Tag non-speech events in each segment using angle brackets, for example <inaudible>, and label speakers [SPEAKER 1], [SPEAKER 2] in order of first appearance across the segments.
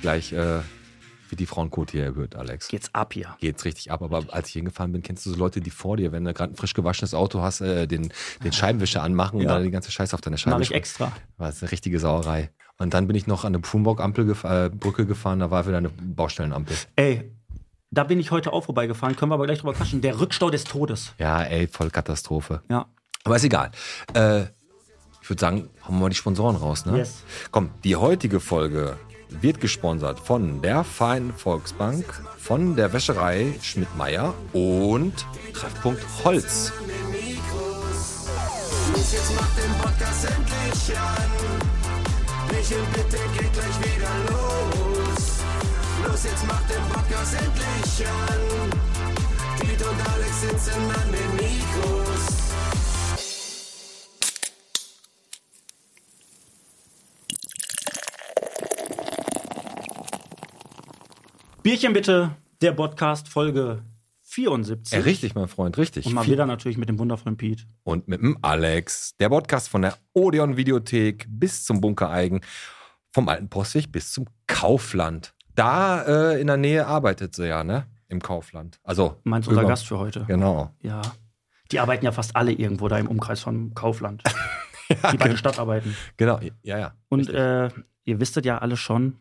[SPEAKER 1] gleich äh, wie die Frauenquote hier erhöht, Alex.
[SPEAKER 2] Geht's ab hier.
[SPEAKER 1] Geht's richtig ab. Aber als ich hingefahren bin, kennst du so Leute, die vor dir, wenn du gerade ein frisch gewaschenes Auto hast, äh, den, den Scheibenwischer anmachen und
[SPEAKER 2] Ja.
[SPEAKER 1] dann die ganze Scheiße auf deine Scheibe
[SPEAKER 2] Mache ich
[SPEAKER 1] schmieren.
[SPEAKER 2] extra.
[SPEAKER 1] War das eine richtige Sauerei. Und dann bin ich noch an eine Prunbock-Ampel gef äh, Brücke gefahren, da war wieder eine Baustellenampel.
[SPEAKER 2] Ey, da bin ich heute auch vorbeigefahren, können wir aber gleich drüber quatschen. Der Rückstau des Todes.
[SPEAKER 1] Ja, ey, voll Katastrophe.
[SPEAKER 2] Ja.
[SPEAKER 1] Aber ist egal. Äh, ich würde sagen, haben wir mal die Sponsoren raus, ne?
[SPEAKER 2] Yes.
[SPEAKER 1] Komm, die heutige Folge wird gesponsert von der Feinen Volksbank, von der Wäscherei Schmidt-Meyer und Treffpunkt Holz.
[SPEAKER 2] Bierchen bitte, der Podcast Folge 74.
[SPEAKER 1] Ja, Äh, richtig, mein Freund, richtig.
[SPEAKER 2] Und mal
[SPEAKER 1] Viel-
[SPEAKER 2] wieder natürlich mit dem wundervollen Pete.
[SPEAKER 1] und mit dem Alex. Der Podcast von der Odeon Videothek bis zum Bunker Eigen, vom Alten Postweg bis zum Kaufland. Da äh, in der Nähe arbeitet sie ja, ne? Im Kaufland. Also.
[SPEAKER 2] Meinst du unser
[SPEAKER 1] über-
[SPEAKER 2] Gast für heute?
[SPEAKER 1] Genau.
[SPEAKER 2] Ja. Die arbeiten ja fast alle irgendwo da im Umkreis von
[SPEAKER 1] <laughs>
[SPEAKER 2] Kaufland. die bei der Stadt arbeiten.
[SPEAKER 1] Genau. Ja, ja.
[SPEAKER 2] Und
[SPEAKER 1] Richtig.
[SPEAKER 2] äh, ihr wisstet ja alle schon,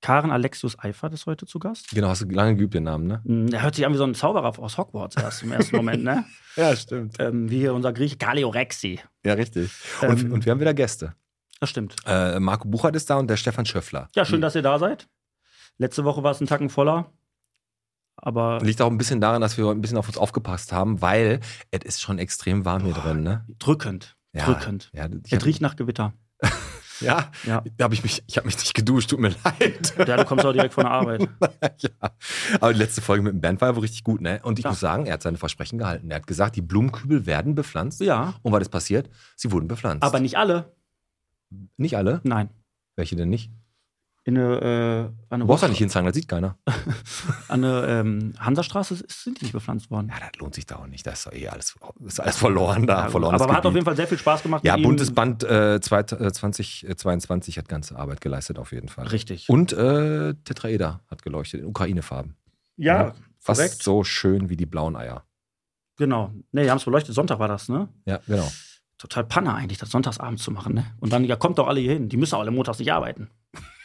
[SPEAKER 2] Karen Alexius Eifert ist heute zu Gast.
[SPEAKER 1] genau, hast du lange geübt den Namen, ne?
[SPEAKER 2] Mm, Er hört sich an wie so ein Zauberer aus Hogwarts erst im
[SPEAKER 1] <laughs>
[SPEAKER 2] ersten Moment, ne?
[SPEAKER 1] Ja, stimmt.
[SPEAKER 2] Ähm, wie hier unser Grieche Kaliorexi.
[SPEAKER 1] Ja, richtig. Und,
[SPEAKER 2] Ähm.
[SPEAKER 1] und wir haben wieder Gäste.
[SPEAKER 2] Das stimmt.
[SPEAKER 1] Äh, Marco Buchert ist da und der Stefan Schöffler.
[SPEAKER 2] Ja, schön, dass ihr da seid. Letzte Woche war es ein Tacken voller. Aber
[SPEAKER 1] Liegt auch ein bisschen daran, dass wir heute ein bisschen auf uns aufgepasst haben, weil es ist schon extrem warm hier drin, ne?
[SPEAKER 2] drückend.
[SPEAKER 1] Ja.
[SPEAKER 2] Drückend.
[SPEAKER 1] Ja, ich
[SPEAKER 2] Es riecht nach Gewitter.
[SPEAKER 1] ja,
[SPEAKER 2] Ja.
[SPEAKER 1] da habe ich mich, ich habe mich nicht geduscht, tut mir <laughs> leid.
[SPEAKER 2] ja, du kommst auch direkt von der
[SPEAKER 1] <laughs>
[SPEAKER 2] Arbeit.
[SPEAKER 1] ja. Aber die letzte Folge mit dem Band war ja wohl richtig gut, ne? Und ich
[SPEAKER 2] Ja.
[SPEAKER 1] muss sagen, er hat seine Versprechen gehalten. Er hat gesagt, die Blumenkübel werden bepflanzt.
[SPEAKER 2] Ja.
[SPEAKER 1] Und was ist passiert? Sie wurden bepflanzt.
[SPEAKER 2] Aber nicht alle.
[SPEAKER 1] nicht alle.
[SPEAKER 2] Nein.
[SPEAKER 1] Welche denn nicht?
[SPEAKER 2] In eine, äh, an
[SPEAKER 1] Du brauchst ja nicht hinzeigen, das sieht keiner.
[SPEAKER 2] An eine ähm, Hansastraße ist- sind die nicht bepflanzt worden.
[SPEAKER 1] Ja, das lohnt sich da auch nicht. Das ist doch eh alles, ist alles verloren da.
[SPEAKER 2] Ja,
[SPEAKER 1] verlorenes
[SPEAKER 2] aber hat auf
[SPEAKER 1] Gebiet.
[SPEAKER 2] jeden Fall sehr viel Spaß gemacht.
[SPEAKER 1] ja,
[SPEAKER 2] mit ihm.
[SPEAKER 1] buntes Band äh, zweit- äh, 2022 hat ganze Arbeit geleistet, auf jeden Fall.
[SPEAKER 2] Richtig.
[SPEAKER 1] Und äh, Tetraeder hat geleuchtet in Ukraine-Farben.
[SPEAKER 2] ja,
[SPEAKER 1] Fast
[SPEAKER 2] korrekt.
[SPEAKER 1] so schön wie die blauen Eier.
[SPEAKER 2] Genau. Ne, die haben es beleuchtet. Sonntag war das, ne?
[SPEAKER 1] Ja, genau.
[SPEAKER 2] Total Panne eigentlich, das sonntagsabend zu machen, ne? Und dann, ja, kommt doch alle hier hin. Die müssen alle montags nicht arbeiten.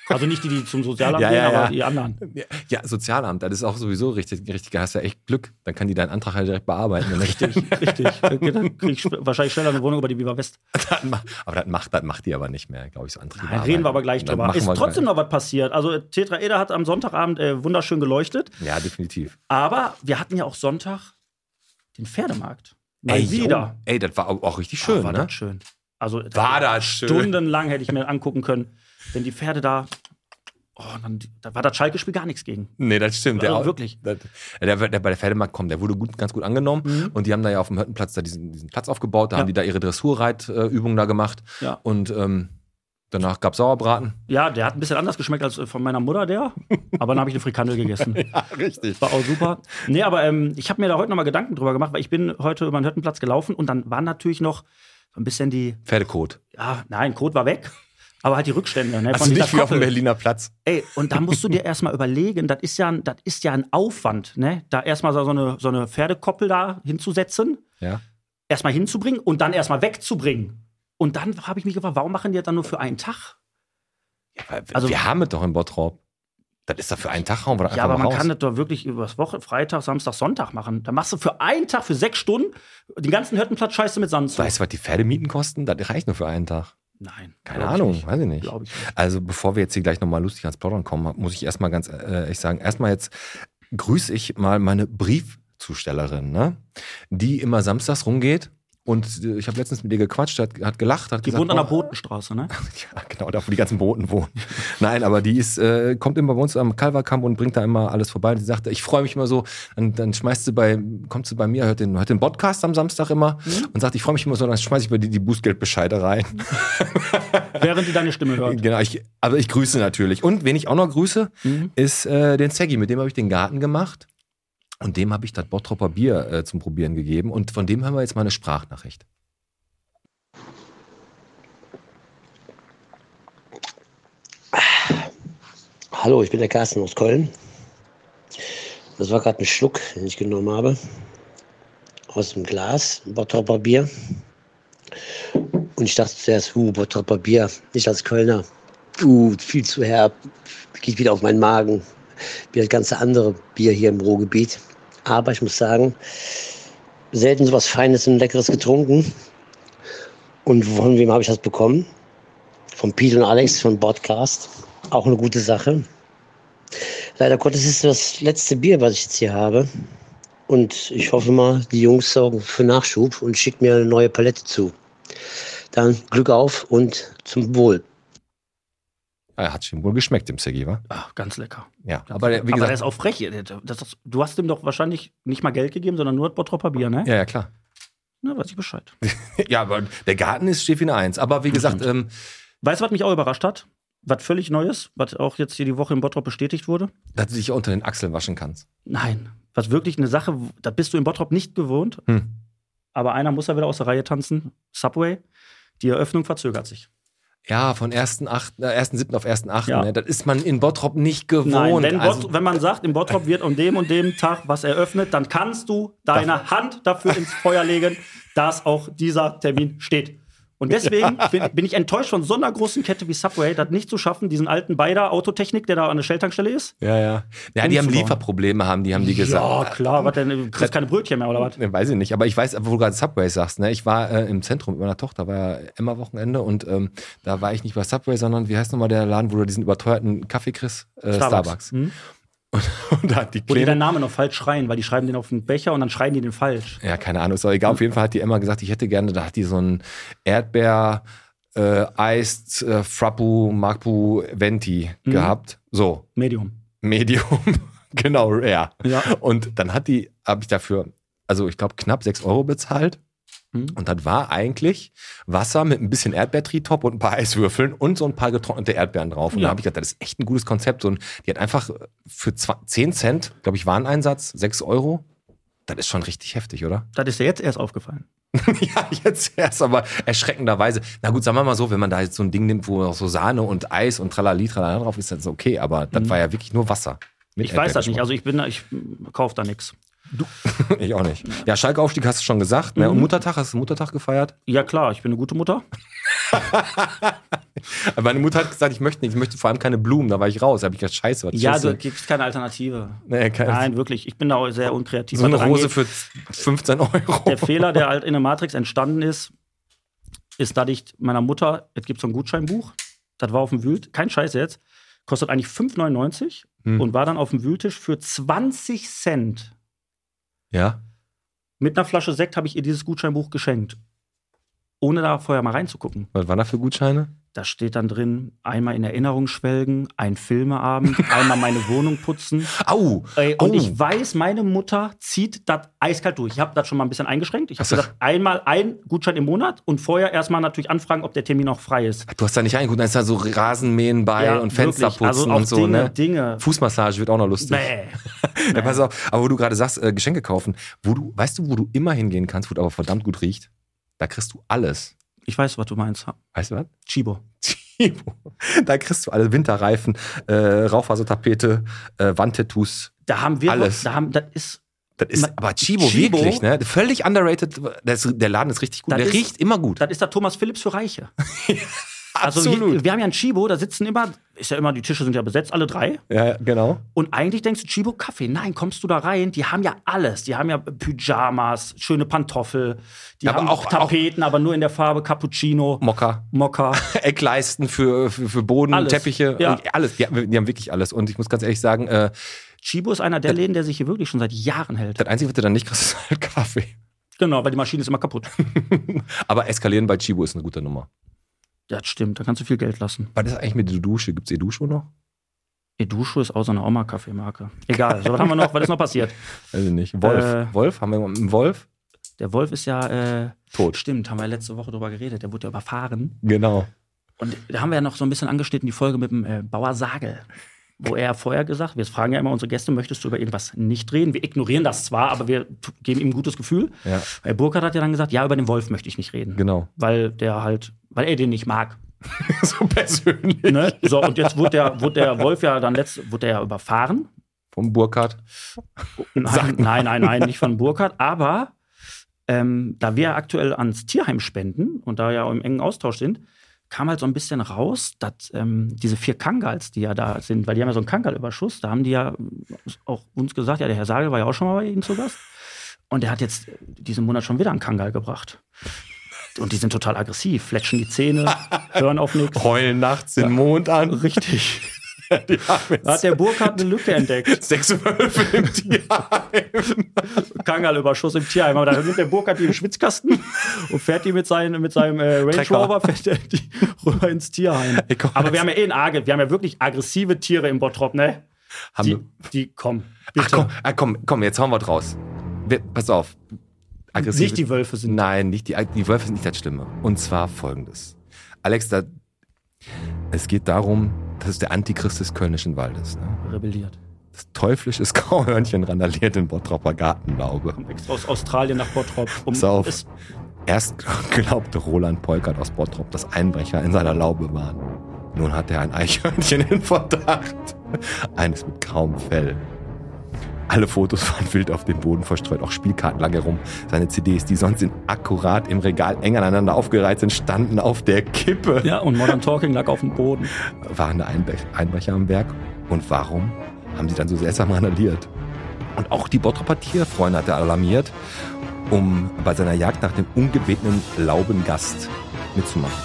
[SPEAKER 2] Also nicht die, die zum Sozialamt
[SPEAKER 1] <laughs> Ja,
[SPEAKER 2] gehen,
[SPEAKER 1] ja,
[SPEAKER 2] aber
[SPEAKER 1] ja.
[SPEAKER 2] die anderen.
[SPEAKER 1] Ja, Ja, Sozialamt, das ist auch sowieso richtig, richtig, da hast du ja echt Glück. Dann kann die deinen Antrag halt direkt bearbeiten. Richtig.
[SPEAKER 2] <laughs>
[SPEAKER 1] <laughs>
[SPEAKER 2] Richtig. Dann krieg ich wahrscheinlich schneller eine Wohnung über die Viva West.
[SPEAKER 1] das ma- aber das macht, das macht die aber nicht mehr, glaube ich, so Anträge.
[SPEAKER 2] Nein, reden wir aber gleich
[SPEAKER 1] Dann
[SPEAKER 2] drüber.
[SPEAKER 1] machen
[SPEAKER 2] Ist
[SPEAKER 1] wir-
[SPEAKER 2] trotzdem noch was passiert. Also Tetra Eder hat am Sonntagabend äh, wunderschön geleuchtet.
[SPEAKER 1] Ja, definitiv.
[SPEAKER 2] Aber wir hatten ja auch Sonntag den Pferdemarkt. Mal
[SPEAKER 1] Ey,
[SPEAKER 2] wieder.
[SPEAKER 1] jo. Ey, das war auch richtig schön,
[SPEAKER 2] Ah, war
[SPEAKER 1] ne?
[SPEAKER 2] das schön. Also das
[SPEAKER 1] War das schön.
[SPEAKER 2] stundenlang hätte ich mir angucken können, wenn die Pferde da. Oh, dann, da war das Schalke-Spiel gar nichts gegen.
[SPEAKER 1] Nee, das stimmt. Der,
[SPEAKER 2] Also
[SPEAKER 1] auch-
[SPEAKER 2] wirklich.
[SPEAKER 1] Das, der, der, bei der Pferdemarkt kommt, der wurde gut, ganz gut angenommen. Und die haben da ja auf dem Hörtenplatz da diesen, diesen Platz aufgebaut. Da
[SPEAKER 2] Mhm. Ja.
[SPEAKER 1] haben die da ihre Dressurreitübungen da gemacht.
[SPEAKER 2] Ja.
[SPEAKER 1] Und ähm, danach gab
[SPEAKER 2] <laughs>
[SPEAKER 1] es Sauerbraten.
[SPEAKER 2] Ja, der hat ein bisschen anders geschmeckt als äh, von meiner Mutter, der. Aber dann habe ich eine Frikandel
[SPEAKER 1] <laughs>
[SPEAKER 2] gegessen.
[SPEAKER 1] richtig.
[SPEAKER 2] War auch super. Nee, aber ähm, ich habe mir da heute nochmal Gedanken drüber gemacht, weil ich bin heute über den Hüttenplatz gelaufen und dann war natürlich noch so ein bisschen die,
[SPEAKER 1] Pferdekot.
[SPEAKER 2] ja, nein, Kot war weg, aber halt die Rückstände. Ne,
[SPEAKER 1] Also
[SPEAKER 2] dieser
[SPEAKER 1] nicht wie auf dem
[SPEAKER 2] Koppel.
[SPEAKER 1] Berliner Platz.
[SPEAKER 2] Ey, und da musst du dir erstmal überlegen, das ist ja ein, das ist ja ein Aufwand, ne? Da erstmal so eine, so eine Pferdekoppel da hinzusetzen,
[SPEAKER 1] Ja.
[SPEAKER 2] erstmal hinzubringen und dann erstmal wegzubringen. Und dann habe ich mich gefragt, warum machen die das dann nur für einen Tag? Also-
[SPEAKER 1] Also, wir haben es doch in Bottrop. Das ist doch für einen Tag Raum. Oder
[SPEAKER 2] Ja, aber man kann das doch wirklich übers Woche, Freitag, Samstag, Sonntag machen. Da machst du für einen Tag, für sechs Stunden, den ganzen Hüttenplatz scheiße mit Sand zu.
[SPEAKER 1] Weißt du, was die Pferdemieten kosten? Das reicht nur für einen Tag.
[SPEAKER 2] Nein. glaub
[SPEAKER 1] Keine
[SPEAKER 2] ich
[SPEAKER 1] Ahnung,
[SPEAKER 2] nicht.
[SPEAKER 1] weiß ich nicht.
[SPEAKER 2] Glaub ich nicht.
[SPEAKER 1] Also bevor wir jetzt hier gleich nochmal lustig ans Plaudern kommen, muss ich erstmal ganz äh, ehrlich sagen, erstmal jetzt grüße ich mal meine Briefzustellerin, ne? die immer samstags rumgeht. Und äh, ich habe letztens mit ihr gequatscht, hat, hat gelacht, hat
[SPEAKER 2] Die
[SPEAKER 1] gesagt,
[SPEAKER 2] wohnt an der
[SPEAKER 1] oh,
[SPEAKER 2] Botenstraße, ne?
[SPEAKER 1] <laughs> ja, genau, da wo die ganzen Boten wohnen. <laughs> Nein, aber die ist, äh, kommt immer bei uns am Kalverkamp und bringt da immer alles vorbei. Die sagt, ich freue mich immer so, dann, dann schmeißt sie bei, kommt sie bei mir, hört den, hört den Podcast am Samstag immer
[SPEAKER 2] Mhm.
[SPEAKER 1] und sagt, ich freue mich immer so, dann schmeiße ich bei dir die Bußgeldbescheide rein.
[SPEAKER 2] Während die deine Stimme hört.
[SPEAKER 1] <laughs> Genau, ich, aber ich grüße natürlich. Und wen ich auch noch grüße,
[SPEAKER 2] Mhm.
[SPEAKER 1] ist äh, den Seggi. Mit dem habe ich den Garten gemacht. Und dem habe ich das Bottropper Bier äh, zum Probieren gegeben. Und von dem haben wir jetzt mal eine Sprachnachricht.
[SPEAKER 3] Oh, Hallo, ich bin der Carsten aus Köln. Das war gerade ein Schluck, den ich genommen habe. Aus dem Glas, Bottroper Bier. Und ich dachte zuerst, uh, Bottroper Bier, nicht als Kölner. Uh, viel zu herb, geht wieder auf meinen Magen. Wie das ganze andere Bier hier im Ruhrgebiet. Aber ich muss sagen, selten so was Feines und Leckeres getrunken. Und von wem habe ich das bekommen? Von Pete und Alex von Podcast. Auch eine gute Sache. Leider Gottes ist das letzte Bier, was ich jetzt hier habe. Und ich hoffe mal, die Jungs sorgen für Nachschub und schickt mir eine neue Palette zu. Dann Glück auf und zum Wohl.
[SPEAKER 1] Ah, Hat ihm wohl geschmeckt, dem Sergei, war?
[SPEAKER 2] Ach, Ah, ganz lecker.
[SPEAKER 1] Ja. Aber der- wie
[SPEAKER 2] aber er
[SPEAKER 1] gesagt.
[SPEAKER 2] ist auch frech. Der- der- Das, das, du hast ihm doch wahrscheinlich nicht mal Geld gegeben, sondern nur das Bottropper Bier, ne?
[SPEAKER 1] Ja, ja, klar.
[SPEAKER 2] Na, weiß ich Bescheid.
[SPEAKER 1] <laughs> Ja, aber der Garten ist Schäfchen 1. Aber wie gesagt, ähm,
[SPEAKER 2] Weißt du, was mich auch überrascht hat? Was völlig Neues, was auch jetzt hier die Woche in Bottrop bestätigt wurde?
[SPEAKER 1] dass du dich unter den Achseln waschen kannst.
[SPEAKER 2] Nein. Was wirklich eine Sache, wo- da bist du in Bottrop nicht gewohnt,
[SPEAKER 1] Hm.
[SPEAKER 2] aber einer muss ja wieder aus der Reihe tanzen. Subway. Die Eröffnung verzögert sich.
[SPEAKER 1] Ja, von 1.8., äh, 1.7. auf 1.8.
[SPEAKER 2] Ja.
[SPEAKER 1] Ne? Das ist man in Bottrop nicht
[SPEAKER 2] Nein,
[SPEAKER 1] gewohnt.
[SPEAKER 2] wenn,
[SPEAKER 1] also,
[SPEAKER 2] Bott, wenn man sagt, in Bottrop wird an dem und dem Tag was eröffnet, dann kannst du deine Hand dafür ins Feuer legen, dass auch dieser Termin steht. Und
[SPEAKER 1] <laughs>
[SPEAKER 2] deswegen bin, bin ich enttäuscht von so einer großen Kette wie Subway, das nicht zu schaffen, diesen alten Beider Autotechnik, der da an der Shell-Tankstelle ist.
[SPEAKER 1] ja, ja. ja, die haben
[SPEAKER 2] Umzubauen.
[SPEAKER 1] Lieferprobleme, haben die, haben die gesagt.
[SPEAKER 2] Ja, klar, was denn? Du kriegst keine Brötchen mehr, oder was?
[SPEAKER 1] Ne, weiß ich nicht, aber ich weiß, wo du gerade Subway sagst. Ne? Ich war äh, im Zentrum mit meiner Tochter, war ja immer Wochenende und ähm, da war ich nicht bei Subway, sondern wie heißt nochmal der Laden, wo du diesen überteuerten Kaffee kriegst? Äh, Starbucks.
[SPEAKER 2] Hm?
[SPEAKER 1] Und da hat die
[SPEAKER 2] Wo die deinen
[SPEAKER 1] Kleine,
[SPEAKER 2] Namen noch falsch schreien, weil die schreiben den auf den Becher und dann schreien die den falsch.
[SPEAKER 1] ja, keine Ahnung, ist auch egal. Auf jeden Fall hat die Emma gesagt, ich hätte gerne, da hat die so einen Erdbeer, äh, Eist, äh, Frappu, Mapu, Venti gehabt. So,
[SPEAKER 2] Medium.
[SPEAKER 1] Medium, <laughs> genau, rare.
[SPEAKER 2] Ja.
[SPEAKER 1] Und dann hat die, habe ich dafür, also ich glaube, knapp 6 Euro bezahlt.
[SPEAKER 2] Hm.
[SPEAKER 1] Und das war eigentlich Wasser mit ein bisschen Erdbeertritop und ein paar Eiswürfeln und so ein paar getrocknete Erdbeeren drauf. Und
[SPEAKER 2] Ja.
[SPEAKER 1] da habe ich gedacht, das ist echt ein gutes Konzept. Und die hat einfach für 20, 10 Cent, glaube ich, Wareneinsatz, 6 Euro. Das ist schon richtig heftig, oder? <laughs>
[SPEAKER 2] Das ist dir jetzt erst aufgefallen.
[SPEAKER 1] ja, jetzt erst, aber erschreckenderweise. Na gut, sagen wir mal so, wenn man da jetzt so ein Ding nimmt, wo noch so Sahne und Eis und tralali tralala drauf ist, dann ist das okay. Aber das war ja wirklich nur Wasser. Mit
[SPEAKER 2] Hm. Ich weiß das nicht.
[SPEAKER 1] Erdbeergeschmack.
[SPEAKER 2] Also ich bin da, ich mm, kauf da nichts.
[SPEAKER 1] <laughs> Ich auch nicht. Ja, Schalke-Aufstieg hast du schon gesagt.
[SPEAKER 2] Mhm.
[SPEAKER 1] Ne? Und Muttertag, hast du Muttertag gefeiert?
[SPEAKER 2] Ja klar, ich bin eine gute Mutter.
[SPEAKER 1] Meine Mutter hat gesagt, ich möchte nicht, ich möchte vor allem keine Blumen. Da war ich raus. Da habe ich gesagt, scheiße, was
[SPEAKER 2] Ja,
[SPEAKER 1] ist
[SPEAKER 2] du
[SPEAKER 1] das?
[SPEAKER 2] gibst keine Alternative.
[SPEAKER 1] Nee, keine-
[SPEAKER 2] Nein, wirklich. Ich bin da auch sehr unkreativ.
[SPEAKER 1] So eine
[SPEAKER 2] was das
[SPEAKER 1] Rose
[SPEAKER 2] angeht.
[SPEAKER 1] für 15 Euro.
[SPEAKER 2] der Fehler, der halt in der Matrix entstanden ist, ist dadurch meiner Mutter, es gibt so ein Gutscheinbuch, das war auf dem Wühlt, kein Scheiß jetzt, kostet eigentlich 5,99
[SPEAKER 1] Hm.
[SPEAKER 2] und war dann auf dem Wühltisch für 20 Cent.
[SPEAKER 1] Ja.
[SPEAKER 2] Mit einer Flasche Sekt habe ich ihr dieses Gutscheinbuch geschenkt. Ohne da vorher mal reinzugucken.
[SPEAKER 1] Was waren da für Gutscheine?
[SPEAKER 2] Da steht dann drin, einmal in Erinnerung schwelgen, ein
[SPEAKER 1] <laughs>
[SPEAKER 2] Filmeabend, einmal meine Wohnung putzen.
[SPEAKER 1] Au!
[SPEAKER 2] Ey, Äh, und
[SPEAKER 1] Oh.
[SPEAKER 2] ich weiß, meine Mutter zieht das eiskalt durch. Ich habe das schon mal ein bisschen eingeschränkt. Ich habe
[SPEAKER 1] Ach so.
[SPEAKER 2] gesagt, einmal ein Gutschein im Monat und vorher erstmal natürlich anfragen, ob der Termin auch frei ist.
[SPEAKER 1] Du hast da nicht reingeguckt, da ist da so Rasenmähen bei und Fenster
[SPEAKER 2] wirklich.
[SPEAKER 1] putzen
[SPEAKER 2] also auch
[SPEAKER 1] und so,
[SPEAKER 2] Dinge,
[SPEAKER 1] ne?
[SPEAKER 2] Dinge.
[SPEAKER 1] Fußmassage wird auch noch lustig.
[SPEAKER 2] Bäh.
[SPEAKER 1] <laughs> ja, pass auf. Aber wo du gerade sagst, äh, Geschenke kaufen, wo du, weißt du, wo du immer hingehen kannst, wo du aber verdammt gut riecht? Da kriegst du alles.
[SPEAKER 2] Ich weiß, was du meinst.
[SPEAKER 1] Weißt du was?
[SPEAKER 2] Chibo.
[SPEAKER 1] Timo. Da kriegst du alle Winterreifen, äh, Raufasertapete, äh, Wandtattoos.
[SPEAKER 2] Da haben wir
[SPEAKER 1] Alles.
[SPEAKER 2] Da haben, das ist,
[SPEAKER 1] Das ist
[SPEAKER 2] Ma-
[SPEAKER 1] aber Chibo,
[SPEAKER 2] Chibo?
[SPEAKER 1] wirklich, ne? Völlig underrated. Das, der Laden ist richtig gut.
[SPEAKER 2] Das
[SPEAKER 1] der
[SPEAKER 2] ist-
[SPEAKER 1] riecht immer gut.
[SPEAKER 2] das ist der Thomas Philips für
[SPEAKER 1] <laughs>
[SPEAKER 2] Reiche. Also hier, wir haben ja ein Chibo, da sitzen immer, ist ja immer, die Tische sind ja besetzt, alle drei.
[SPEAKER 1] ja, genau.
[SPEAKER 2] Und eigentlich denkst du, Chibo Kaffee. Nein, kommst du da rein? Die haben ja alles. Die haben ja Pyjamas, schöne Pantoffel. Die
[SPEAKER 1] Aber
[SPEAKER 2] haben
[SPEAKER 1] auch-
[SPEAKER 2] auch Tapeten, aber nur in der Farbe Cappuccino,
[SPEAKER 1] Mokka.
[SPEAKER 2] Mokka.
[SPEAKER 1] <laughs> Eckleisten für, für, für Boden,
[SPEAKER 2] Alles.
[SPEAKER 1] Teppiche,
[SPEAKER 2] Ja.
[SPEAKER 1] alles. Die, haben- die haben wirklich alles. Und ich muss ganz ehrlich sagen, äh,
[SPEAKER 2] Chibo ist einer der Läden, der sich hier wirklich schon seit Jahren hält.
[SPEAKER 1] das Einzige, was du dann nicht kriegst, <laughs> ist halt Kaffee.
[SPEAKER 2] Genau, weil die Maschine ist immer kaputt.
[SPEAKER 1] Aber eskalieren bei Chibo ist eine gute Nummer.
[SPEAKER 2] Das stimmt, da kannst du viel Geld lassen.
[SPEAKER 1] Was ist eigentlich mit der Dusche? Gibt es die Dusche noch?
[SPEAKER 2] Edusho ist auch so eine Oma-Kaffeemarke. Egal, so, was haben wir noch? Was ist noch passiert?
[SPEAKER 1] Also nicht. Wolf.
[SPEAKER 2] Äh.
[SPEAKER 1] Wolf? Haben wir einen Wolf?
[SPEAKER 2] Der Wolf ist ja, äh,
[SPEAKER 1] Tot.
[SPEAKER 2] stimmt, haben wir letzte Woche drüber geredet. Der wurde ja überfahren.
[SPEAKER 1] Genau.
[SPEAKER 2] Und da haben wir ja noch so ein bisschen angeschnitten die Folge mit dem äh, Bauer Sagel, wo er vorher gesagt, wir fragen ja immer unsere Gäste, möchtest du über irgendwas nicht reden? Wir ignorieren das zwar, aber wir t- geben ihm ein gutes Gefühl.
[SPEAKER 1] Ja.
[SPEAKER 2] <laughs> Herr Burkhardt hat ja dann gesagt, ja, über den Wolf möchte ich nicht reden,
[SPEAKER 1] Genau.
[SPEAKER 2] weil der halt, weil er den nicht mag.
[SPEAKER 1] so persönlich.
[SPEAKER 2] Ne? So, und jetzt wurde der, wurde der Wolf ja dann letzt, wurde er ja überfahren.
[SPEAKER 1] Vom Burkhardt.
[SPEAKER 2] Nein, nein, nein, nein, nicht von Burkhardt, aber ähm, da wir aktuell ans Tierheim spenden und da ja im engen Austausch sind, kam halt so ein bisschen raus, dass ähm, diese vier Kangals, die ja da sind, weil die haben ja so einen Kangal-Überschuss, da haben die ja auch uns gesagt, ja, der Herr Sagel war ja auch schon mal bei Ihnen zu Gast. Und der hat jetzt diesen Monat schon wieder einen Kangal gebracht. Und die sind total aggressiv, fletschen die Zähne, hören auf nichts.
[SPEAKER 1] Heulen nachts den Mond an.
[SPEAKER 2] Richtig.
[SPEAKER 1] Die haben
[SPEAKER 2] Da hat
[SPEAKER 1] jetzt
[SPEAKER 2] der Burkhardt eine Lücke entdeckt.
[SPEAKER 1] sechs Wölfe <laughs> im Tierheim.
[SPEAKER 2] Kangal-Überschuss im Tierheim. Aber da nimmt der Burkhardt die im Schwitzkasten und fährt die mit, seinen, mit seinem äh, Range
[SPEAKER 1] Trecker.
[SPEAKER 2] Rover fährt er die rüber ins Tierheim.
[SPEAKER 1] Ey, komm,
[SPEAKER 2] Aber wir haben ja eh ein Arge, wir haben ja wirklich aggressive Tiere im Bottrop, ne?
[SPEAKER 1] Haben
[SPEAKER 2] Die,
[SPEAKER 1] wir-
[SPEAKER 2] die kommen.
[SPEAKER 1] Ach komm, ah, komm, komm, jetzt hauen wir draus. Wir, pass auf. Aggressive-
[SPEAKER 2] Nicht die Wölfe sind.
[SPEAKER 1] Nein, nicht die, die Wölfe sind nicht das Schlimme. Und zwar folgendes. Alex, da, es geht darum, das ist der Antichrist des Kölnischen Waldes. Ne?
[SPEAKER 2] rebelliert.
[SPEAKER 1] Das teuflische <laughs> Kauhörnchen randaliert den Bottroper Gartenlaube.
[SPEAKER 2] Kommt extra aus Australien nach Bottrop. Um
[SPEAKER 1] Pass auf.
[SPEAKER 2] es-
[SPEAKER 1] Erst <laughs> glaubte Roland Polkert aus Bottrop, dass Einbrecher in seiner Laube waren. Nun hat er ein Eichhörnchen <laughs> in Verdacht. Eines mit kaum Fell. Alle Fotos waren wild auf dem Boden verstreut, auch Spielkarten lag herum. Seine CDs, die sonst in akkurat im Regal eng aneinander aufgereiht sind, standen auf der Kippe.
[SPEAKER 2] ja, und Modern Talking lag auf dem Boden.
[SPEAKER 1] Waren da Einbe Einbrecher am Werk? Und warum haben sie dann so seltsam randaliert? Und auch die Bottroper Tierfreunde hat er alarmiert, um bei seiner Jagd nach dem ungebetenen Laubengast mitzumachen.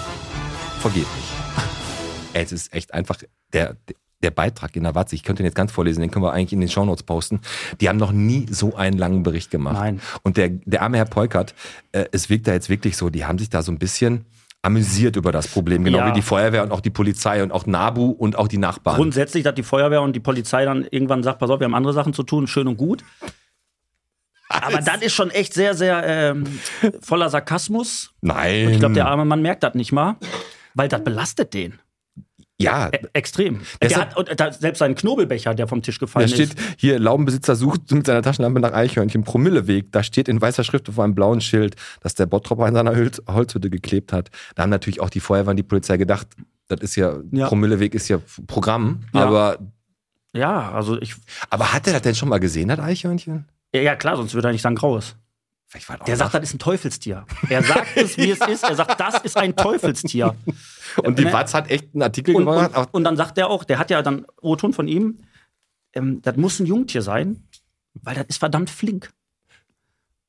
[SPEAKER 1] Vergeblich. <laughs> es ist echt einfach der, der Beitrag in der Watz. Ich könnte ihn jetzt ganz vorlesen, den können wir eigentlich in den Shownotes posten. Die haben noch nie so einen langen Bericht gemacht.
[SPEAKER 2] Nein.
[SPEAKER 1] Und der, der arme Herr Peukert, äh, es wirkt da jetzt wirklich so, die haben sich da so ein bisschen amüsiert über das Problem, genau
[SPEAKER 2] Ja.
[SPEAKER 1] wie die Feuerwehr und auch die Polizei und auch NABU und auch die Nachbarn.
[SPEAKER 2] Grundsätzlich, dass die Feuerwehr und die Polizei dann irgendwann sagt, pass auf, wir haben andere Sachen zu tun, schön und gut. Aber das ist schon echt sehr, sehr ähm, voller Sarkasmus.
[SPEAKER 1] Nein.
[SPEAKER 2] Ich glaube, der arme Mann merkt das nicht mal, weil das belastet den
[SPEAKER 1] ja,
[SPEAKER 2] e extrem. Der
[SPEAKER 1] Deshalb-
[SPEAKER 2] hat, und, da, selbst seinen Knobelbecher, der vom Tisch gefallen
[SPEAKER 1] da steht
[SPEAKER 2] ist.
[SPEAKER 1] hier, Laubenbesitzer sucht mit seiner Taschenlampe nach Eichhörnchen, Promilleweg. Da steht in weißer Schrift auf einem blauen Schild, dass der Bottropper in seiner Hülz- Holzhütte geklebt hat. Da haben natürlich auch die Feuerwehr und die Polizei gedacht, das ist ja,
[SPEAKER 2] Ja.
[SPEAKER 1] Promilleweg ist ja Programm.
[SPEAKER 2] Ja.
[SPEAKER 1] Aber,
[SPEAKER 2] Ja, also ich,
[SPEAKER 1] aber hat er das denn schon mal gesehen, das Eichhörnchen?
[SPEAKER 2] ja klar, sonst würde er nicht sagen graues.
[SPEAKER 1] Vielleicht war das auch
[SPEAKER 2] Der sagt, das ist ein Teufelstier. Er sagt es, wie es ist. Er sagt, das ist ein
[SPEAKER 1] <laughs>
[SPEAKER 2] Teufelstier.
[SPEAKER 1] Und die
[SPEAKER 2] Ne?
[SPEAKER 1] Watz hat echt einen Artikel
[SPEAKER 2] und,
[SPEAKER 1] gemacht. auch-
[SPEAKER 2] und, und dann sagt er auch, der hat ja dann O-Ton von ihm, ähm, das muss ein Jungtier sein, weil das ist verdammt flink.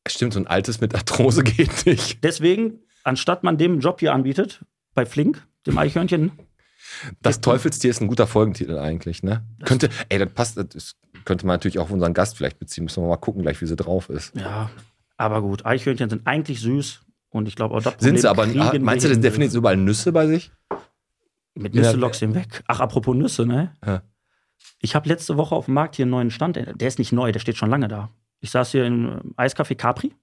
[SPEAKER 1] stimmt, so ein altes mit Arthrose geht nicht.
[SPEAKER 2] Deswegen, anstatt man dem einen Job hier anbietet, bei Flink, dem Eichhörnchen,
[SPEAKER 1] Das Teufelstier ist ein guter Folgentitel eigentlich, ne? Könnte, ey, das passt, das ist- könnte man natürlich auch auf unseren Gast vielleicht beziehen. Müssen wir mal gucken gleich, wie sie drauf ist.
[SPEAKER 2] ja, aber gut, Eichhörnchen sind eigentlich süß und ich glaube auch das
[SPEAKER 1] Sind
[SPEAKER 2] Problem
[SPEAKER 1] sie aber,
[SPEAKER 2] kriegen
[SPEAKER 1] ah,
[SPEAKER 2] wir
[SPEAKER 1] meinst du,
[SPEAKER 2] hin. ne?
[SPEAKER 1] das definiert überall Nüsse bei sich?
[SPEAKER 2] Mit
[SPEAKER 1] Ja.
[SPEAKER 2] Nüsse lockst du ihn weg. Ach, apropos Nüsse, ne?
[SPEAKER 1] Ja.
[SPEAKER 2] Ich habe letzte Woche auf dem Markt hier einen neuen Stand. Der ist nicht neu, der steht schon lange da. Ich saß hier im Eiscafé Capri.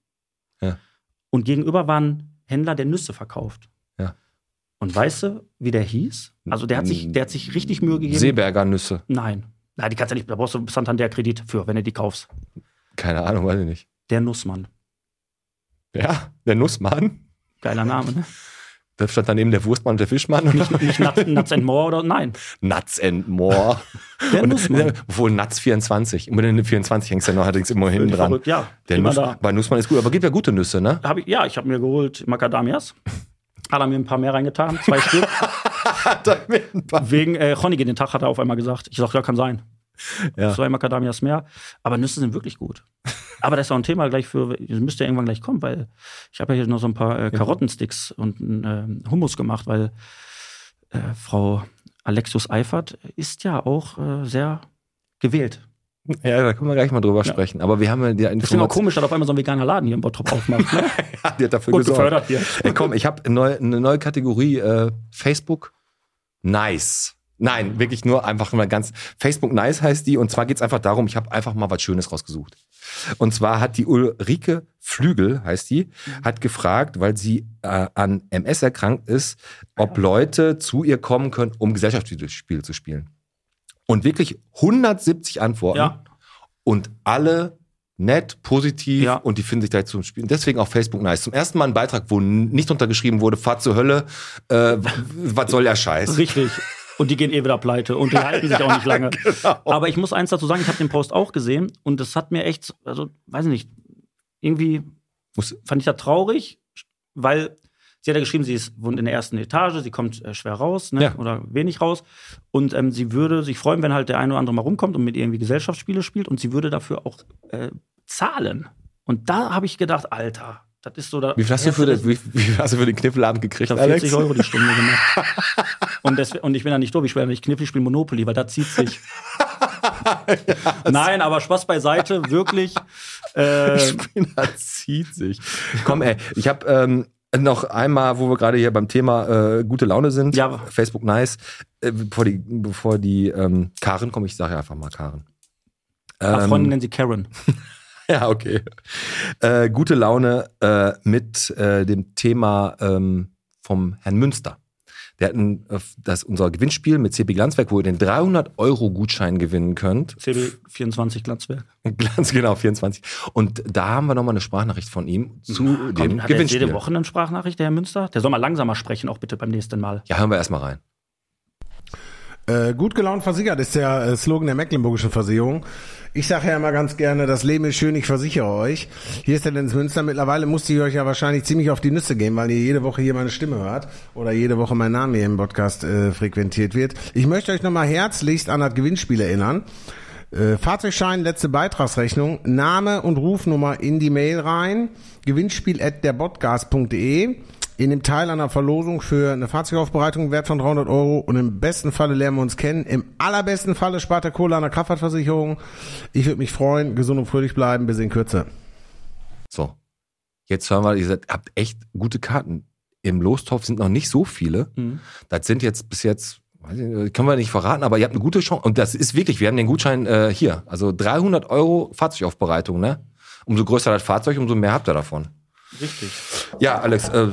[SPEAKER 1] Ja.
[SPEAKER 2] Und gegenüber war ein Händler, der Nüsse verkauft.
[SPEAKER 1] Ja.
[SPEAKER 2] Und weißt du, wie der hieß? Also der hat sich, der hat sich richtig Mühe gegeben.
[SPEAKER 1] Hm. Seeberger Nüsse.
[SPEAKER 2] Nein. Nein, die kannst du nicht, da brauchst du Santander-Kredit für, wenn du die kaufst.
[SPEAKER 1] Keine Ahnung, weiß ich nicht.
[SPEAKER 2] Der Nussmann.
[SPEAKER 1] Ja, der Nussmann.
[SPEAKER 2] Geiler Name,
[SPEAKER 1] <laughs>
[SPEAKER 2] ne?
[SPEAKER 1] Da stand daneben der Wurstmann und der Fischmann.
[SPEAKER 2] <laughs>
[SPEAKER 1] Und
[SPEAKER 2] Nicht Nuts, Nuts and More oder nein.
[SPEAKER 1] Nuts and More.
[SPEAKER 2] Der
[SPEAKER 1] Und,
[SPEAKER 2] Nussmann.
[SPEAKER 1] <laughs> obwohl Nuts 24. Und mit den 24 hängst du ja noch allerdings immer hinten dran.
[SPEAKER 2] Verrückt, Ja,
[SPEAKER 1] Der
[SPEAKER 2] immer
[SPEAKER 1] Nuss,
[SPEAKER 2] da.
[SPEAKER 1] bei Nussmann ist gut, aber gibt ja gute Nüsse, ne?
[SPEAKER 2] Hab ich, ja, ich habe mir geholt Macadamias. Hat er mir ein paar mehr reingetan,
[SPEAKER 1] <laughs>
[SPEAKER 2] zwei Stück. Wegen äh, Honig in den Tag hat er auf einmal gesagt. Ich sagte, ja, kann sein.
[SPEAKER 1] Ja.
[SPEAKER 2] Zwei Macadamias mehr. Aber Nüsse sind wirklich gut. Aber das ist auch ein Thema gleich für, das müsste ja irgendwann gleich kommen, weil ich habe ja hier noch so ein paar äh, Karottensticks und einen, äh, Hummus gemacht, weil äh, Frau Alexius Eifert ist ja auch äh, sehr gewählt.
[SPEAKER 1] Ja, da können wir gleich mal drüber sprechen. Aber wir haben ja die
[SPEAKER 2] Ist immer
[SPEAKER 1] Information,
[SPEAKER 2] komisch, dass auf einmal so ein veganer Laden hier im Bottrop aufmacht.
[SPEAKER 1] <laughs>
[SPEAKER 2] Ne?
[SPEAKER 1] die hat dafür
[SPEAKER 2] Gut
[SPEAKER 1] gesorgt.
[SPEAKER 2] gefördert hier.
[SPEAKER 1] <laughs> Ey, komm, ich habe neu, eine neue Kategorie äh, Facebook Nice. Nein, wirklich nur einfach mal ganz. Facebook Nice heißt die und zwar geht's einfach darum, ich habe einfach mal was Schönes rausgesucht. Und zwar hat die Ulrike Flügel, heißt die, hat gefragt, weil sie äh, an MS erkrankt ist, ob Leute zu ihr kommen können, um Gesellschaftsspiele zu spielen. Und wirklich 170 Antworten
[SPEAKER 2] Ja.
[SPEAKER 1] und alle nett, positiv
[SPEAKER 2] Ja.
[SPEAKER 1] und die finden sich da jetzt zum Spielen. Deswegen auch Facebook nice. Zum ersten Mal ein Beitrag, wo n- nicht untergeschrieben wurde, fahrt zur Hölle, äh, w- was soll der
[SPEAKER 2] <laughs>
[SPEAKER 1] Scheiß?
[SPEAKER 2] Richtig. Und die gehen eh wieder pleite und
[SPEAKER 1] <laughs>
[SPEAKER 2] die halten sich auch nicht lange.
[SPEAKER 1] genau.
[SPEAKER 2] Aber ich muss eins dazu sagen, ich habe den Post auch gesehen und das hat mir echt, also weiß ich nicht, irgendwie
[SPEAKER 1] Muss-
[SPEAKER 2] fand ich das traurig, weil sie hat ja geschrieben, sie ist, wohnt in der ersten Etage, sie kommt äh, schwer raus ne?
[SPEAKER 1] Ja.
[SPEAKER 2] oder wenig raus und ähm, sie würde sich freuen, wenn halt der eine oder andere mal rumkommt und mit ihr irgendwie Gesellschaftsspiele spielt und sie würde dafür auch äh, zahlen. Und da habe ich gedacht, Alter, das ist so da.
[SPEAKER 1] Wie viel hast du für den, wie, wie viel hast du für den Kniffelabend
[SPEAKER 2] Ich
[SPEAKER 1] gekriegt,
[SPEAKER 2] habe 40
[SPEAKER 1] Alex? <laughs>
[SPEAKER 2] Euro die Stunde gemacht. und, das, und ich bin da nicht doof, ich spiele da nicht Kniffel, ich spiele Monopoly, weil da zieht
[SPEAKER 1] <laughs>
[SPEAKER 2] sich. Nein, aber Spaß beiseite, wirklich. Äh,
[SPEAKER 1] Spinner zieht sich. Komm, ey, ich habe ähm, noch einmal, wo wir gerade hier beim Thema äh, gute Laune sind,
[SPEAKER 2] Ja.
[SPEAKER 1] Facebook nice, äh, bevor die, bevor die ähm, Karen kommt, ich sage ja einfach mal Karen.
[SPEAKER 2] meine
[SPEAKER 1] Ähm,
[SPEAKER 2] Freundin nennt sie Karen.
[SPEAKER 1] <laughs> Ja, okay. Äh, gute Laune äh, mit äh, dem Thema ähm, vom Herrn Münster. Der hat ein, äh, das, unser Gewinnspiel mit CB Glanzwerk, wo ihr den 300-Euro-Gutschein gewinnen könnt. <laughs>
[SPEAKER 2] CB24 Glanzwerk.
[SPEAKER 1] Glanz, genau, 24. Und da haben wir nochmal eine Sprachnachricht von ihm zu dem
[SPEAKER 2] hat er jetzt
[SPEAKER 1] Gewinnspiel.
[SPEAKER 2] jede Woche eine Sprachnachricht, der Herr Münster? Der soll mal langsamer sprechen, auch bitte beim nächsten Mal.
[SPEAKER 1] Ja, hören wir erstmal rein.
[SPEAKER 4] Äh, gut gelaunt versichert ist der äh, Slogan der Mecklenburgischen Versicherung. Ich sage ja immer ganz gerne, das Leben ist schön, ich versichere euch. Hier ist der Dennis Münster. Mittlerweile musste ich euch ja wahrscheinlich ziemlich auf die Nüsse gehen, weil ihr jede Woche hier meine Stimme hört oder jede Woche mein Name hier im Podcast äh, frequentiert wird. Ich möchte euch nochmal herzlichst an das Gewinnspiel erinnern. Äh, Fahrzeugschein, letzte Beitragsrechnung, Name und Rufnummer in die Mail rein, gewinnspiel at derbodcast.de. In dem Teil einer Verlosung für eine Fahrzeugaufbereitung wert von 300 Euro und im besten Falle lernen wir uns kennen. Im allerbesten Falle spart der Kohle an der Kraftfahrtversicherung. Ich würde mich freuen, gesund und fröhlich bleiben. Bis in Kürze.
[SPEAKER 1] So. Jetzt hören wir, ihr seid, habt echt gute Karten. Im Lostopf sind noch nicht so viele.
[SPEAKER 2] Mhm.
[SPEAKER 1] Das sind jetzt bis jetzt, weiß ich, nicht, können wir nicht verraten, aber ihr habt eine gute Chance. Und das ist wirklich, wir haben den Gutschein äh, hier. Also 300 Euro Fahrzeugaufbereitung, ne? Umso größer das Fahrzeug, umso mehr habt ihr davon.
[SPEAKER 2] Richtig.
[SPEAKER 1] Ja, Alex, äh,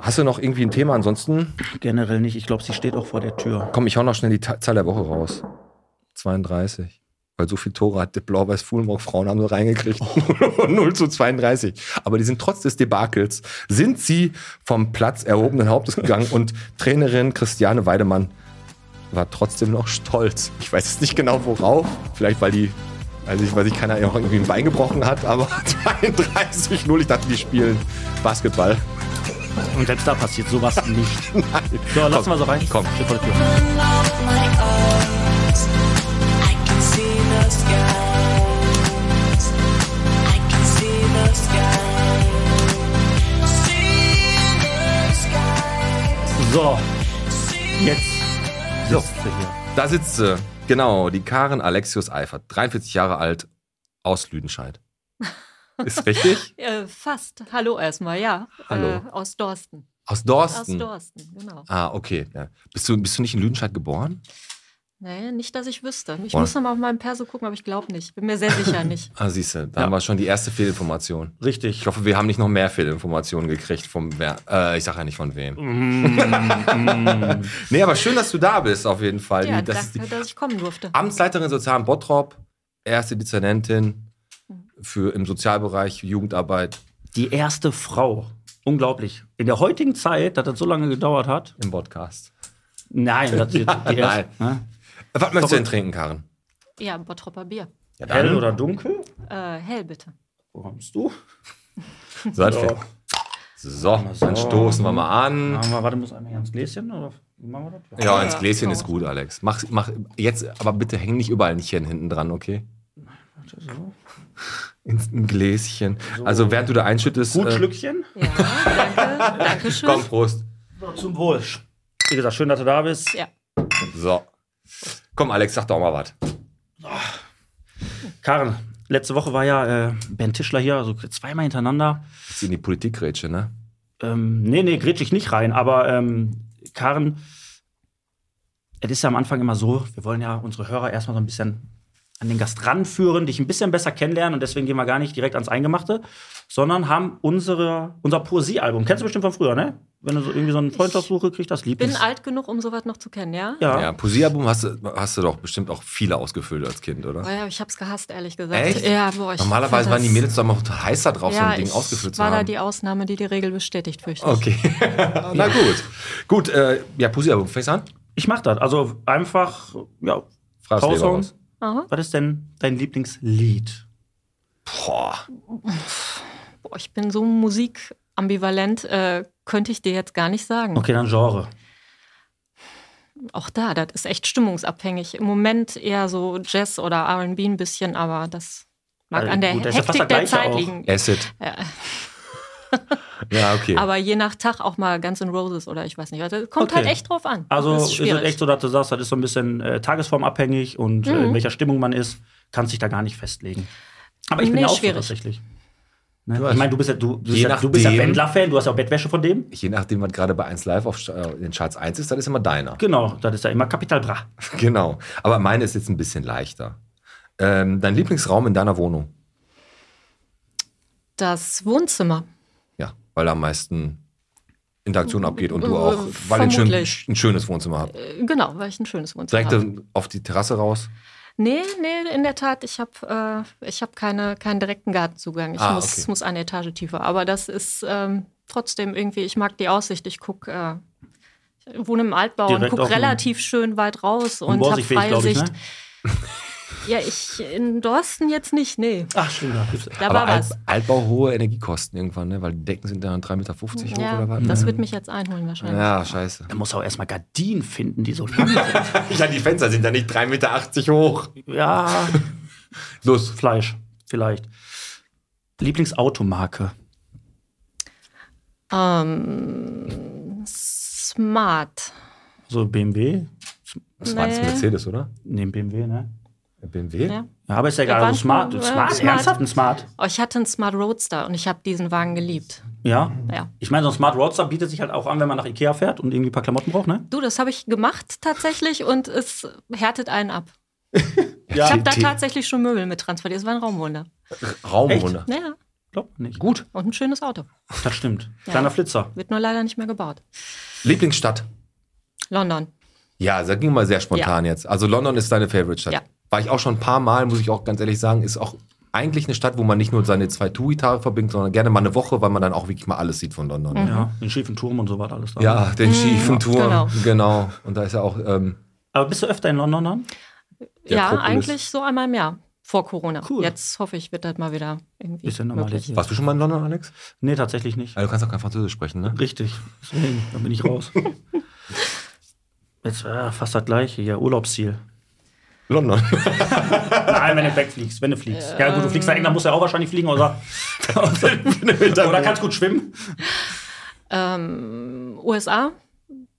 [SPEAKER 1] hast du noch irgendwie ein Thema? Ansonsten,
[SPEAKER 2] Generell nicht. Ich glaube, sie steht auch vor der Tür.
[SPEAKER 1] komm, ich hau noch schnell die Ta- Zahl der Woche raus. 32. Weil so viel Tore hat der blau-weiß Fuhlenburg Frauen haben nur reingekriegt. <laughs> 0 zu 32. Aber die sind trotz des Debakels, sind sie vom Platz erhobenen Hauptes gegangen und Trainerin Christiane Weidemann war trotzdem noch stolz. Ich weiß jetzt nicht genau worauf. Vielleicht, weil die, also ich weiß nicht, keiner auch irgendwie ein Bein gebrochen hat, aber <laughs> 32-0, ich dachte, die spielen Basketball.
[SPEAKER 2] Und selbst da passiert <laughs> sowas nicht.
[SPEAKER 1] Nein.
[SPEAKER 2] So, lassen wir so rein.
[SPEAKER 1] Komm.
[SPEAKER 2] Steht vor der Tür.
[SPEAKER 5] Open my eyes. I can see the skies. I can see the skies. See the skies.
[SPEAKER 2] So, jetzt sitzt sie hier.
[SPEAKER 1] Da sitzt sie. Genau, die Karen Alexius Eifert, 43 Jahre alt, aus
[SPEAKER 6] <laughs>
[SPEAKER 1] Lüdenscheid. Ist richtig?
[SPEAKER 6] Äh, fast. Hallo erstmal, ja.
[SPEAKER 1] Hallo.
[SPEAKER 6] Äh, aus Dorsten.
[SPEAKER 1] Aus
[SPEAKER 6] Aus
[SPEAKER 1] Dorsten.
[SPEAKER 6] Dorsten, genau.
[SPEAKER 1] Ah, okay. Ja. Bist, du, bist du nicht in Lüdenscheid geboren?
[SPEAKER 6] Naja, nicht, dass ich wüsste. Ich
[SPEAKER 1] Boah.
[SPEAKER 6] muss nochmal auf meinem Perso gucken, aber ich glaube nicht. Bin mir sehr
[SPEAKER 1] <laughs>
[SPEAKER 6] sicher nicht.
[SPEAKER 1] Ah, siehst du, da
[SPEAKER 2] Ja.
[SPEAKER 1] haben wir schon die erste Fehlinformation.
[SPEAKER 2] Richtig.
[SPEAKER 1] Ich hoffe, wir haben nicht noch mehr Fehlinformationen gekriegt vom wer. Äh, ich sag ja nicht von wem.
[SPEAKER 6] Mhm.
[SPEAKER 1] nee, aber schön, dass du da bist, auf jeden Fall.
[SPEAKER 6] ja,
[SPEAKER 1] die, das ist die
[SPEAKER 6] danke, dass ich kommen durfte.
[SPEAKER 1] Amtsleiterin Sozialen Bottrop, erste Dezernentin
[SPEAKER 6] Mhm.
[SPEAKER 1] für im Sozialbereich Jugendarbeit
[SPEAKER 2] <laughs> Die erste Frau. Unglaublich. In der heutigen Zeit, dass das so lange gedauert hat.
[SPEAKER 1] im Podcast. Äh,
[SPEAKER 2] Nein, das <laughs> ist die erste. Ne?
[SPEAKER 1] Was möchtest du denn trinken, Karen?
[SPEAKER 6] Ja, Bottropper Bier.
[SPEAKER 1] Ja,
[SPEAKER 2] Hell oder dunkel?
[SPEAKER 6] Äh, hell bitte.
[SPEAKER 2] Wo kommst du?
[SPEAKER 1] Seid
[SPEAKER 2] So.
[SPEAKER 1] fertig. So, dann stoßen wir mal an.
[SPEAKER 2] Hm. Machen wir, warte, muss einmal hier ans Gläschen? Oder wie machen wir das?
[SPEAKER 1] Ja, ins Gläschen ist gut, Alex. Mach, mach jetzt, aber bitte häng nicht überall nicht hinten dran, okay?
[SPEAKER 2] So.
[SPEAKER 1] Ins ein Gläschen. Also während du da einschüttest.
[SPEAKER 2] Gut
[SPEAKER 1] äh,
[SPEAKER 2] Schlückchen.
[SPEAKER 1] <laughs>
[SPEAKER 6] Ja, danke. Dankeschön.
[SPEAKER 1] Komm, Prost.
[SPEAKER 2] Zum Wohl. Wie gesagt, schön, dass du da bist.
[SPEAKER 6] Ja.
[SPEAKER 1] So. Komm, Alex, sag doch mal was.
[SPEAKER 2] Karen, letzte Woche war ja äh, Ben Tischler hier, also zweimal hintereinander.
[SPEAKER 1] Jetzt in die Politikgrätsche, ne?
[SPEAKER 2] Ähm, nee, nee, grätsch ich nicht rein, aber ähm, Karen, es ist ja am Anfang immer so, wir wollen ja unsere Hörer erstmal so ein bisschen an den Gast ranführen, dich ein bisschen besser kennenlernen und deswegen gehen wir gar nicht direkt ans Eingemachte, sondern haben unsere, unser Poesiealbum. Kennst du bestimmt von früher, ne? Wenn du so irgendwie so eine Freundschaftssuche kriegst, das
[SPEAKER 6] Bin
[SPEAKER 2] Lieblings.
[SPEAKER 6] alt genug, um sowas noch zu kennen, ja?
[SPEAKER 2] Ja.
[SPEAKER 1] Ja, Poesiealbum hast, du- hast du doch bestimmt auch viele ausgefüllt als Kind, oder?
[SPEAKER 6] Boah, Oh ja, ich hab's gehasst, ehrlich gesagt.
[SPEAKER 1] Echt?
[SPEAKER 6] Ja, boah, ich
[SPEAKER 1] Normalerweise
[SPEAKER 6] fand
[SPEAKER 1] waren die
[SPEAKER 6] das-
[SPEAKER 1] Mädels doch mal heißer drauf, so
[SPEAKER 6] ja,
[SPEAKER 1] ein Ding
[SPEAKER 6] ich
[SPEAKER 1] ausgefüllt zu
[SPEAKER 6] war da
[SPEAKER 1] haben.
[SPEAKER 6] die Ausnahme, die die Regel bestätigt, fürchte ich.
[SPEAKER 1] okay. <laughs> Na gut. Gut, äh, ja, Poesiealbum, fängst du an?
[SPEAKER 2] Ich mach das. Also einfach, ja,
[SPEAKER 1] Frag's lieber
[SPEAKER 2] raushauen.
[SPEAKER 1] raus.
[SPEAKER 6] Aha.
[SPEAKER 2] Was ist denn dein Lieblingslied?
[SPEAKER 1] Boah.
[SPEAKER 6] Boah, ich bin so musikambivalent, äh, könnte ich dir jetzt gar nicht sagen.
[SPEAKER 2] Okay, dann Genre.
[SPEAKER 6] Auch da, das ist echt stimmungsabhängig. Im Moment eher so Jazz oder R&B ein bisschen, aber das mag
[SPEAKER 2] Also
[SPEAKER 6] an der
[SPEAKER 2] gut, das ist ja fast
[SPEAKER 6] Hektik
[SPEAKER 2] das
[SPEAKER 6] der
[SPEAKER 2] Gleiche
[SPEAKER 6] Zeit
[SPEAKER 2] auch.
[SPEAKER 6] liegen.
[SPEAKER 1] Acid.
[SPEAKER 6] Ja.
[SPEAKER 1] <laughs> Ja, okay.
[SPEAKER 6] Aber je nach Tag auch mal Guns N' Roses oder ich weiß nicht. Also, kommt
[SPEAKER 2] Okay.
[SPEAKER 6] halt echt drauf an.
[SPEAKER 2] Also
[SPEAKER 6] Das
[SPEAKER 2] ist, es echt so, dass du sagst, das ist so ein bisschen äh, tagesformabhängig und
[SPEAKER 6] Mhm.
[SPEAKER 2] äh, in welcher Stimmung man ist, kannst dich da gar nicht festlegen. Aber ich bin
[SPEAKER 6] Nee,
[SPEAKER 2] ja auch so
[SPEAKER 6] schwierig.
[SPEAKER 2] tatsächlich. Ne?
[SPEAKER 1] weißt-
[SPEAKER 2] Ich meine, du bist ja, du, du bist
[SPEAKER 1] Je
[SPEAKER 2] ja, du bist ja
[SPEAKER 1] nachdem-
[SPEAKER 2] Wendler-Fan, du hast ja auch Bettwäsche von dem.
[SPEAKER 1] Je nachdem, was gerade bei 1 Live auf äh, in den Charts 1 ist, dann ist immer deiner. <laughs>
[SPEAKER 2] Genau, das ist ja immer Kapital Bra.
[SPEAKER 1] Genau. Aber meine ist jetzt ein bisschen leichter. Ähm, dein Lieblingsraum in deiner Wohnung?
[SPEAKER 6] Das Wohnzimmer.
[SPEAKER 1] Ja, weil da am meisten Interaktion abgeht und du auch, weil ihr ein, schön,
[SPEAKER 6] Ähm, Vermutlich.
[SPEAKER 1] ein schönes Wohnzimmer habt.
[SPEAKER 6] Äh, Genau, weil ich ein schönes Wohnzimmer
[SPEAKER 1] Direkt
[SPEAKER 6] habe.
[SPEAKER 1] auf die Terrasse raus.
[SPEAKER 6] Nee, nee, in der Tat, ich habe äh, ich hab keine, keinen direkten Gartenzugang. Ich
[SPEAKER 1] Ah,
[SPEAKER 6] muss,
[SPEAKER 1] okay.
[SPEAKER 6] muss eine Etage tiefer. Aber das ist ähm, trotzdem irgendwie, ich mag die Aussicht. Ich gucke, äh, ich wohne im Altbau
[SPEAKER 2] Direkt
[SPEAKER 6] und
[SPEAKER 2] auf
[SPEAKER 6] gucke
[SPEAKER 2] den-
[SPEAKER 6] relativ schön weit raus und, habe
[SPEAKER 2] Borsigfähig,
[SPEAKER 6] freie
[SPEAKER 2] glaube ich,
[SPEAKER 6] Sicht.
[SPEAKER 2] ne?
[SPEAKER 6] Ja, ich in Dorsten jetzt nicht, nee.
[SPEAKER 2] Ach, stimmt. ja, gibt's-
[SPEAKER 6] Da
[SPEAKER 1] Aber
[SPEAKER 6] war was.
[SPEAKER 1] Alt, Altbau hoch hohe Energiekosten irgendwann, ne? weil die Decken sind dann 3,50 Meter hoch
[SPEAKER 6] Ja,
[SPEAKER 1] oder was?
[SPEAKER 6] das wird mich jetzt einholen wahrscheinlich.
[SPEAKER 1] ja, scheiße.
[SPEAKER 2] Da muss auch erstmal Gardinen finden, die so lang sind.
[SPEAKER 1] Ja, die Fenster sind ja nicht 3,80 Meter hoch.
[SPEAKER 2] ja,
[SPEAKER 1] Los.
[SPEAKER 2] Fleisch, vielleicht. Lieblingsautomarke.
[SPEAKER 6] Ähm, smart.
[SPEAKER 2] So BMW?
[SPEAKER 1] Das war das
[SPEAKER 6] Nee.
[SPEAKER 1] Mercedes, oder?
[SPEAKER 2] Neben BMW, ne?
[SPEAKER 1] BMW?
[SPEAKER 6] Ja.
[SPEAKER 2] Ja, aber ist ja egal. Also
[SPEAKER 6] Wann-
[SPEAKER 2] smart,
[SPEAKER 6] äh,
[SPEAKER 2] smart,
[SPEAKER 6] smart.
[SPEAKER 2] ernsthaft ein Smart.
[SPEAKER 6] Oh, ich hatte einen Smart Roadster und ich habe diesen Wagen geliebt.
[SPEAKER 2] Ja.
[SPEAKER 6] Ja.
[SPEAKER 2] Ich meine, so ein Smart Roadster bietet sich halt auch an, wenn man nach Ikea fährt und irgendwie ein paar Klamotten braucht, ne?
[SPEAKER 6] Du, das habe ich gemacht tatsächlich und es härtet einen ab.
[SPEAKER 2] Ja.
[SPEAKER 6] Ich habe da
[SPEAKER 1] T-
[SPEAKER 6] tatsächlich schon Möbel mit transportiert. Es war ein Raumwunder.
[SPEAKER 1] Raumwunder.
[SPEAKER 6] Naja,
[SPEAKER 2] Glaubt man nicht.
[SPEAKER 1] Gut.
[SPEAKER 6] und ein schönes Auto.
[SPEAKER 2] Das stimmt. Kleiner Flitzer.
[SPEAKER 6] Wird nur leider nicht mehr gebaut.
[SPEAKER 1] Lieblingsstadt?
[SPEAKER 6] London.
[SPEAKER 1] Ja, das ging mal sehr spontan jetzt. Also London ist deine Favorite-Stadt.
[SPEAKER 6] Ja.
[SPEAKER 1] War ich auch schon ein paar Mal, muss ich auch ganz ehrlich sagen, ist auch eigentlich eine Stadt, wo man nicht nur seine zwei Touri-Tage verbringt, sondern gerne mal eine Woche, weil man dann auch wirklich mal alles sieht von London.
[SPEAKER 6] Mhm.
[SPEAKER 2] Ja. Den schiefen Turm und so was alles da.
[SPEAKER 1] Ja, den schiefen Turm. Genau.
[SPEAKER 6] genau.
[SPEAKER 1] Und da ist ja auch, ähm,
[SPEAKER 2] Aber bist du öfter in London dann?
[SPEAKER 1] Der
[SPEAKER 6] ja,
[SPEAKER 1] Propolis.
[SPEAKER 6] eigentlich so einmal im Jahr. Vor Corona.
[SPEAKER 2] Cool.
[SPEAKER 6] Jetzt hoffe ich, wird das mal wieder irgendwie.
[SPEAKER 2] Bisschen
[SPEAKER 6] möglich.
[SPEAKER 2] normalisiert.
[SPEAKER 1] warst du schon mal in London, Alex?
[SPEAKER 2] Nee, tatsächlich nicht.
[SPEAKER 1] Ja, du kannst auch kein Französisch sprechen, ne?
[SPEAKER 2] Richtig. Deswegen, da bin ich
[SPEAKER 6] <laughs>
[SPEAKER 2] raus. Jetzt äh, fast das gleiche hier. Urlaubsziel.
[SPEAKER 1] London.
[SPEAKER 2] Nein, wenn du wegfliegst, wenn du fliegst. Ja, gut, du fliegst nach England, musst du ja auch wahrscheinlich fliegen
[SPEAKER 1] <laughs>
[SPEAKER 2] oder, oder kannst gut schwimmen.
[SPEAKER 6] Ähm, USA.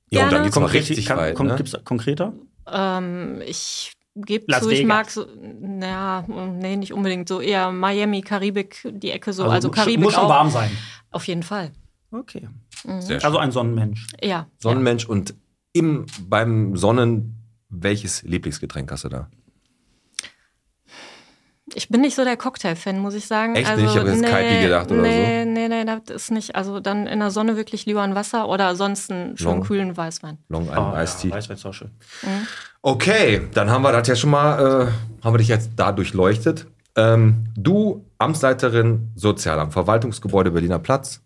[SPEAKER 1] Ja, und dann
[SPEAKER 6] Gerne.
[SPEAKER 1] geht's mal richtig
[SPEAKER 2] kann,
[SPEAKER 1] weit.
[SPEAKER 2] kon
[SPEAKER 1] ne?
[SPEAKER 2] Gibt's konkreter?
[SPEAKER 6] Ähm, ich gebe
[SPEAKER 2] Las
[SPEAKER 6] zu, ich
[SPEAKER 2] Vegas.
[SPEAKER 6] mag so, naja, nee, nicht unbedingt so. Eher Miami, Karibik, die Ecke so. Also,
[SPEAKER 2] muss-
[SPEAKER 6] Karibik
[SPEAKER 2] muss schon
[SPEAKER 6] auch.
[SPEAKER 2] warm sein.
[SPEAKER 6] Auf jeden Fall.
[SPEAKER 2] Okay.
[SPEAKER 1] Sehr schön.
[SPEAKER 2] Also ein Sonnenmensch.
[SPEAKER 6] Ja.
[SPEAKER 1] Sonnenmensch und im, beim Sonnen, welches Lieblingsgetränk hast du da?
[SPEAKER 6] Ich bin nicht so der Cocktail-Fan, muss ich sagen. Also
[SPEAKER 1] Echt nicht? Ich hab jetzt Kaipi gedacht oder
[SPEAKER 6] nee, so. Nee, nee, das ist nicht. Also dann in der Sonne wirklich lieber ein Wasser oder sonst einen schönen
[SPEAKER 1] Long.
[SPEAKER 6] kühlen Weißwein.
[SPEAKER 1] Long Island
[SPEAKER 2] Ah, ja,
[SPEAKER 1] Iced Tea.
[SPEAKER 2] Weißwein ist auch schön.
[SPEAKER 1] Okay, dann haben wir das ja schon mal, äh, haben wir dich jetzt da durchleuchtet. Ähm, du, Amtsleiterin Sozialamt, Verwaltungsgebäude Berliner Platz,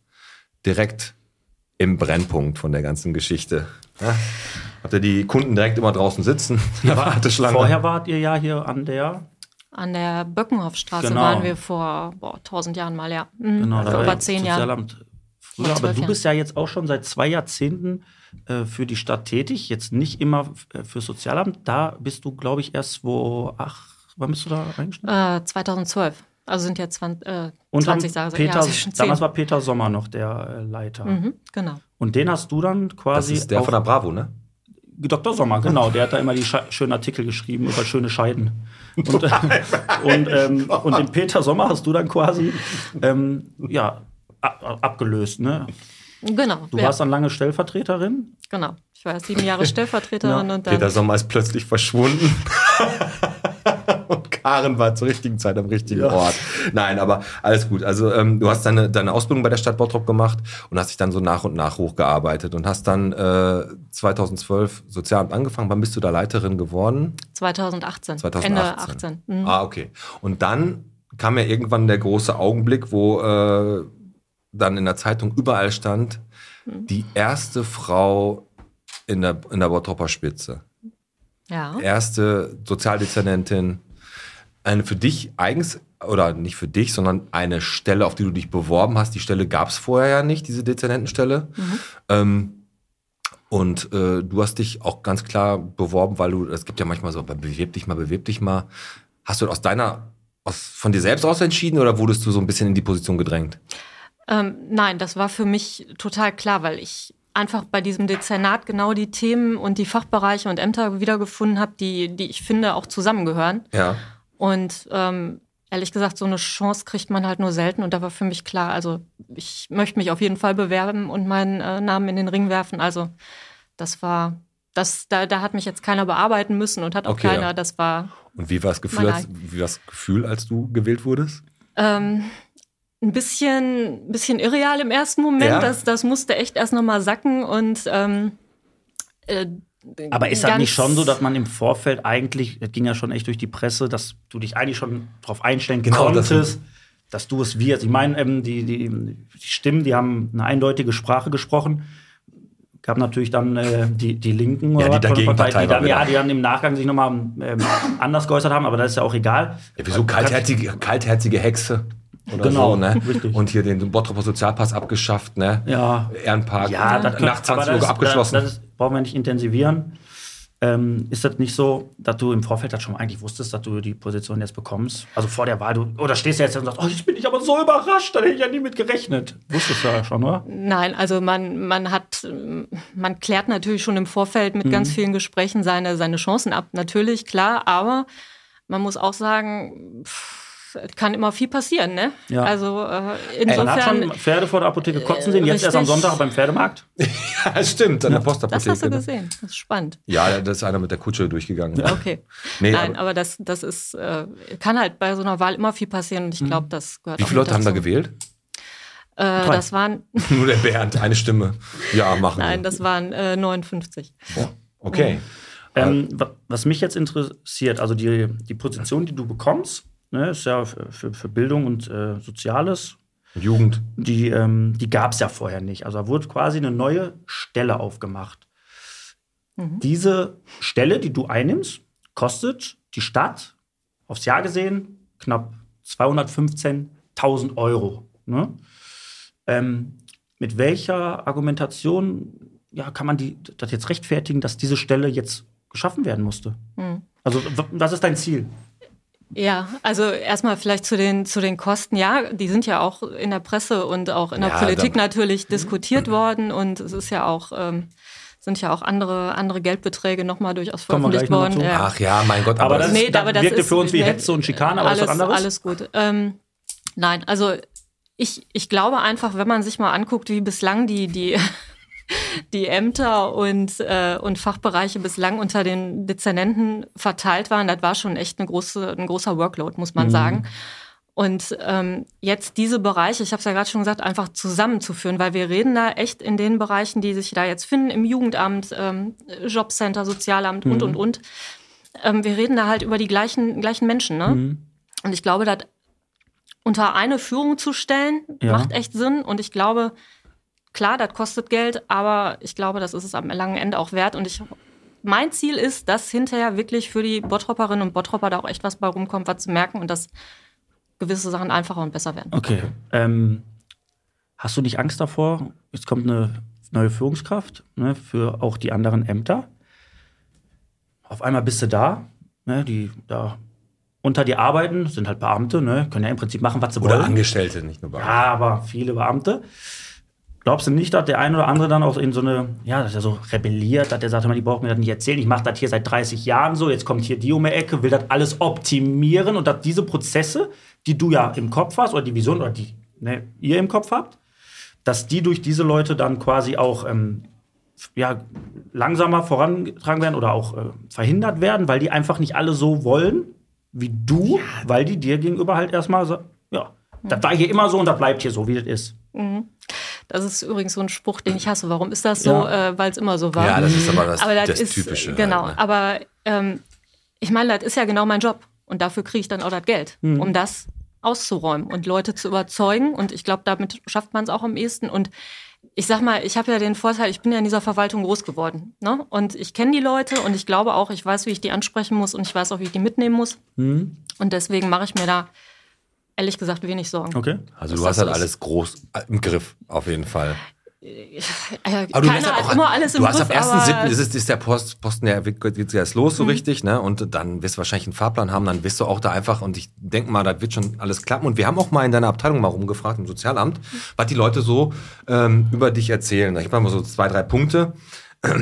[SPEAKER 1] direkt im Brennpunkt von der ganzen Geschichte. Ja? Habt ihr die Kunden direkt immer draußen sitzen <laughs> in der Warteschlange?
[SPEAKER 2] Vorher wart ihr ja hier an der.
[SPEAKER 6] An der Böckenhoffstraße
[SPEAKER 2] Genau.
[SPEAKER 6] waren wir vor boah, tausend Jahren mal, ja. Mhm,
[SPEAKER 2] Genau, da
[SPEAKER 6] vor
[SPEAKER 2] war
[SPEAKER 6] über
[SPEAKER 2] ja
[SPEAKER 6] zehn Jahren.
[SPEAKER 2] Sozialamt früher.
[SPEAKER 6] Vor
[SPEAKER 2] Aber
[SPEAKER 6] zwölf
[SPEAKER 2] du bist ja jetzt auch schon seit zwei Jahrzehnten äh, für die Stadt tätig. Jetzt nicht immer äh, für Sozialamt. Da bist du, glaube ich, erst wo. Ach, wann bist du da eingestiegen?
[SPEAKER 6] Äh, 2012. Also sind jetzt 20, äh,
[SPEAKER 2] Unter
[SPEAKER 6] 20 sage ich.
[SPEAKER 2] Peter,
[SPEAKER 6] Ja, zwischen
[SPEAKER 2] damals
[SPEAKER 6] 10.
[SPEAKER 2] war Peter Sommer noch der äh, Leiter.
[SPEAKER 6] Mhm, genau.
[SPEAKER 2] Und den hast du dann
[SPEAKER 1] das
[SPEAKER 2] quasi.
[SPEAKER 1] ist der
[SPEAKER 2] auf-
[SPEAKER 1] von der Bravo, ne?
[SPEAKER 2] Dr. Sommer, genau. Der hat da immer die sche- schönen Artikel geschrieben über schöne Scheiden.
[SPEAKER 1] <laughs>
[SPEAKER 2] Und, äh, und, ähm, und den Peter Sommer hast du dann quasi ähm, ja, a- abgelöst. Ne?
[SPEAKER 6] Genau.
[SPEAKER 2] Du
[SPEAKER 6] ja,
[SPEAKER 2] warst dann lange Stellvertreterin. <laughs>
[SPEAKER 6] genau. Ich war sieben Jahre Stellvertreterin und dann.
[SPEAKER 1] Peter Sommer ist plötzlich verschwunden. <laughs> Und Karen war zur richtigen Zeit am richtigen Ort. Nein, aber alles gut. Also ähm, du hast deine, deine Ausbildung bei der Stadt Bottrop gemacht und hast dich dann so nach und nach hochgearbeitet und hast dann äh, 2012 Sozialamt angefangen. Wann bist du da Leiterin geworden?
[SPEAKER 6] 2018.
[SPEAKER 1] 2018.
[SPEAKER 6] Ende 18. Mhm.
[SPEAKER 1] Ah, okay. Und dann kam ja irgendwann der große Augenblick, wo äh, dann in der Zeitung überall stand, die erste Frau in der, in der Bottroper Spitze.
[SPEAKER 6] Ja.
[SPEAKER 1] Erste Sozialdezernentin. Eine für dich eigens, oder nicht für dich, sondern eine Stelle, auf die du dich beworben hast. Die Stelle gab es vorher ja nicht, diese Dezernentenstelle. Ähm, und äh, du hast dich auch ganz klar beworben, weil du, es gibt ja manchmal so, bewirb dich mal, bewirb dich mal. Hast du aus deiner, aus, von dir selbst aus entschieden oder wurdest du so ein bisschen in die Position gedrängt?
[SPEAKER 6] Ähm, nein, das war für mich total klar, weil ich einfach bei diesem Dezernat genau die Themen und die Fachbereiche und Ämter wiedergefunden habe, die, die ich finde auch zusammengehören.
[SPEAKER 1] Ja.
[SPEAKER 6] Und ähm, ehrlich gesagt, so eine Chance kriegt man halt nur selten. Und da war für mich klar, also ich möchte mich auf jeden Fall bewerben und meinen äh, Namen in den Ring werfen. Also das war, das, da, da hat mich jetzt keiner bearbeiten müssen und hat auch
[SPEAKER 1] Okay,
[SPEAKER 6] keiner,
[SPEAKER 1] ja.
[SPEAKER 6] das war
[SPEAKER 1] Und wie war das Gefühl,
[SPEAKER 6] Mal
[SPEAKER 1] als, wie war das Gefühl, als du gewählt wurdest?
[SPEAKER 6] Ähm, ein bisschen, bisschen irreal im ersten Moment.
[SPEAKER 1] Ja.
[SPEAKER 6] Das, das musste echt erst nochmal sacken und ähm, äh,
[SPEAKER 2] Aber ist das
[SPEAKER 6] ganz-
[SPEAKER 2] nicht schon so, dass man im Vorfeld eigentlich, das ging ja schon echt durch die Presse, dass du dich eigentlich schon darauf einstellen
[SPEAKER 1] Genau, das-
[SPEAKER 2] konntest, dass du es wirst? Ich meine, ähm, die, die, die Stimmen, die haben eine eindeutige Sprache gesprochen. Gab natürlich dann äh, die, die Linken
[SPEAKER 1] Ja, die
[SPEAKER 2] was von der
[SPEAKER 1] Dagegenpartei
[SPEAKER 2] die dann,
[SPEAKER 1] war
[SPEAKER 2] ja,
[SPEAKER 1] wieder.
[SPEAKER 2] die dann im Nachgang sich nochmal ähm, anders geäußert haben, aber das ist ja auch egal.
[SPEAKER 1] Ja, wieso kaltherzige, kaltherzige Hexe? Oder
[SPEAKER 2] Genau,
[SPEAKER 1] so, ne?
[SPEAKER 2] richtig.
[SPEAKER 1] Und hier den Bottroper Sozialpass abgeschafft, ne?
[SPEAKER 2] Ja.
[SPEAKER 1] Ehrenpark,
[SPEAKER 2] Ja, das könnte,
[SPEAKER 1] nach 20
[SPEAKER 2] aber das
[SPEAKER 1] Uhr
[SPEAKER 2] ist-
[SPEAKER 1] abgeschlossen. <laughs>
[SPEAKER 2] Das, das ist, brauchen wir nicht intensivieren. Ähm, ist das nicht so, dass du im Vorfeld das schon mal eigentlich wusstest, dass du die Position jetzt bekommst? Also vor der Wahl, du oder stehst du jetzt und sagst, oh, jetzt bin ich aber so überrascht, da hätte ich ja nie mit gerechnet. Wusstest du ja schon, oder?
[SPEAKER 6] Nein, also man, man hat, ähm, man klärt natürlich schon im Vorfeld mit
[SPEAKER 1] Mhm.
[SPEAKER 6] ganz vielen Gesprächen seine, seine Chancen ab. Natürlich, klar, aber man muss auch sagen, pff, es kann immer viel passieren, ne?
[SPEAKER 2] Ja.
[SPEAKER 6] Also äh,
[SPEAKER 2] Man hat
[SPEAKER 6] insofern. äh,
[SPEAKER 2] schon Pferde vor der Apotheke kotzen sehen, jetzt erst am
[SPEAKER 6] richtig.
[SPEAKER 2] Sonntag beim Pferdemarkt.
[SPEAKER 1] Ja, stimmt, an der Postapotheke.
[SPEAKER 6] das hast du
[SPEAKER 1] ne?
[SPEAKER 6] gesehen. Das ist spannend.
[SPEAKER 1] Ja, da ist einer mit der Kutsche durchgegangen. ne?
[SPEAKER 6] Okay.
[SPEAKER 1] Nee,
[SPEAKER 6] Nein,
[SPEAKER 1] aber-
[SPEAKER 6] aber, das, das ist, äh, kann halt bei so einer Wahl immer viel passieren und ich glaube, das gehört
[SPEAKER 1] Mhm. Wie
[SPEAKER 6] auch
[SPEAKER 1] viele
[SPEAKER 6] mit
[SPEAKER 1] Leute haben da
[SPEAKER 6] dazu.
[SPEAKER 1] gewählt? <laughs>
[SPEAKER 6] Äh,
[SPEAKER 2] Drei.
[SPEAKER 6] das waren,
[SPEAKER 1] Nur der Bernd, eine Stimme. Ja, machen
[SPEAKER 6] nein,
[SPEAKER 1] wir. <laughs>
[SPEAKER 6] das waren äh, 59.
[SPEAKER 1] Okay.
[SPEAKER 2] Ähm, wa- was mich jetzt interessiert, also die, die Position, die du bekommst, ne, ist ja für, für, für Bildung und äh, Soziales,
[SPEAKER 1] Jugend.
[SPEAKER 2] die, ähm, die gab es ja vorher nicht. Also da wurde quasi eine neue Stelle aufgemacht. Diese Stelle, die du einnimmst, kostet die Stadt aufs Jahr gesehen knapp 215.000 Euro. Ne? Ähm, mit welcher Argumentation ja, kann man die, das jetzt rechtfertigen, dass diese Stelle jetzt geschaffen werden musste? Also, w- was ist dein Ziel?
[SPEAKER 6] Ja, also erstmal vielleicht zu den, zu den Kosten. Ja, die sind ja auch in der Presse und auch in der
[SPEAKER 1] Ja,
[SPEAKER 6] Politik
[SPEAKER 1] da-
[SPEAKER 2] Hm?
[SPEAKER 6] natürlich diskutiert worden und es ist ja auch, ähm, sind ja auch andere, andere Geldbeträge nochmal durchaus
[SPEAKER 2] Kommen wir
[SPEAKER 6] veröffentlicht
[SPEAKER 2] gleich noch
[SPEAKER 6] worden.
[SPEAKER 2] zu.
[SPEAKER 6] Ja.
[SPEAKER 1] Ach ja, mein Gott,
[SPEAKER 2] Aber
[SPEAKER 1] aber,
[SPEAKER 2] das-
[SPEAKER 1] das,
[SPEAKER 6] nee,
[SPEAKER 2] da
[SPEAKER 6] aber das
[SPEAKER 2] wirkte
[SPEAKER 6] ist,
[SPEAKER 2] für uns wie
[SPEAKER 6] nee,
[SPEAKER 2] Hetze und Schikane, aber das
[SPEAKER 6] alles,
[SPEAKER 2] ist was anderes.
[SPEAKER 6] Alles gut. Ähm, nein, also ich, ich glaube einfach, wenn man sich mal anguckt, wie bislang die, die, <laughs> die Ämter und, äh, und Fachbereiche bislang unter den Dezernenten verteilt waren, das war schon echt eine große, ein großer Workload, muss
[SPEAKER 2] Mhm.
[SPEAKER 6] man sagen. Und ähm, jetzt diese Bereiche, ich habe es ja gerade schon gesagt, einfach zusammenzuführen, weil wir reden da echt in den Bereichen, die sich da jetzt finden, im Jugendamt, ähm, Jobcenter, Sozialamt und, und, und. Ähm, wir reden da halt über die gleichen, gleichen Menschen. Ne? Und ich glaube, das unter eine Führung zu stellen,
[SPEAKER 2] Ja.
[SPEAKER 6] macht echt Sinn. Und ich glaube, klar, das kostet Geld, aber ich glaube, das ist es am langen Ende auch wert. Und ich, mein Ziel ist, dass hinterher wirklich für die Bottropperinnen und Bottropper da auch echt was bei rumkommt, was zu merken und dass gewisse Sachen einfacher und besser werden.
[SPEAKER 2] Okay. Ähm, hast du nicht Angst davor? Jetzt kommt eine neue Führungskraft ne, für auch die anderen Ämter. Auf einmal bist du da, ne, die da unter dir arbeiten, sind halt Beamte, ne, können ja im Prinzip machen, was sie
[SPEAKER 1] oder
[SPEAKER 2] wollen.
[SPEAKER 1] Angestellte, nicht nur bei.
[SPEAKER 2] Ja, aber viele Beamte. Glaubst du nicht, dass der eine oder andere dann auch in so eine, ja, dass er so rebelliert, dass der sagt, man, die braucht mir das nicht erzählen, ich mache das hier seit 30 Jahren so, jetzt kommt hier die um die Ecke, will das alles optimieren und dass diese Prozesse, die du ja im Kopf hast oder die Vision oder die ne, ihr im Kopf habt, dass die durch diese Leute dann quasi auch ähm, ja, langsamer vorangetragen werden oder auch äh, verhindert werden, weil die einfach nicht alle so wollen, wie du, weil die dir gegenüber halt erstmal so, ja, das war hier immer so und das bleibt hier so, wie das ist.
[SPEAKER 6] Das ist übrigens so ein Spruch, den ich hasse. Warum ist das so?
[SPEAKER 2] Ja.
[SPEAKER 6] Äh, Weil es immer so war.
[SPEAKER 1] Ja, das ist aber das,
[SPEAKER 6] aber das,
[SPEAKER 1] das
[SPEAKER 6] ist
[SPEAKER 1] Typische.
[SPEAKER 6] Genau,
[SPEAKER 1] Halt, ne?
[SPEAKER 6] aber ähm, ich meine, das ist ja genau mein Job. Und dafür kriege ich dann auch das Geld,
[SPEAKER 1] Hm.
[SPEAKER 6] um das auszuräumen und Leute zu überzeugen. Und ich glaube, damit schafft man es auch am ehesten. Und ich sag mal, ich habe ja den Vorteil, ich bin ja in dieser Verwaltung groß geworden. Ne? Und ich kenne die Leute und ich glaube auch, ich weiß, wie ich die ansprechen muss und ich weiß auch, wie ich die mitnehmen muss.
[SPEAKER 1] Hm.
[SPEAKER 6] Und deswegen mache ich mir da ehrlich gesagt wenig Sorgen.
[SPEAKER 2] Okay.
[SPEAKER 1] Also
[SPEAKER 6] Dass
[SPEAKER 1] du hast halt
[SPEAKER 6] das so ist.
[SPEAKER 1] alles groß im Griff, auf jeden Fall.
[SPEAKER 6] Äh,
[SPEAKER 1] Aber du
[SPEAKER 6] keiner
[SPEAKER 1] merkst halt
[SPEAKER 6] hat
[SPEAKER 1] auch,
[SPEAKER 6] immer alles im
[SPEAKER 1] du hast
[SPEAKER 6] Griff,
[SPEAKER 1] am
[SPEAKER 6] aber- Mhm.
[SPEAKER 1] 1.7. ist, es- ist der Post, Posten ja geht jetzt erst los so richtig, ne? Und dann wirst du wahrscheinlich einen Fahrplan haben, dann wirst du auch da einfach und ich denke mal, das wird schon alles klappen. Und wir haben auch mal in deiner Abteilung mal rumgefragt im Sozialamt,
[SPEAKER 6] Mhm.
[SPEAKER 1] was die Leute so ähm, über dich erzählen. Ich mache mal so zwei, drei Punkte. <clears throat>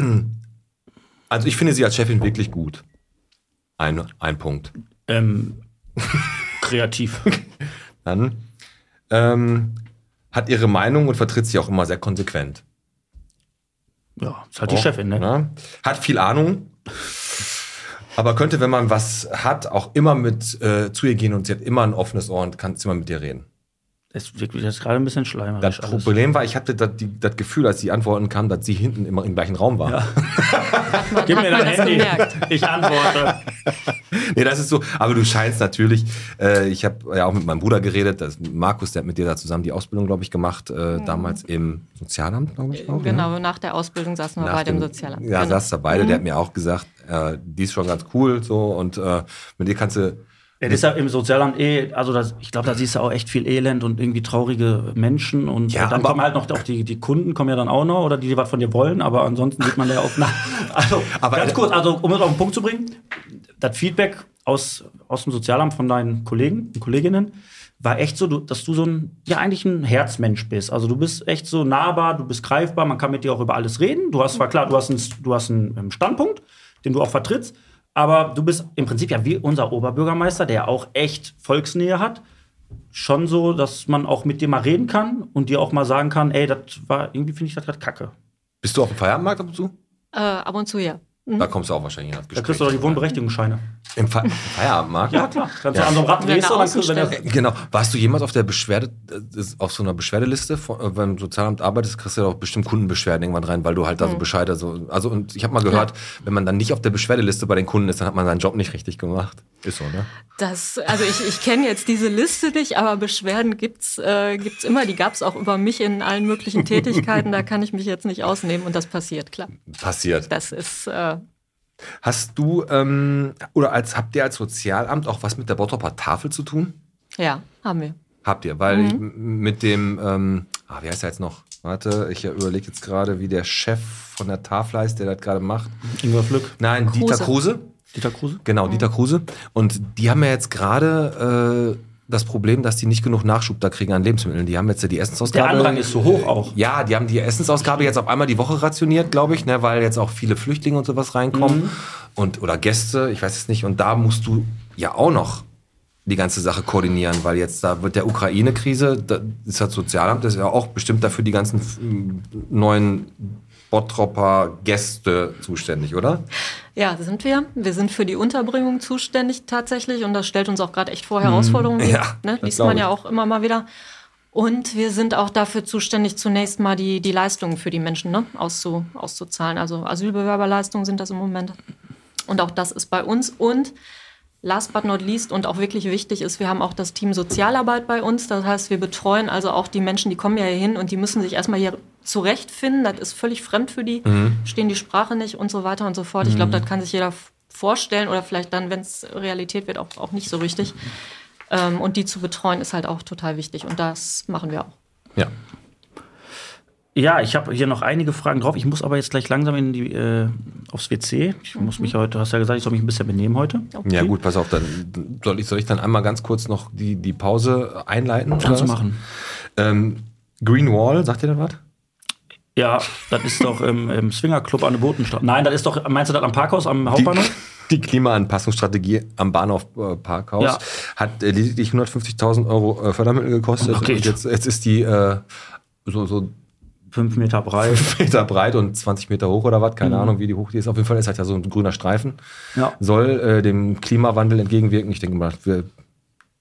[SPEAKER 1] Also ich finde sie als Chefin wirklich gut. Ein, ein Punkt.
[SPEAKER 2] Ähm, <laughs> kreativ.
[SPEAKER 1] Dann ähm, hat ihre Meinung und vertritt sie auch immer sehr konsequent.
[SPEAKER 2] Ja, ist halt die Chefin, ne?
[SPEAKER 1] Ne? Hat viel Ahnung. Aber könnte, wenn man was hat, auch immer mit äh, zu ihr gehen und sie hat immer ein offenes Ohr und kann immer mit dir reden.
[SPEAKER 2] Es wirkt jetzt gerade ein bisschen schleimerisch.
[SPEAKER 1] Das
[SPEAKER 2] alles.
[SPEAKER 1] Problem war, ich hatte das, die, das Gefühl, als sie antworten kam, dass sie hinten immer im gleichen Raum war.
[SPEAKER 6] Man,
[SPEAKER 2] Gib
[SPEAKER 6] hat
[SPEAKER 2] mir
[SPEAKER 6] man
[SPEAKER 2] dein
[SPEAKER 6] das
[SPEAKER 2] Handy.
[SPEAKER 6] gemerkt.
[SPEAKER 2] Ich antworte.
[SPEAKER 1] <laughs> Nee, das ist so. Aber du scheinst natürlich, äh, ich habe ja auch mit meinem Bruder geredet, das Markus, der hat mit dir da zusammen die Ausbildung, glaube ich, gemacht, äh, damals im Sozialamt, glaube ich auch. ne?
[SPEAKER 6] Mhm. Genau, nach der Ausbildung saßen wir
[SPEAKER 1] Nach
[SPEAKER 6] bei dem Sozialamt.
[SPEAKER 1] Ja,
[SPEAKER 6] genau.
[SPEAKER 1] saß da beide. Der hat mir auch gesagt, äh, die ist schon ganz cool so und äh, mit dir kannst du
[SPEAKER 2] Das ist ja im Sozialamt eh, also das, ich glaube, da siehst du auch echt viel Elend und irgendwie traurige Menschen und
[SPEAKER 1] Ja,
[SPEAKER 2] dann
[SPEAKER 1] aber-
[SPEAKER 2] kommen halt noch auch die, die Kunden kommen ja dann auch noch oder die, die was von dir wollen, aber ansonsten sieht man da ja auf. Na, <laughs> also
[SPEAKER 1] Aber-
[SPEAKER 2] ganz kurz, also um es auf den Punkt zu bringen, das Feedback aus, aus dem Sozialamt von deinen Kollegen und Kolleginnen war echt so, du- dass du so ein, ja eigentlich ein Herzmensch bist. Also du bist echt so nahbar, du bist greifbar, man kann mit dir auch über alles reden. Du hast zwar klar, du hast einen, du hast einen ähm, Standpunkt, den du auch vertrittst, aber du bist im Prinzip ja wie unser Oberbürgermeister, der ja auch echt Volksnähe hat, schon so, dass man auch mit dir mal reden kann und dir auch mal sagen kann, ey, das war, irgendwie finde ich das gerade kacke.
[SPEAKER 1] Bist du auf dem Feierabendmarkt ab und zu?
[SPEAKER 6] Äh, ab und zu ja.
[SPEAKER 1] Da kommst du auch wahrscheinlich in das
[SPEAKER 2] Mhm. Da
[SPEAKER 1] Gespräch.
[SPEAKER 2] kriegst du doch die Wohnberechtigungsscheine.
[SPEAKER 1] Im Fe im Feierabendmarkt?
[SPEAKER 2] Ja, klar. Kannst du
[SPEAKER 1] Ja.
[SPEAKER 2] an so einem Rad
[SPEAKER 6] Wenn
[SPEAKER 2] drehst
[SPEAKER 6] er
[SPEAKER 2] du, dann kriegst du, wenn
[SPEAKER 6] außen
[SPEAKER 2] er,
[SPEAKER 1] Genau. Warst du jemals auf der Beschwerde, äh, auf so einer Beschwerdeliste, von, äh, wenn du im Sozialamt arbeitest, kriegst du ja auch bestimmt Kundenbeschwerden irgendwann rein, weil du halt da
[SPEAKER 2] Mhm.
[SPEAKER 1] so Bescheid, also, also und ich habe mal gehört, wenn man dann nicht auf der Beschwerdeliste bei den Kunden ist, dann hat man seinen Job nicht richtig gemacht. Ist so, ne?
[SPEAKER 6] Das, also ich, ich kenne jetzt diese Liste nicht, aber Beschwerden gibt's, äh, gibt's immer. Die gab's auch über mich in
[SPEAKER 1] <laughs>
[SPEAKER 6] allen möglichen Tätigkeiten. Da kann ich mich jetzt nicht ausnehmen und das passiert, klar.
[SPEAKER 1] Passiert.
[SPEAKER 6] Das ist äh,
[SPEAKER 1] Hast du, ähm, oder als habt ihr als Sozialamt auch was mit der Bottroper Tafel zu tun?
[SPEAKER 6] ja, haben wir.
[SPEAKER 1] Habt ihr, weil ich m- mit dem, ähm, ah, wie heißt er jetzt noch? Warte, ich überlege jetzt gerade, wie der Chef von der Tafel heißt, der das gerade macht.
[SPEAKER 2] Ingwer Flück,
[SPEAKER 1] Nein, Dieter Kruse.
[SPEAKER 2] Dieter Kruse.
[SPEAKER 1] Genau, Dieter Kruse. Und die haben ja jetzt gerade äh, das Problem, dass die nicht genug Nachschub da kriegen an Lebensmitteln. Die haben jetzt ja die
[SPEAKER 2] Der
[SPEAKER 1] Essensausgabe.
[SPEAKER 2] Andrang ist so hoch auch.
[SPEAKER 1] Ja, die haben die Essensausgabe jetzt auf einmal die Woche rationiert, glaube ich, ne, weil jetzt auch viele Flüchtlinge und sowas reinkommen und oder Gäste, ich weiß es nicht. Und da musst du ja auch noch die ganze Sache koordinieren, weil jetzt da wird der Ukraine-Krise, da ist das Sozialamt, das ist ja auch bestimmt dafür die ganzen mm, neuen Bottropper Gäste zuständig, oder?
[SPEAKER 6] Ja, das sind wir. Wir sind für die Unterbringung zuständig tatsächlich und das stellt uns auch gerade echt vor Herausforderungen.
[SPEAKER 1] Mm, Ja,
[SPEAKER 6] ne?
[SPEAKER 1] das
[SPEAKER 6] Liest
[SPEAKER 1] glaub
[SPEAKER 6] man
[SPEAKER 1] ich.
[SPEAKER 6] ja auch immer mal wieder. Und wir sind auch dafür zuständig, zunächst mal die, die Leistungen für die Menschen ne? Auszu, auszuzahlen. Also Asylbewerberleistungen sind das im Moment. Und auch das ist bei uns. Und last but not least und auch wirklich wichtig ist, wir haben auch das Team Sozialarbeit bei uns. Das heißt, wir betreuen also auch die Menschen, die kommen ja hier hin und die müssen sich erstmal hier zurechtfinden. Das ist völlig fremd für die, stehen die Sprache nicht und so weiter und so fort. Ich glaube, das kann sich jeder f- vorstellen oder vielleicht dann, wenn es Realität wird, auch, auch nicht so richtig. Ähm, und die zu betreuen ist halt auch total wichtig und das machen wir auch.
[SPEAKER 1] Ja.
[SPEAKER 2] Ja, ich habe hier noch einige Fragen drauf. Ich muss aber jetzt gleich langsam in die, äh, aufs WC. Ich
[SPEAKER 6] Mhm.
[SPEAKER 2] muss mich heute, hast ja gesagt, ich soll mich ein bisschen benehmen heute.
[SPEAKER 1] Ja gut, pass auf, dann soll ich, soll ich dann einmal ganz kurz noch die, die Pause einleiten? oder
[SPEAKER 2] Kannst du
[SPEAKER 1] was?
[SPEAKER 2] machen.
[SPEAKER 1] Ähm, Green Wall, sagt ihr da was?
[SPEAKER 2] Ja, das ist doch im, im Swingerclub an der Botenstraße. Nein, das ist doch, meinst du das am Parkhaus, am
[SPEAKER 1] Die,
[SPEAKER 2] Hauptbahnhof?
[SPEAKER 1] <laughs> die Klimaanpassungsstrategie am Bahnhof äh, Parkhaus
[SPEAKER 2] Ja.
[SPEAKER 1] hat äh, lediglich 150.000 Euro äh, Fördermittel gekostet.
[SPEAKER 2] Ach, geht.
[SPEAKER 1] Und jetzt, jetzt ist die äh, so, <laughs> so
[SPEAKER 2] fünf Meter breit.
[SPEAKER 1] <laughs> Meter breit und 20 Meter hoch oder was, keine Ahnung, wie die hoch die ist. Auf jeden Fall ist halt ja so ein grüner Streifen.
[SPEAKER 2] Ja.
[SPEAKER 1] Soll äh, dem Klimawandel entgegenwirken. Ich denke mal, wir,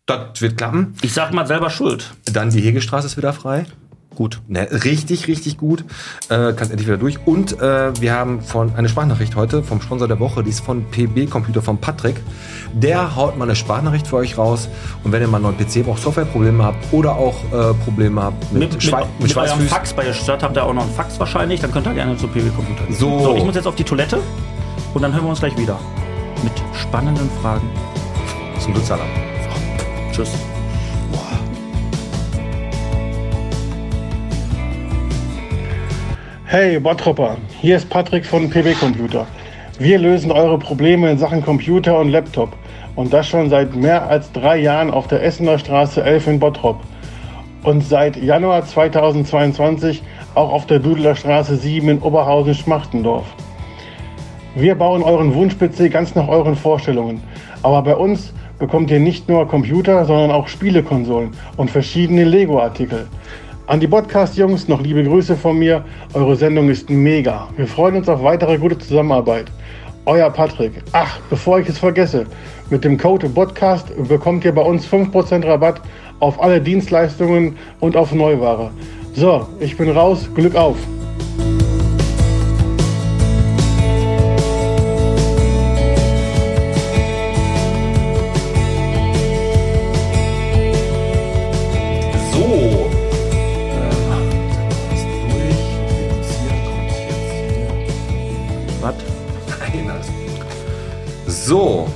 [SPEAKER 1] das wird klappen.
[SPEAKER 2] Ich sag mal selber schuld.
[SPEAKER 1] Dann die Hegestraße ist wieder frei. Gut. Ne, richtig, richtig gut. Äh, kannst endlich wieder durch. Und äh, wir haben von eine Sprachnachricht heute vom Sponsor der Woche, die ist von PB Computer von Patrick. Der haut mal eine Sprachnachricht für euch raus. Und wenn ihr mal einen neuen PC braucht, Softwareprobleme habt oder auch äh, Probleme habt mit,
[SPEAKER 2] Mit,
[SPEAKER 1] Schwei-
[SPEAKER 2] mit, mit eurem
[SPEAKER 1] Schweißfüßen.
[SPEAKER 2] Fax bei der Stadt habt ihr auch noch einen Fax wahrscheinlich. Dann könnt ihr gerne zu PW Computer gehen.
[SPEAKER 1] So.
[SPEAKER 2] ich muss jetzt auf die Toilette und dann hören wir uns gleich wieder. Mit spannenden Fragen.
[SPEAKER 1] Zum Glück, Salam.
[SPEAKER 2] Tschüss.
[SPEAKER 7] Hey Bottropper, hier ist Patrick von PB Computer. Wir lösen eure Probleme in Sachen Computer und Laptop und das schon seit mehr als drei Jahren auf der Essener Straße 11 in Bottrop und seit Januar 2022 auch auf der Dudeler Straße 7 in Oberhausen-Schmachtendorf. Wir bauen euren Wunsch-PC ganz nach euren Vorstellungen, aber bei uns bekommt ihr nicht nur Computer, sondern auch Spielekonsolen und verschiedene Lego-Artikel. An die Podcast-Jungs noch liebe Grüße von mir. Eure Sendung ist mega. Wir freuen uns auf weitere gute Zusammenarbeit. Euer Patrick. Ach, bevor ich es vergesse, mit dem Code Podcast bekommt ihr bei uns 5% Rabatt auf alle Dienstleistungen und auf Neuware. So, ich bin raus. Glück auf.
[SPEAKER 1] So. Ähm, das ist durch. Reduziert kommt jetzt
[SPEAKER 2] Was?
[SPEAKER 1] hier. Nein, alles gut. So.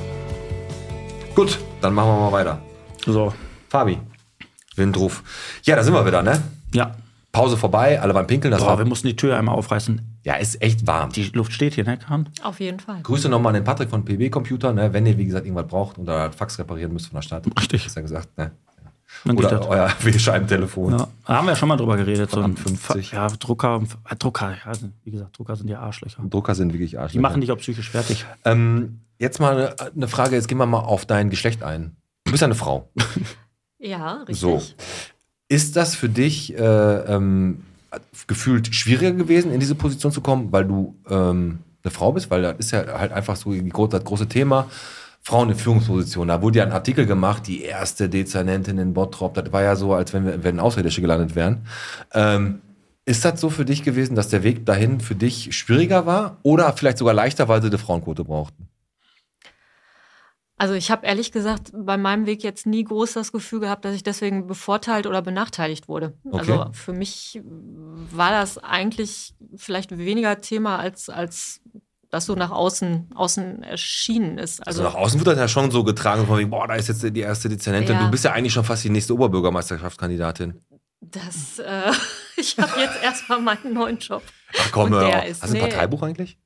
[SPEAKER 1] Gut, dann machen wir mal weiter.
[SPEAKER 2] So.
[SPEAKER 1] Fabi. Windruf. Ja, da sind wir wieder, ne?
[SPEAKER 2] Ja.
[SPEAKER 1] Pause vorbei, alle beim Pinkeln. Das
[SPEAKER 2] Boah, wir
[SPEAKER 1] war,
[SPEAKER 2] mussten die Tür einmal aufreißen.
[SPEAKER 1] ja, ist echt warm.
[SPEAKER 2] Die Luft steht hier, ne, Kahn?
[SPEAKER 6] Auf jeden Fall.
[SPEAKER 1] Grüße nochmal an den Patrick von PB Computer, ne? wenn ihr, wie gesagt, irgendwas braucht oder Fax reparieren müsst von der Stadt.
[SPEAKER 2] Richtig.
[SPEAKER 1] Ist ja gesagt, ne?
[SPEAKER 2] Dann geht das.
[SPEAKER 1] Oder euer <laughs> W-Scheibentelefon.
[SPEAKER 2] Ja, da haben wir ja schon mal drüber geredet. So ein
[SPEAKER 1] 50.
[SPEAKER 2] Fa- Ja, Drucker, äh, Drucker, ja, wie gesagt, Drucker sind ja Arschlöcher.
[SPEAKER 1] Drucker sind wirklich Arsch.
[SPEAKER 2] Die machen dich auch psychisch fertig.
[SPEAKER 1] Ähm, jetzt mal eine, eine Frage, jetzt gehen wir mal auf dein Geschlecht ein. Du bist ja eine Frau.
[SPEAKER 6] Ja, richtig.
[SPEAKER 1] So. Ist das für dich äh, ähm, gefühlt schwieriger gewesen, in diese Position zu kommen, weil du ähm, eine Frau bist? Weil das ist ja halt einfach so die gro- das große Thema. Frauen in Führungspositionen. Da wurde ja ein Artikel gemacht, die erste Dezernentin in Bottrop. Das war ja so, als wenn wir, wenn Ausländische gelandet wären. Ähm, ist das so für dich gewesen, dass der Weg dahin für dich schwieriger war oder vielleicht sogar leichter, weil sie eine Frauenquote brauchten?
[SPEAKER 6] Also ich habe ehrlich gesagt bei meinem Weg jetzt nie groß das Gefühl gehabt, dass ich deswegen bevorteilt oder benachteiligt wurde.
[SPEAKER 1] Okay.
[SPEAKER 6] Also für mich war das eigentlich vielleicht weniger Thema, als, als das so nach außen, außen erschienen ist.
[SPEAKER 1] Also
[SPEAKER 6] Also,
[SPEAKER 1] nach außen wird das ja schon so getragen, von wegen, boah, da ist jetzt die erste Dezernentin.
[SPEAKER 6] Ja.
[SPEAKER 1] Du bist ja eigentlich schon fast die nächste Oberbürgermeisterschaftskandidatin.
[SPEAKER 6] das, äh, <laughs> ich habe jetzt erstmal meinen neuen Job.
[SPEAKER 1] Ach komm,
[SPEAKER 6] Und
[SPEAKER 1] hör
[SPEAKER 6] der
[SPEAKER 1] auf.
[SPEAKER 6] ist-
[SPEAKER 1] Hast du ein
[SPEAKER 6] nee.
[SPEAKER 1] Parteibuch eigentlich?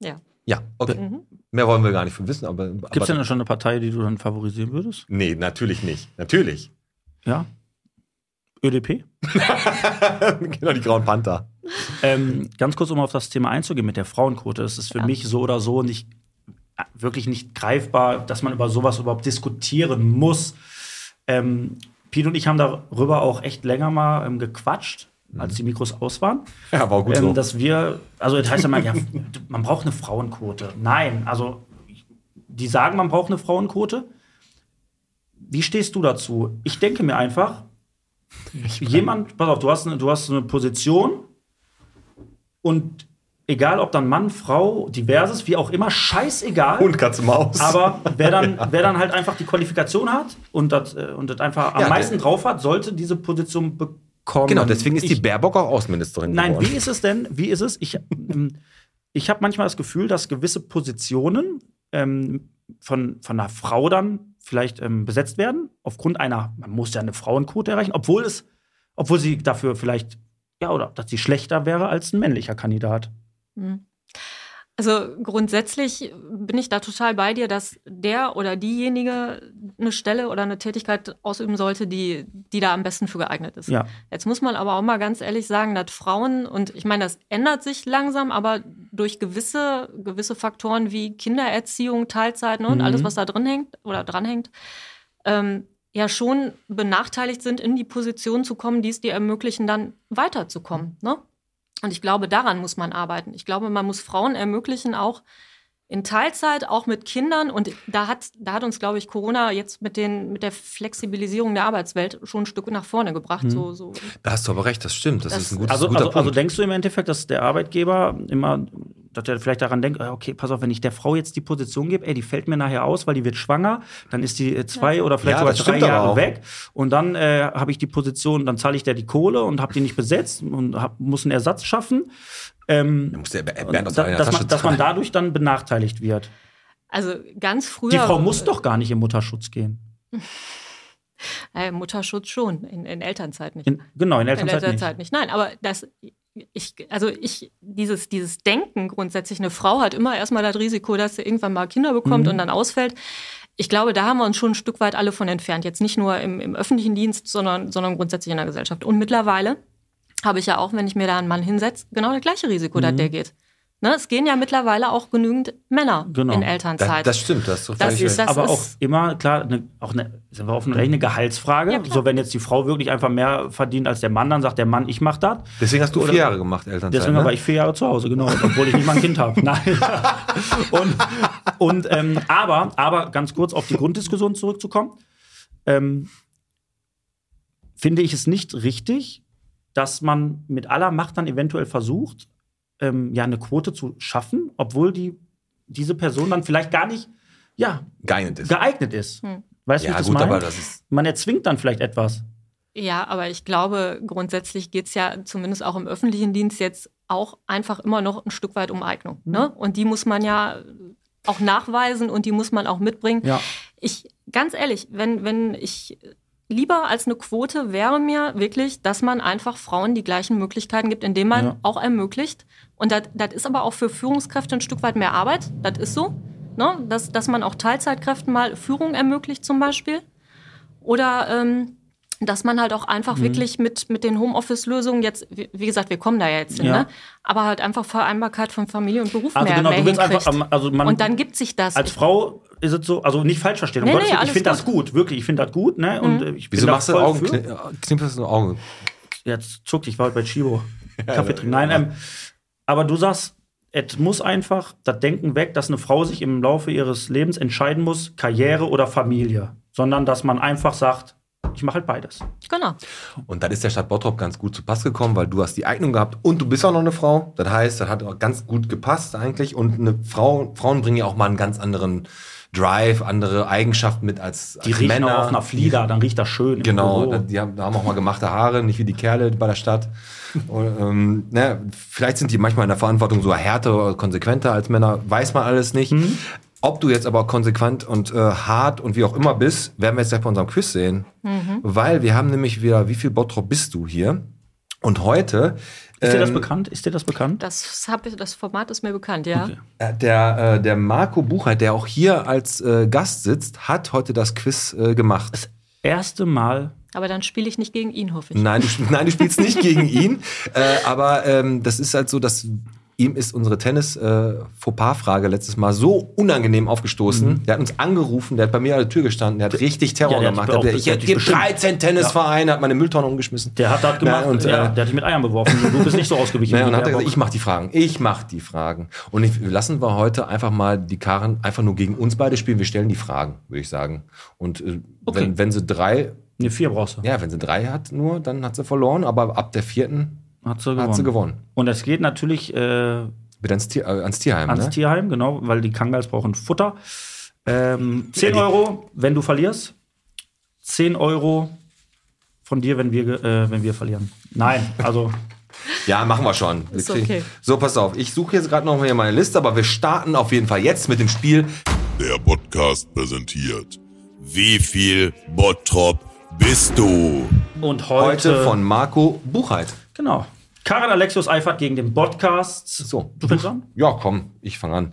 [SPEAKER 6] Ja.
[SPEAKER 1] Ja, okay.
[SPEAKER 6] Mhm.
[SPEAKER 1] Mehr wollen wir gar nicht von wissen, aber. aber
[SPEAKER 2] Gibt es denn da schon eine Partei, die du dann favorisieren würdest?
[SPEAKER 1] Nee, natürlich nicht. Natürlich. <laughs>
[SPEAKER 2] Ja. ÖDP?
[SPEAKER 1] genau, die Grauen Panther.
[SPEAKER 2] Ähm, ganz kurz, um auf das Thema einzugehen mit der Frauenquote. Es ist für mich so oder so nicht äh, wirklich nicht greifbar, dass man über sowas überhaupt diskutieren muss. Ähm, Pete und ich haben darüber auch echt länger mal ähm, gequatscht, als die Mikros aus waren.
[SPEAKER 1] Ja, war auch gut
[SPEAKER 2] ähm,
[SPEAKER 1] so.
[SPEAKER 2] dass wir, also das heißt ja mal, ja, <laughs> man braucht eine Frauenquote. Nein, also die sagen, man braucht eine Frauenquote. Wie stehst du dazu? Ich denke mir einfach, jemand, pass auf, du hast, eine, du hast eine Position und egal ob dann Mann, Frau, diverses, wie auch immer, scheißegal.
[SPEAKER 1] Hund, Katze, Maus. <laughs>
[SPEAKER 2] aber wer dann, wer dann halt einfach die Qualifikation hat und das, äh, und das einfach am
[SPEAKER 1] Ja,
[SPEAKER 2] meisten
[SPEAKER 1] der-
[SPEAKER 2] drauf hat, sollte diese Position bekommen.
[SPEAKER 1] genau, deswegen ist
[SPEAKER 2] Ich-
[SPEAKER 1] die Baerbock auch Außenministerin
[SPEAKER 2] Nein,
[SPEAKER 1] geworden.
[SPEAKER 2] wie ist es denn? Wie ist es? Ich, ähm, ich habe manchmal das Gefühl, dass gewisse Positionen ähm, von, von einer Frau dann vielleicht ähm, besetzt werden, aufgrund einer, man muss ja eine Frauenquote erreichen, obwohl es, obwohl sie dafür vielleicht, ja, oder dass sie schlechter wäre als ein männlicher Kandidat.
[SPEAKER 6] Mhm. Also grundsätzlich bin ich da total bei dir, dass der oder diejenige eine Stelle oder eine Tätigkeit ausüben sollte, die, die da am besten für geeignet ist.
[SPEAKER 2] Ja.
[SPEAKER 6] Jetzt muss man aber auch mal ganz ehrlich sagen, dass Frauen, und ich meine, das ändert sich langsam, aber durch gewisse, gewisse Faktoren wie Kindererziehung, Teilzeiten und
[SPEAKER 2] Mhm.
[SPEAKER 6] alles, was da drin hängt oder dranhängt, ähm, ja schon benachteiligt sind, in die Position zu kommen, die es dir ermöglichen, dann weiterzukommen. Ne? Und ich glaube, daran muss man arbeiten. Ich glaube, man muss Frauen ermöglichen, auch in Teilzeit, auch mit Kindern. Und da hat, da hat uns, glaube ich, Corona jetzt mit, den, mit der Flexibilisierung der Arbeitswelt schon ein Stück nach vorne gebracht. So, so.
[SPEAKER 1] Da hast du aber recht, das stimmt. Das,
[SPEAKER 6] Das-
[SPEAKER 1] ist ein gutes,
[SPEAKER 2] Also,
[SPEAKER 1] guter
[SPEAKER 2] also,
[SPEAKER 1] Punkt.
[SPEAKER 2] also denkst du im Endeffekt, dass der Arbeitgeber immer, dass er vielleicht daran denkt, ah, okay, pass auf, wenn ich der Frau jetzt die Position gebe, ey, die fällt mir nachher aus, weil die wird schwanger, dann ist die äh, zwei oder vielleicht
[SPEAKER 1] Ja, das
[SPEAKER 2] sogar drei
[SPEAKER 1] stimmt aber
[SPEAKER 2] Jahre
[SPEAKER 1] auch.
[SPEAKER 2] weg und dann äh, habe ich die Position, dann zahle ich der die Kohle und habe die nicht besetzt und hab, muss einen Ersatz schaffen,
[SPEAKER 1] Da muss der
[SPEAKER 2] und
[SPEAKER 1] Bernd aus
[SPEAKER 2] da,
[SPEAKER 1] einer
[SPEAKER 2] dass,
[SPEAKER 1] Tasche
[SPEAKER 2] man, dass man
[SPEAKER 1] zahlen.
[SPEAKER 2] dadurch dann benachteiligt wird.
[SPEAKER 6] Also ganz früher.
[SPEAKER 2] Die Frau muss doch gar nicht im Mutterschutz gehen.
[SPEAKER 6] Äh, Mutterschutz schon, in, in Elternzeit nicht.
[SPEAKER 2] In, genau, in
[SPEAKER 6] in
[SPEAKER 2] Elternzeit,
[SPEAKER 6] letzter Zeit nicht. Nein, aber das, ich, also ich, dieses, dieses Denken grundsätzlich, eine Frau hat immer erstmal das Risiko, dass sie irgendwann mal Kinder bekommt
[SPEAKER 2] Mhm.
[SPEAKER 6] und dann ausfällt. Ich glaube, da haben wir uns schon ein Stück weit alle von entfernt. Jetzt nicht nur im, im öffentlichen Dienst, sondern, sondern grundsätzlich in der Gesellschaft. Und mittlerweile habe ich ja auch, wenn ich mir da einen Mann hinsetze, genau das gleiche Risiko,
[SPEAKER 2] Mhm.
[SPEAKER 6] dass der geht. Ne, es gehen ja mittlerweile auch genügend Männer
[SPEAKER 2] Genau.
[SPEAKER 6] in
[SPEAKER 2] Da-
[SPEAKER 1] Da,
[SPEAKER 6] Elternzeit.
[SPEAKER 1] das stimmt, das ist doch
[SPEAKER 6] Das
[SPEAKER 1] völlig
[SPEAKER 6] ist
[SPEAKER 1] recht.
[SPEAKER 6] das-
[SPEAKER 2] aber auch
[SPEAKER 6] ist-
[SPEAKER 2] immer, klar, ne, auch eine, sind wir offen und ehrlich, eine Gehaltsfrage.
[SPEAKER 6] Ja, klar.
[SPEAKER 2] so, wenn jetzt die Frau wirklich einfach mehr verdient als der Mann, dann sagt der Mann, ich mach das.
[SPEAKER 1] Deswegen hast du
[SPEAKER 2] Oder-
[SPEAKER 1] vier Jahre gemacht, Elternzeit.
[SPEAKER 2] Deswegen
[SPEAKER 1] ne?
[SPEAKER 2] war ich vier Jahre zu Hause, genau, obwohl ich nicht mal ein Kind habe. Nein. Und, und ähm, aber, aber ganz kurz auf die Grunddiskussion zurückzukommen, ähm, finde ich es nicht richtig, dass man mit aller Macht dann eventuell versucht, ähm, ja eine Quote zu schaffen, obwohl die diese Person dann vielleicht gar nicht ja
[SPEAKER 1] geeignet ist.
[SPEAKER 2] geeignet ist.
[SPEAKER 6] Hm.
[SPEAKER 2] Weißt du, wie
[SPEAKER 1] Ja,
[SPEAKER 2] ich das
[SPEAKER 1] gut,
[SPEAKER 2] meine?
[SPEAKER 1] aber das ist.
[SPEAKER 2] man erzwingt dann vielleicht etwas.
[SPEAKER 6] Ja, aber ich glaube, grundsätzlich geht's ja zumindest auch im öffentlichen Dienst jetzt auch einfach immer noch ein Stück weit um Eignung.
[SPEAKER 2] Mhm.
[SPEAKER 6] Ne? Und die muss man ja auch nachweisen und die muss man auch mitbringen.
[SPEAKER 2] Ja.
[SPEAKER 6] Ich, ganz ehrlich, wenn, wenn ich lieber als eine Quote wäre mir wirklich, dass man einfach Frauen die gleichen Möglichkeiten gibt, indem man
[SPEAKER 2] Ja.
[SPEAKER 6] auch ermöglicht. Und das das ist aber auch für Führungskräfte ein Stück weit mehr Arbeit. Das ist so. Ne? Dass, dass man auch Teilzeitkräften mal Führung ermöglicht zum Beispiel. Oder ähm, dass man halt auch einfach
[SPEAKER 2] Mhm.
[SPEAKER 6] wirklich mit, mit den Homeoffice-Lösungen jetzt, wie, wie gesagt, wir kommen da ja jetzt hin,
[SPEAKER 2] Ja.
[SPEAKER 6] ne? aber halt einfach Vereinbarkeit von Familie und Beruf
[SPEAKER 2] Also
[SPEAKER 6] mehr,
[SPEAKER 2] genau,
[SPEAKER 6] mehr
[SPEAKER 2] du willst
[SPEAKER 6] hinkriegt.
[SPEAKER 2] einfach, am- also man,
[SPEAKER 6] und dann gibt sich das.
[SPEAKER 2] als Frau ist es so, also nicht falsch verstehen. Um
[SPEAKER 6] Nee,
[SPEAKER 2] Gottes
[SPEAKER 6] nee,
[SPEAKER 2] Willen, ich
[SPEAKER 6] alles Mhm.
[SPEAKER 2] finde das gut, wirklich, ich finde das gut, ne? Und äh, ich bin
[SPEAKER 1] Wieso
[SPEAKER 2] da
[SPEAKER 1] machst du
[SPEAKER 2] voll
[SPEAKER 1] Augen?
[SPEAKER 2] für.
[SPEAKER 1] kni- Knipperst du Augen?
[SPEAKER 2] Jetzt zuckt, ich war heute bei
[SPEAKER 1] <laughs>
[SPEAKER 2] Chibo. Kaffee trinken. Nein, ähm, aber du sagst, es muss einfach das Denken weg, dass eine Frau sich im Laufe ihres Lebens entscheiden muss, Karriere oder Familie. Sondern dass man einfach sagt, ich mache halt beides.
[SPEAKER 6] genau.
[SPEAKER 1] Und dann ist der Stadt Bottrop ganz gut zu Pass gekommen, weil du hast die Eignung gehabt und du bist auch noch eine Frau. Das heißt, das hat auch ganz gut gepasst eigentlich. Und eine Frau, Frauen bringen ja auch mal einen ganz anderen Drive, andere Eigenschaften mit als,
[SPEAKER 2] Die
[SPEAKER 1] als
[SPEAKER 2] riechen auch auf einer Flieder, dann riecht das schön. im
[SPEAKER 1] Genau,
[SPEAKER 2] Büro.
[SPEAKER 1] da- die haben, da haben auch mal gemachte Haare, nicht wie die Kerle bei der Stadt. Und, ähm, ne, vielleicht sind die manchmal in der Verantwortung sogar härter oder konsequenter als Männer, weiß man alles nicht. Ob du jetzt aber konsequent und äh, hart und wie auch immer bist, werden wir jetzt gleich bei unserem Quiz sehen. Weil wir haben nämlich wieder, wie viel Bottrop bist du hier? Und heute
[SPEAKER 2] Ist dir das
[SPEAKER 1] ähm,
[SPEAKER 2] bekannt? Ist dir das bekannt?
[SPEAKER 6] Das, hab, ich- das Format ist mir bekannt, ja.
[SPEAKER 1] äh, der, äh, der Marco Buchheit, der auch hier als äh, Gast sitzt, hat heute das Quiz äh, gemacht.
[SPEAKER 2] Erste Mal.
[SPEAKER 6] Aber dann spiele ich nicht gegen ihn, hoffe ich.
[SPEAKER 1] Nein, du, sp- nein, du spielst nicht gegen ihn. Äh, aber ähm, das ist halt so, dass ihm ist unsere Tennis-Fauxpas-Frage letztes Mal so unangenehm aufgestoßen. Der hat uns angerufen, der hat bei mir an der Tür gestanden, der hat richtig Terror
[SPEAKER 2] Ja, Mhm. der hat dich
[SPEAKER 1] gemacht.
[SPEAKER 2] auch-
[SPEAKER 1] Der, hat- ich
[SPEAKER 2] der hat
[SPEAKER 1] hätte
[SPEAKER 2] dich bestimmt.
[SPEAKER 1] 13 Tennisvereine, hat meine Mülltonne umgeschmissen.
[SPEAKER 2] Der hat das gemacht,
[SPEAKER 1] Ja, und,
[SPEAKER 2] ja,
[SPEAKER 1] äh,
[SPEAKER 2] der hat dich mit Eiern beworfen. Du bist nicht
[SPEAKER 1] <laughs>
[SPEAKER 2] so ausgewichen.
[SPEAKER 1] Ne,
[SPEAKER 2] wie
[SPEAKER 1] und
[SPEAKER 2] der
[SPEAKER 1] dann hat er gesagt,
[SPEAKER 2] Bock.
[SPEAKER 1] ich mache die Fragen, ich mache die Fragen. Und ich, lassen wir heute einfach mal die Karren einfach nur gegen uns beide spielen. Wir stellen die Fragen, würde ich sagen. Und äh,
[SPEAKER 2] Okay.
[SPEAKER 1] wenn, wenn sie drei,
[SPEAKER 2] Eine Vier brauchst du.
[SPEAKER 1] ja, wenn sie drei hat nur, dann hat sie verloren. Aber ab der vierten
[SPEAKER 2] Hat sie gewonnen.
[SPEAKER 1] hat sie gewonnen.
[SPEAKER 2] Und es geht natürlich äh,
[SPEAKER 1] Wieder ans, Tier, äh, ans Tierheim,
[SPEAKER 2] ans
[SPEAKER 1] ne?
[SPEAKER 2] Tierheim, genau, weil die Kangals brauchen Futter.
[SPEAKER 1] <laughs>
[SPEAKER 2] Ähm, 10 Euro, wenn du verlierst. 10 Euro von dir, wenn wir, ge- äh, wenn wir verlieren. Nein,
[SPEAKER 1] <laughs>
[SPEAKER 2] also
[SPEAKER 1] Ja, machen wir schon. Wir
[SPEAKER 6] Ist
[SPEAKER 1] kriegen-
[SPEAKER 6] okay.
[SPEAKER 1] So, pass auf. Ich suche jetzt gerade noch mal hier meine Liste, aber wir starten auf jeden Fall jetzt mit dem Spiel.
[SPEAKER 8] Der Podcast präsentiert. Wie viel Bottrop bist du?
[SPEAKER 2] und
[SPEAKER 1] Heute,
[SPEAKER 2] heute,
[SPEAKER 1] von Marco Buchheit.
[SPEAKER 2] genau. Karin Alexios Eifert gegen den Podcast.
[SPEAKER 1] So.
[SPEAKER 2] Du fängst an?
[SPEAKER 1] Ja, komm, ich fange an.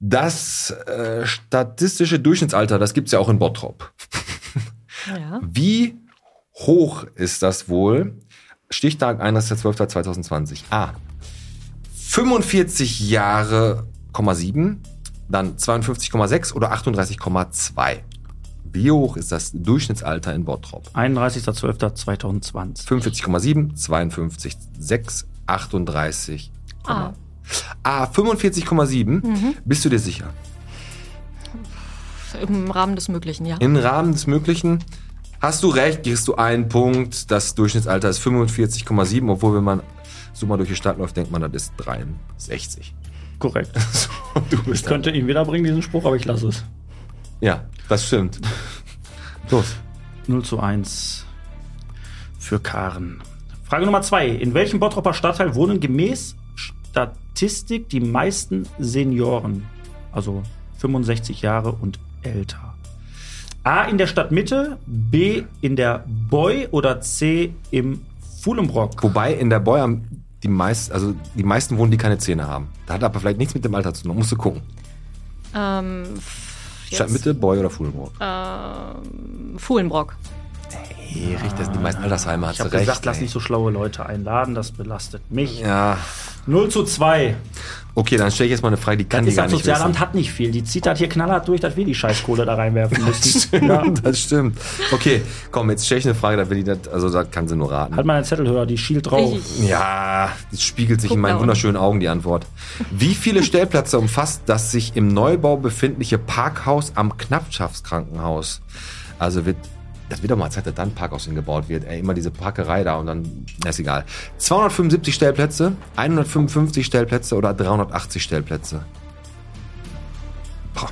[SPEAKER 1] Das äh, statistische Durchschnittsalter, das gibt's ja auch in Bottrop.
[SPEAKER 6] Ja.
[SPEAKER 1] Wie hoch ist das wohl? Stichtag 1.12.2020. A. 45 Jahre, 7, dann 52,6 oder 38,2. Wie hoch ist das Durchschnittsalter in Bottrop?
[SPEAKER 2] 31.12.2020.
[SPEAKER 1] 45,7, 52,6 38.
[SPEAKER 6] Ah,
[SPEAKER 1] Ah, 45,7. Bist du dir sicher?
[SPEAKER 6] Im Rahmen des Möglichen, ja.
[SPEAKER 1] Im Rahmen des Möglichen hast du recht, kriegst du einen Punkt. Das Durchschnittsalter ist 45,7, obwohl, wenn man so mal durch die Stadt läuft, denkt man, das ist 63.
[SPEAKER 2] Korrekt.
[SPEAKER 1] <laughs> So, du
[SPEAKER 2] Ich
[SPEAKER 1] bist
[SPEAKER 2] könnte ihn wiederbringen, diesen Spruch, aber ich lasse es.
[SPEAKER 1] Ja, das stimmt. Los.
[SPEAKER 2] 0 zu 1 für Karen. Frage Nummer 2. In welchem Bottroper Stadtteil wohnen gemäß Statistik die meisten Senioren? Also 65 Jahre und älter. A in der Stadtmitte, B in der Boy oder C im Fulenbrock?
[SPEAKER 1] Wobei in der Boy am die meisten, also die meisten wohnen, die keine Zähne haben. Da hat aber vielleicht nichts mit dem Alter zu tun. Musst du gucken.
[SPEAKER 6] Ähm, f- jetzt,
[SPEAKER 1] Stadtmitte, Boy oder Fuhlenburg.
[SPEAKER 2] Ah.
[SPEAKER 6] ähm, Fuhlenbrock.
[SPEAKER 1] Nee, richtig, das sind die meisten Altersheime,
[SPEAKER 2] Ich
[SPEAKER 1] hast
[SPEAKER 2] habe
[SPEAKER 1] du recht.
[SPEAKER 2] gesagt, lass
[SPEAKER 1] ey.
[SPEAKER 2] nicht so schlaue Leute einladen, das belastet mich.
[SPEAKER 1] Ja.
[SPEAKER 2] 0 zu 2.
[SPEAKER 1] Okay, dann stelle ich jetzt mal eine Frage, die kann
[SPEAKER 2] Das
[SPEAKER 1] die gar
[SPEAKER 2] Sozialamt
[SPEAKER 1] nicht wissen.
[SPEAKER 2] hat nicht viel. Die zieht halt hier knallhart durch, dass wir die Scheißkohle da
[SPEAKER 1] <laughs>
[SPEAKER 2] reinwerfen müssen. ja.
[SPEAKER 1] Das stimmt. Okay, komm, jetzt stelle ich eine Frage, da will die das, also da kann sie nur raten.
[SPEAKER 2] Halt mal einen Zettel höher, die Shield drauf.
[SPEAKER 6] Ich,
[SPEAKER 1] Ja, es spiegelt sich
[SPEAKER 6] Guck
[SPEAKER 1] in
[SPEAKER 6] da
[SPEAKER 1] meinen
[SPEAKER 6] unten.
[SPEAKER 1] wunderschönen Augen die Antwort. Wie viele Stellplätze umfasst das sich im Neubau befindliche Parkhaus am Knappschaftskrankenhaus? Also wird, das wird doch mal Zeit, dass da ein Parkhaus hingebaut wird. Ey, immer diese Parkerei da und dann, na, ist egal. 275 Stellplätze, 155 Stellplätze oder 380 Stellplätze? Boah.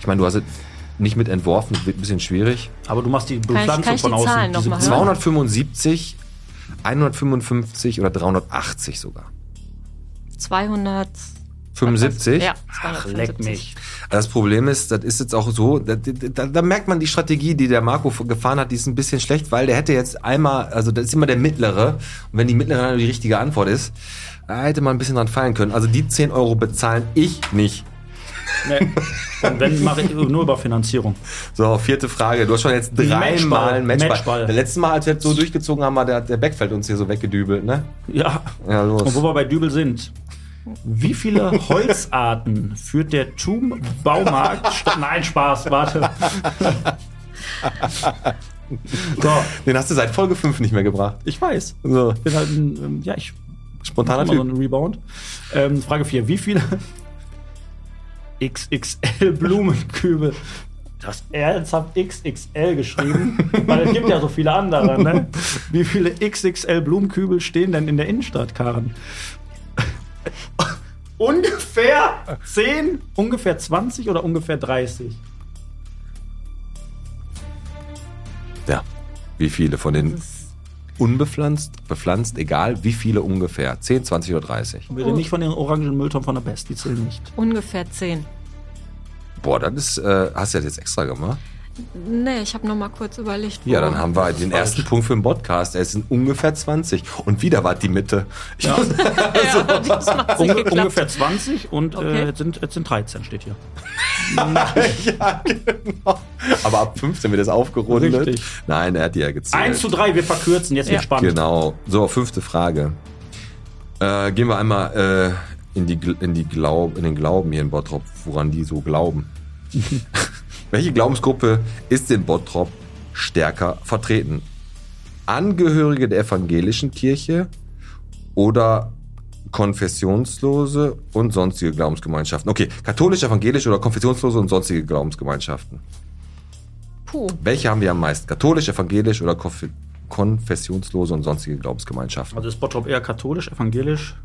[SPEAKER 1] Ich meine, du hast es nicht mit entworfen, das wird ein bisschen schwierig.
[SPEAKER 2] Aber du machst die
[SPEAKER 6] ich-
[SPEAKER 2] Bepflanzung
[SPEAKER 6] kann ich die
[SPEAKER 2] von außen.
[SPEAKER 6] Zahlen noch
[SPEAKER 2] Diese
[SPEAKER 6] mal hören?
[SPEAKER 1] 275, 155 oder 380 sogar.
[SPEAKER 6] 200.
[SPEAKER 1] 75.
[SPEAKER 6] Ja,
[SPEAKER 2] Ach, leck
[SPEAKER 6] 275.
[SPEAKER 2] mich.
[SPEAKER 1] Das Problem ist, das ist jetzt auch so, da, da, da merkt man die Strategie, die der Marco gefahren hat, die ist ein bisschen schlecht, weil der hätte jetzt einmal, also das ist immer der mittlere, und wenn die mittlere dann die richtige Antwort ist, da hätte man ein bisschen dran fallen können. Also die 10 Euro bezahlen ich nicht.
[SPEAKER 2] Nee. Und wenn, mache ich nur über Finanzierung.
[SPEAKER 1] So, vierte Frage. Du hast schon jetzt dreimal
[SPEAKER 2] Matchball.
[SPEAKER 1] Matchball.
[SPEAKER 2] Matchball.
[SPEAKER 1] Der letzte Mal, als wir das so durchgezogen haben, hat der, der Backfeld uns hier so weggedübelt, ne?
[SPEAKER 2] Ja.
[SPEAKER 1] Ja, los.
[SPEAKER 2] Und wo wir bei Dübel sind. Wie viele Holzarten führt der Tum Baumarkt? St- Nein, Spaß, warte. so,
[SPEAKER 1] Den hast du seit Folge 5 nicht mehr gebracht.
[SPEAKER 2] ich weiß.
[SPEAKER 1] So,
[SPEAKER 2] Ich bin halt ein, ähm, ja, ich
[SPEAKER 1] spontaner
[SPEAKER 2] Immer so
[SPEAKER 1] Typ.
[SPEAKER 2] ein Rebound. Ähm, Frage 4. Wie viele <laughs> XXL Blumenkübel? Das ernsthaft XXL <laughs> geschrieben, weil es gibt ja so viele andere, ne? Wie viele XXL Blumenkübel stehen denn in der Innenstadt, Karen? ungefähr 10, ungefähr 20 oder ungefähr 30?
[SPEAKER 1] Ja. Wie viele von den unbepflanzt, bepflanzt, egal wie viele ungefähr? 10, 20 oder 30?
[SPEAKER 2] Und wir reden nicht von den orangen Mülltonnen von der Best, die zählen nicht.
[SPEAKER 6] Ungefähr 10.
[SPEAKER 1] Boah, das ist, äh, hast du das jetzt extra gemacht?
[SPEAKER 6] Nee, ich habe noch mal kurz überlegt.
[SPEAKER 1] Ja, dann
[SPEAKER 6] wo-
[SPEAKER 1] haben wir den ersten Punkt für den Podcast. Es sind ungefähr 20. Und wieder war die Mitte. Ich muss-
[SPEAKER 6] ja, diesmal hat's
[SPEAKER 2] Unge
[SPEAKER 6] nicht geklappt.
[SPEAKER 2] ungefähr 20 und
[SPEAKER 6] Okay.
[SPEAKER 2] äh, jetzt, sind, jetzt sind 13, steht hier.
[SPEAKER 1] ja, genau. <laughs> Aber ab 15 wird das aufgerundet.
[SPEAKER 2] Richtig.
[SPEAKER 1] Nein, er hat die ja gezählt.
[SPEAKER 2] 1 zu 3, wir verkürzen, jetzt wird
[SPEAKER 6] Ja.
[SPEAKER 2] spannend.
[SPEAKER 1] Genau. So, fünfte Frage. Äh, gehen wir einmal äh, in, die, Gl- in, die Glaub, in den Glauben hier in Bottrop, woran die so glauben. Welche Glaubensgruppe ist in Bottrop stärker vertreten? Angehörige der evangelischen Kirche oder konfessionslose und sonstige Glaubensgemeinschaften? Okay, katholisch, evangelisch oder konfessionslose und sonstige Glaubensgemeinschaften?
[SPEAKER 6] Puh.
[SPEAKER 1] Welche haben wir am meisten? Katholisch, evangelisch oder konf konfessionslose und sonstige Glaubensgemeinschaften?
[SPEAKER 2] Also ist Bottrop eher katholisch, evangelisch?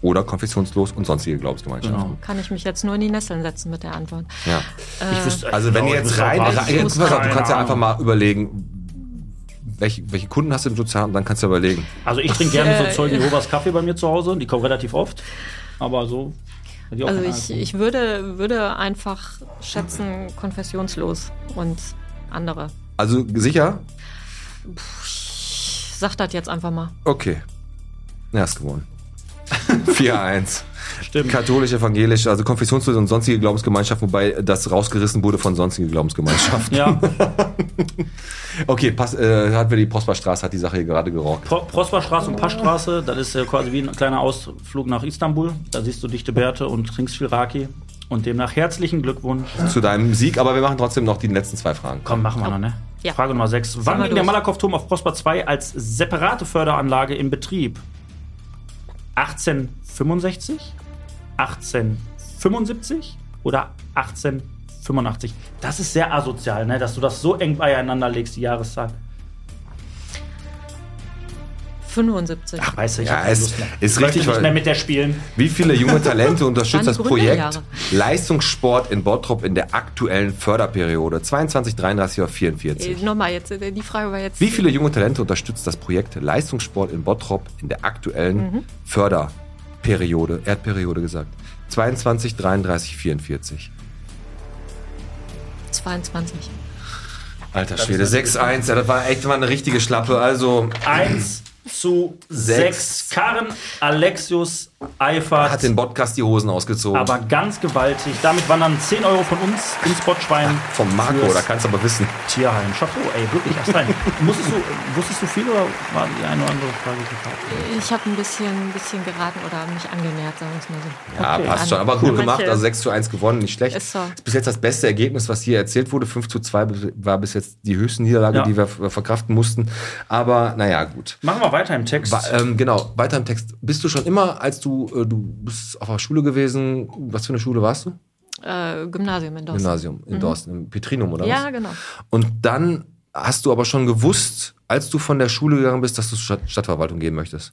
[SPEAKER 1] Oder konfessionslos und sonstige Glaubensgemeinschaften.
[SPEAKER 6] Kann ich mich jetzt nur in die Nesseln setzen mit der Antwort.
[SPEAKER 1] Ja.
[SPEAKER 2] Ich wüsste- Genau,
[SPEAKER 1] Also wenn
[SPEAKER 2] ich
[SPEAKER 1] ihr
[SPEAKER 2] glaube,
[SPEAKER 1] jetzt
[SPEAKER 2] ich
[SPEAKER 1] rein,
[SPEAKER 2] wüsste
[SPEAKER 1] rein
[SPEAKER 2] auch
[SPEAKER 1] jetzt, pass auf, du
[SPEAKER 2] keine
[SPEAKER 1] kannst ja einfach
[SPEAKER 2] Ahnung.
[SPEAKER 1] mal überlegen, welche, welche Kunden hast du im Sozialen, dann kannst du überlegen.
[SPEAKER 2] Also ich trinke gerne so
[SPEAKER 6] Äh,
[SPEAKER 2] Zeugen Jehovas Kaffee bei mir zu Hause, die kommen relativ oft. Aber so. hätte ich auch
[SPEAKER 6] Also
[SPEAKER 2] keine
[SPEAKER 6] ich,
[SPEAKER 2] Ahnung.
[SPEAKER 6] ich würde, würde einfach schätzen, konfessionslos und andere.
[SPEAKER 1] Also sicher?
[SPEAKER 6] Ich sag das jetzt einfach mal.
[SPEAKER 1] Okay. Ja,
[SPEAKER 2] <laughs>
[SPEAKER 1] ist gewonnen. 4-1.
[SPEAKER 2] Stimmt.
[SPEAKER 1] Katholisch, evangelisch, also konfessionslose und sonstige Glaubensgemeinschaften, wobei das rausgerissen wurde von sonstige
[SPEAKER 2] <laughs>
[SPEAKER 1] Glaubensgemeinschaften.
[SPEAKER 2] ja,
[SPEAKER 1] Okay, pass, äh, hat wir die Prosperstraße, hat die Sache hier gerade gerockt.
[SPEAKER 2] Pro Prosperstraße und Passstraße, das ist äh, quasi wie ein kleiner Ausflug nach Istanbul. Da siehst du dichte Bärte und trinkst viel Raki. Und demnach herzlichen Glückwunsch.
[SPEAKER 1] zu deinem Sieg, aber wir machen trotzdem noch die letzten zwei Fragen.
[SPEAKER 2] Komm, machen wir noch, ne?
[SPEAKER 6] Ja.
[SPEAKER 2] Frage Nummer 6. Wann
[SPEAKER 6] wir
[SPEAKER 2] ging der
[SPEAKER 6] durch.
[SPEAKER 2] Malakow-Turm auf Prosper 2 als separate Förderanlage in Betrieb? 1865, 1875 oder 1885. Das ist sehr asozial, ne? dass du das so eng beieinander legst, die Jahreszahl.
[SPEAKER 6] 75.
[SPEAKER 2] Ach, weißt du, ich
[SPEAKER 1] Ja,
[SPEAKER 2] hab keine
[SPEAKER 1] ist-
[SPEAKER 2] Lust mehr.
[SPEAKER 1] ist
[SPEAKER 2] Ich möchte
[SPEAKER 1] richtig,
[SPEAKER 2] nicht
[SPEAKER 1] weil-
[SPEAKER 2] mehr mit der spielen.
[SPEAKER 1] Wie
[SPEAKER 2] <laughs>
[SPEAKER 1] viele junge Talente unterstützt
[SPEAKER 6] Waren
[SPEAKER 1] das
[SPEAKER 6] die
[SPEAKER 1] Projekt
[SPEAKER 6] Gründerjahre?
[SPEAKER 1] Leistungssport in Bottrop in der aktuellen Förderperiode 22, 33 oder 44?
[SPEAKER 6] Äh,
[SPEAKER 2] Mhm.
[SPEAKER 6] Nochmal jetzt, äh, die Frage war jetzt.
[SPEAKER 1] Wie viele junge Talente unterstützt das Projekt Leistungssport in Bottrop in der aktuellen
[SPEAKER 2] Mhm.
[SPEAKER 1] Förderperiode, Erdperiode gesagt? 22, 33, 44.
[SPEAKER 6] 22.
[SPEAKER 1] Alter Schwede, 6-1, ja, das war echt mal eine richtige Schlappe. Also <clears throat>
[SPEAKER 2] 1 zu 6.
[SPEAKER 1] Sechs.
[SPEAKER 2] Karren Alexius Eifert.
[SPEAKER 1] hat den Podcast die Hosen ausgezogen.
[SPEAKER 2] aber ganz gewaltig. Damit wandern 10 Euro von uns ins Botschwein.
[SPEAKER 1] Vom Marco,
[SPEAKER 2] fürs
[SPEAKER 1] da kannst du aber wissen.
[SPEAKER 2] Tierheim. Chapeau, ey, wirklich. Erst rein. Musstest du, <laughs> wusstest du viel oder war die eine oder andere Frage gefragt?
[SPEAKER 6] Ich habe ein bisschen, ein bisschen geraten oder mich angenähert, sagen wir es mal so.
[SPEAKER 1] Ja, passt schon. Aber gut gemacht, also 6 zu 1 gewonnen, nicht schlecht.
[SPEAKER 6] Ist so.
[SPEAKER 1] Ist bis jetzt das beste Ergebnis, was hier erzählt wurde. 5 zu 2 war bis jetzt die höchste Niederlage,
[SPEAKER 2] Ja.
[SPEAKER 1] die wir ver- verkraften mussten. Aber naja, gut.
[SPEAKER 2] Machen wir weiter im Text.
[SPEAKER 1] Wa- ähm, genau, weiter im Text. Bist du schon immer, als du, äh, du bist auf der Schule gewesen, was für eine Schule warst du?
[SPEAKER 6] Äh, Gymnasium in Dortmund.
[SPEAKER 1] Gymnasium in Dorsten, im Petrinum oder was?
[SPEAKER 6] Mhm. Ja, genau.
[SPEAKER 1] Und dann hast du aber schon gewusst, als du von der Schule gegangen bist, dass du zur Stadt Stadtverwaltung gehen möchtest.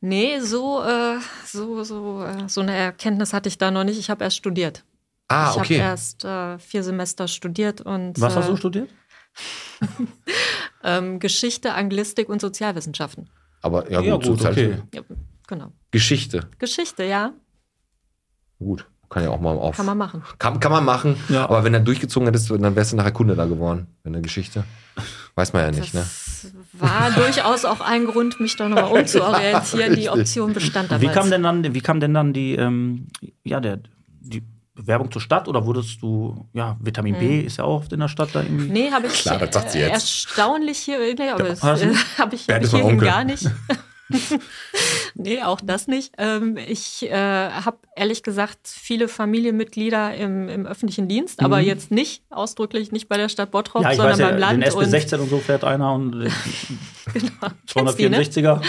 [SPEAKER 6] Nee, so, äh, so, so, äh, so eine Erkenntnis hatte ich da noch nicht. Ich habe erst studiert.
[SPEAKER 1] Ah,
[SPEAKER 6] ich
[SPEAKER 1] okay.
[SPEAKER 6] habe erst äh, vier Semester studiert und
[SPEAKER 2] Was hast du
[SPEAKER 6] äh,
[SPEAKER 2] studiert?
[SPEAKER 6] ähm, Geschichte, Anglistik und Sozialwissenschaften.
[SPEAKER 1] aber ja,
[SPEAKER 2] Ja,
[SPEAKER 1] gut,
[SPEAKER 2] gut,
[SPEAKER 1] zur Zeit-
[SPEAKER 2] okay.
[SPEAKER 6] Ja, genau.
[SPEAKER 1] Geschichte.
[SPEAKER 6] Geschichte, ja,
[SPEAKER 1] Gut, kann ja auch mal auf.
[SPEAKER 6] kann man machen.
[SPEAKER 1] Kann, kann man machen,
[SPEAKER 2] Ja.
[SPEAKER 1] aber wenn er durchgezogen hättest, dann wärst du nachher Kunde da geworden, wenn eine Geschichte. Weiß man ja nicht, ne?
[SPEAKER 6] Das war durchaus auch ein Grund, mich da nochmal umzuorientieren. Die Option bestand
[SPEAKER 2] Wie
[SPEAKER 6] damals.
[SPEAKER 2] kam denn dann, wie kam denn dann die, ähm, ja, der, die Bewerbung zur Stadt oder wurdest du, ja, Vitamin B ist ja auch oft in der Stadt da irgendwie.
[SPEAKER 6] Hm. Nee, habe ich
[SPEAKER 1] Klar, das sagt sie
[SPEAKER 6] äh,
[SPEAKER 1] jetzt.
[SPEAKER 6] erstaunlich hier, nee, aber das
[SPEAKER 2] hast du-
[SPEAKER 6] äh, habe ich, hab
[SPEAKER 1] Bernd
[SPEAKER 6] ich
[SPEAKER 1] ist mein
[SPEAKER 6] hier eben
[SPEAKER 1] Onkel.
[SPEAKER 6] gar nicht. <laughs> nee, auch das nicht. Ähm, ich äh, habe ehrlich gesagt viele Familienmitglieder im, im öffentlichen Dienst, aber jetzt nicht ausdrücklich nicht bei der Stadt Bottrop,
[SPEAKER 2] Mhm. Ja, ich
[SPEAKER 6] sondern
[SPEAKER 2] weiß ja,
[SPEAKER 6] beim
[SPEAKER 2] den
[SPEAKER 6] Land. <laughs>
[SPEAKER 2] SB16 und so fährt einer und den
[SPEAKER 6] Kennst die, ne?
[SPEAKER 2] 264er.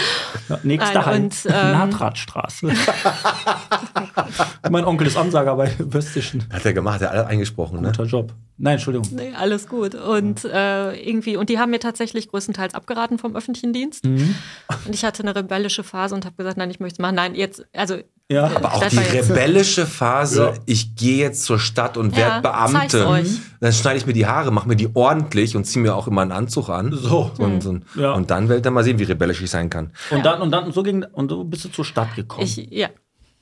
[SPEAKER 2] Ja, nächster
[SPEAKER 6] Nein,
[SPEAKER 2] Halt.
[SPEAKER 6] und, ähm,
[SPEAKER 2] Nahtradstraße. <laughs> mein Onkel ist Ansager bei Westischen.
[SPEAKER 1] Hat er gemacht, hat er alle eingesprochen, ne?
[SPEAKER 2] Guter Job. Nein, Entschuldigung.
[SPEAKER 6] Nee, alles gut.
[SPEAKER 1] Mhm.
[SPEAKER 6] Und äh, irgendwie, und die haben mir tatsächlich größtenteils abgeraten vom öffentlichen Dienst.
[SPEAKER 1] Mhm.
[SPEAKER 6] Und ich hatte eine rebellische Phase und habe gesagt, nein, ich möchte es machen. Nein, jetzt, also
[SPEAKER 2] Ja,
[SPEAKER 1] Aber auch
[SPEAKER 6] Das
[SPEAKER 1] die
[SPEAKER 6] war jetzt-
[SPEAKER 1] rebellische Phase,
[SPEAKER 2] Ja.
[SPEAKER 1] ich gehe jetzt zur Stadt und
[SPEAKER 6] Ja,
[SPEAKER 1] werde Beamte.
[SPEAKER 6] zeig's euch.
[SPEAKER 1] Dann schneide ich mir die Haare, mache mir die ordentlich und ziehe mir auch immer einen Anzug an.
[SPEAKER 2] So.
[SPEAKER 6] Mhm.
[SPEAKER 1] Und, so ein-
[SPEAKER 2] Ja.
[SPEAKER 1] und dann werde ich dann mal sehen, wie rebellisch ich sein kann.
[SPEAKER 2] Und dann, und dann, und so ging, und so bist du zur Stadt gekommen.
[SPEAKER 6] ich, ja,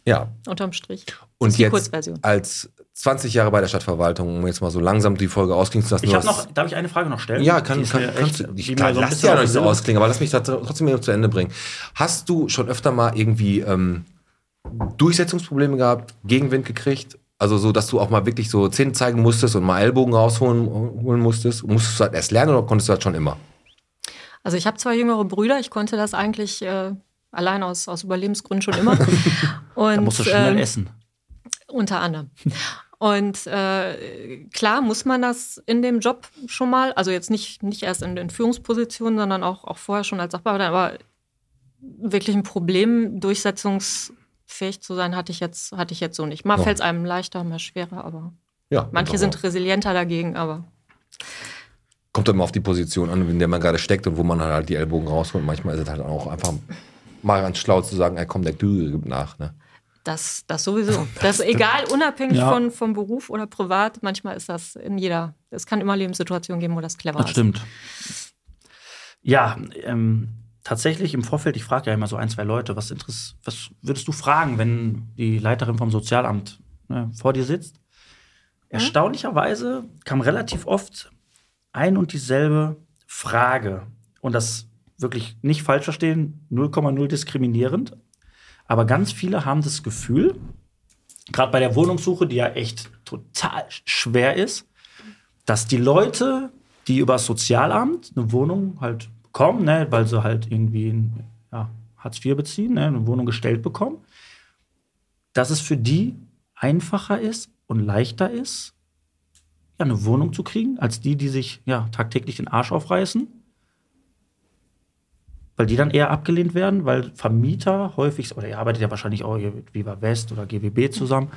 [SPEAKER 1] Ja.
[SPEAKER 6] unterm Strich.
[SPEAKER 1] Und
[SPEAKER 6] die
[SPEAKER 1] jetzt
[SPEAKER 6] Kurzversion.
[SPEAKER 1] als 20 Jahre bei der Stadtverwaltung, um jetzt mal so langsam die Folge ausklingen zu lassen.
[SPEAKER 2] ich
[SPEAKER 1] du
[SPEAKER 2] habe
[SPEAKER 1] hast-
[SPEAKER 2] noch, darf ich eine Frage noch stellen?
[SPEAKER 1] Ja, kann,
[SPEAKER 2] Die ist
[SPEAKER 1] kann,
[SPEAKER 2] mir echt-
[SPEAKER 1] kannst du. Ich
[SPEAKER 2] die mir
[SPEAKER 1] klar,
[SPEAKER 2] so ein
[SPEAKER 1] lass
[SPEAKER 2] bisschen
[SPEAKER 1] die ja noch
[SPEAKER 2] auf
[SPEAKER 1] nicht so
[SPEAKER 2] den Sinn-
[SPEAKER 1] ausklingen, aber lass mich da tr- trotzdem eben zu Ende bringen. Hast du schon öfter mal irgendwie ähm, Durchsetzungsprobleme gehabt, Gegenwind gekriegt? Also so, dass du auch mal wirklich so Zähne zeigen musstest und mal Ellbogen rausholen holen musstest? Musstest du das erst lernen oder konntest du das schon immer?
[SPEAKER 6] Also ich habe zwei jüngere Brüder, ich konnte das eigentlich äh, allein aus, aus Überlebensgründen schon
[SPEAKER 1] <laughs>
[SPEAKER 6] immer. Und,
[SPEAKER 2] Da musst du schnell
[SPEAKER 6] ähm,
[SPEAKER 2] essen.
[SPEAKER 6] Unter anderem. Und äh, klar muss man das in dem Job schon mal, also jetzt nicht, nicht erst in den Führungspositionen, sondern auch, auch vorher schon als Sachbearbeiter, aber wirklich ein Problem, durchsetzungsfähig zu sein, hatte ich jetzt, hatte ich jetzt so nicht. Mal
[SPEAKER 1] Ja.
[SPEAKER 6] fällt es einem leichter, mal schwerer, aber
[SPEAKER 1] Ja. genau.
[SPEAKER 6] manche
[SPEAKER 1] aber
[SPEAKER 6] sind resilienter dagegen, aber
[SPEAKER 1] Kommt doch immer auf die Position an, in der man gerade steckt und wo man halt die Ellbogen rausholt. Manchmal ist es halt auch einfach mal ganz schlau zu sagen, ey, komm, der Dügel gibt nach. Ne?
[SPEAKER 6] das, das sowieso. Das ist egal, unabhängig
[SPEAKER 2] Ja.
[SPEAKER 6] von, vom Beruf oder privat, manchmal ist das in jeder, es kann immer Lebenssituationen geben, wo das clever
[SPEAKER 2] Das
[SPEAKER 6] ist.
[SPEAKER 2] stimmt. Ja, ähm, tatsächlich im Vorfeld, ich frage ja immer so ein, zwei Leute, was, interess was würdest du fragen, wenn die Leiterin vom Sozialamt ne, vor dir sitzt? Erstaunlicherweise kam relativ oft ein und dieselbe Frage. Und das wirklich nicht falsch verstehen, 0,0 diskriminierend. Aber ganz viele haben das Gefühl, gerade bei der Wohnungssuche, die ja echt total schwer ist, dass die Leute, die über das Sozialamt eine Wohnung halt bekommen, ne, weil sie halt irgendwie ein, ja, Hartz IV beziehen, ne, eine Wohnung gestellt bekommen, dass es für die einfacher ist und leichter ist, ja, eine Wohnung zu kriegen, als die, die sich ja, tagtäglich den Arsch aufreißen. weil die dann eher abgelehnt werden, weil Vermieter häufig, oder ihr arbeitet ja wahrscheinlich auch wie bei West oder GWB zusammen,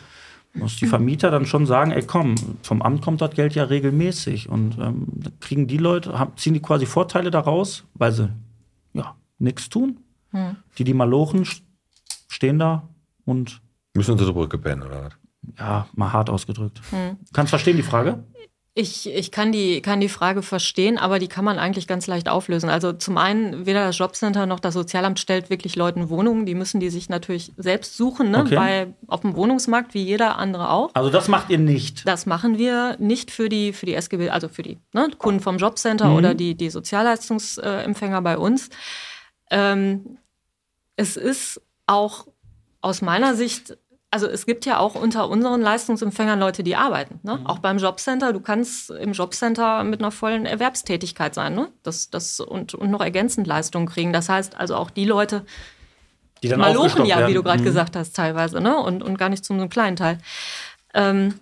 [SPEAKER 2] muss die Vermieter dann schon sagen, ey komm, vom Amt kommt das Geld ja regelmäßig und ähm, da kriegen die Leute, haben, ziehen die quasi Vorteile daraus, weil sie ja nichts tun.
[SPEAKER 6] Hm.
[SPEAKER 2] Die, die Malochen sch- stehen da und
[SPEAKER 1] Müssen unter der Brücke pennen, oder was?
[SPEAKER 2] ja, mal hart ausgedrückt.
[SPEAKER 6] Hm.
[SPEAKER 2] Kannst verstehen die Frage?
[SPEAKER 6] Ich, ich kann, die, kann die Frage verstehen, aber die kann man eigentlich ganz leicht auflösen. Also zum einen, weder das Jobcenter noch das Sozialamt stellt wirklich Leuten Wohnungen. Die müssen die sich natürlich selbst suchen, ne?
[SPEAKER 2] Okay.
[SPEAKER 6] Bei, auf dem Wohnungsmarkt, wie jeder andere auch.
[SPEAKER 2] Also das macht ihr nicht.
[SPEAKER 6] Das machen wir nicht für die, für die SGB, also für die ne, Kunden vom Jobcenter oder die, die Sozialleistungsempfänger bei uns. Ähm, es ist auch aus meiner Sicht, also es gibt ja auch unter unseren Leistungsempfängern Leute, die arbeiten. Ne? Auch beim Jobcenter, du kannst im Jobcenter mit einer vollen Erwerbstätigkeit sein ne? das, das und, und noch ergänzend Leistungen kriegen. Das heißt also auch die Leute,
[SPEAKER 2] Die dann
[SPEAKER 6] Malochen
[SPEAKER 2] aufgestockt
[SPEAKER 6] ja,
[SPEAKER 2] werden.
[SPEAKER 6] wie du gerade
[SPEAKER 2] Mhm.
[SPEAKER 6] gesagt hast, teilweise, ne? Und, und gar nicht zu einem kleinen Teil. Ähm,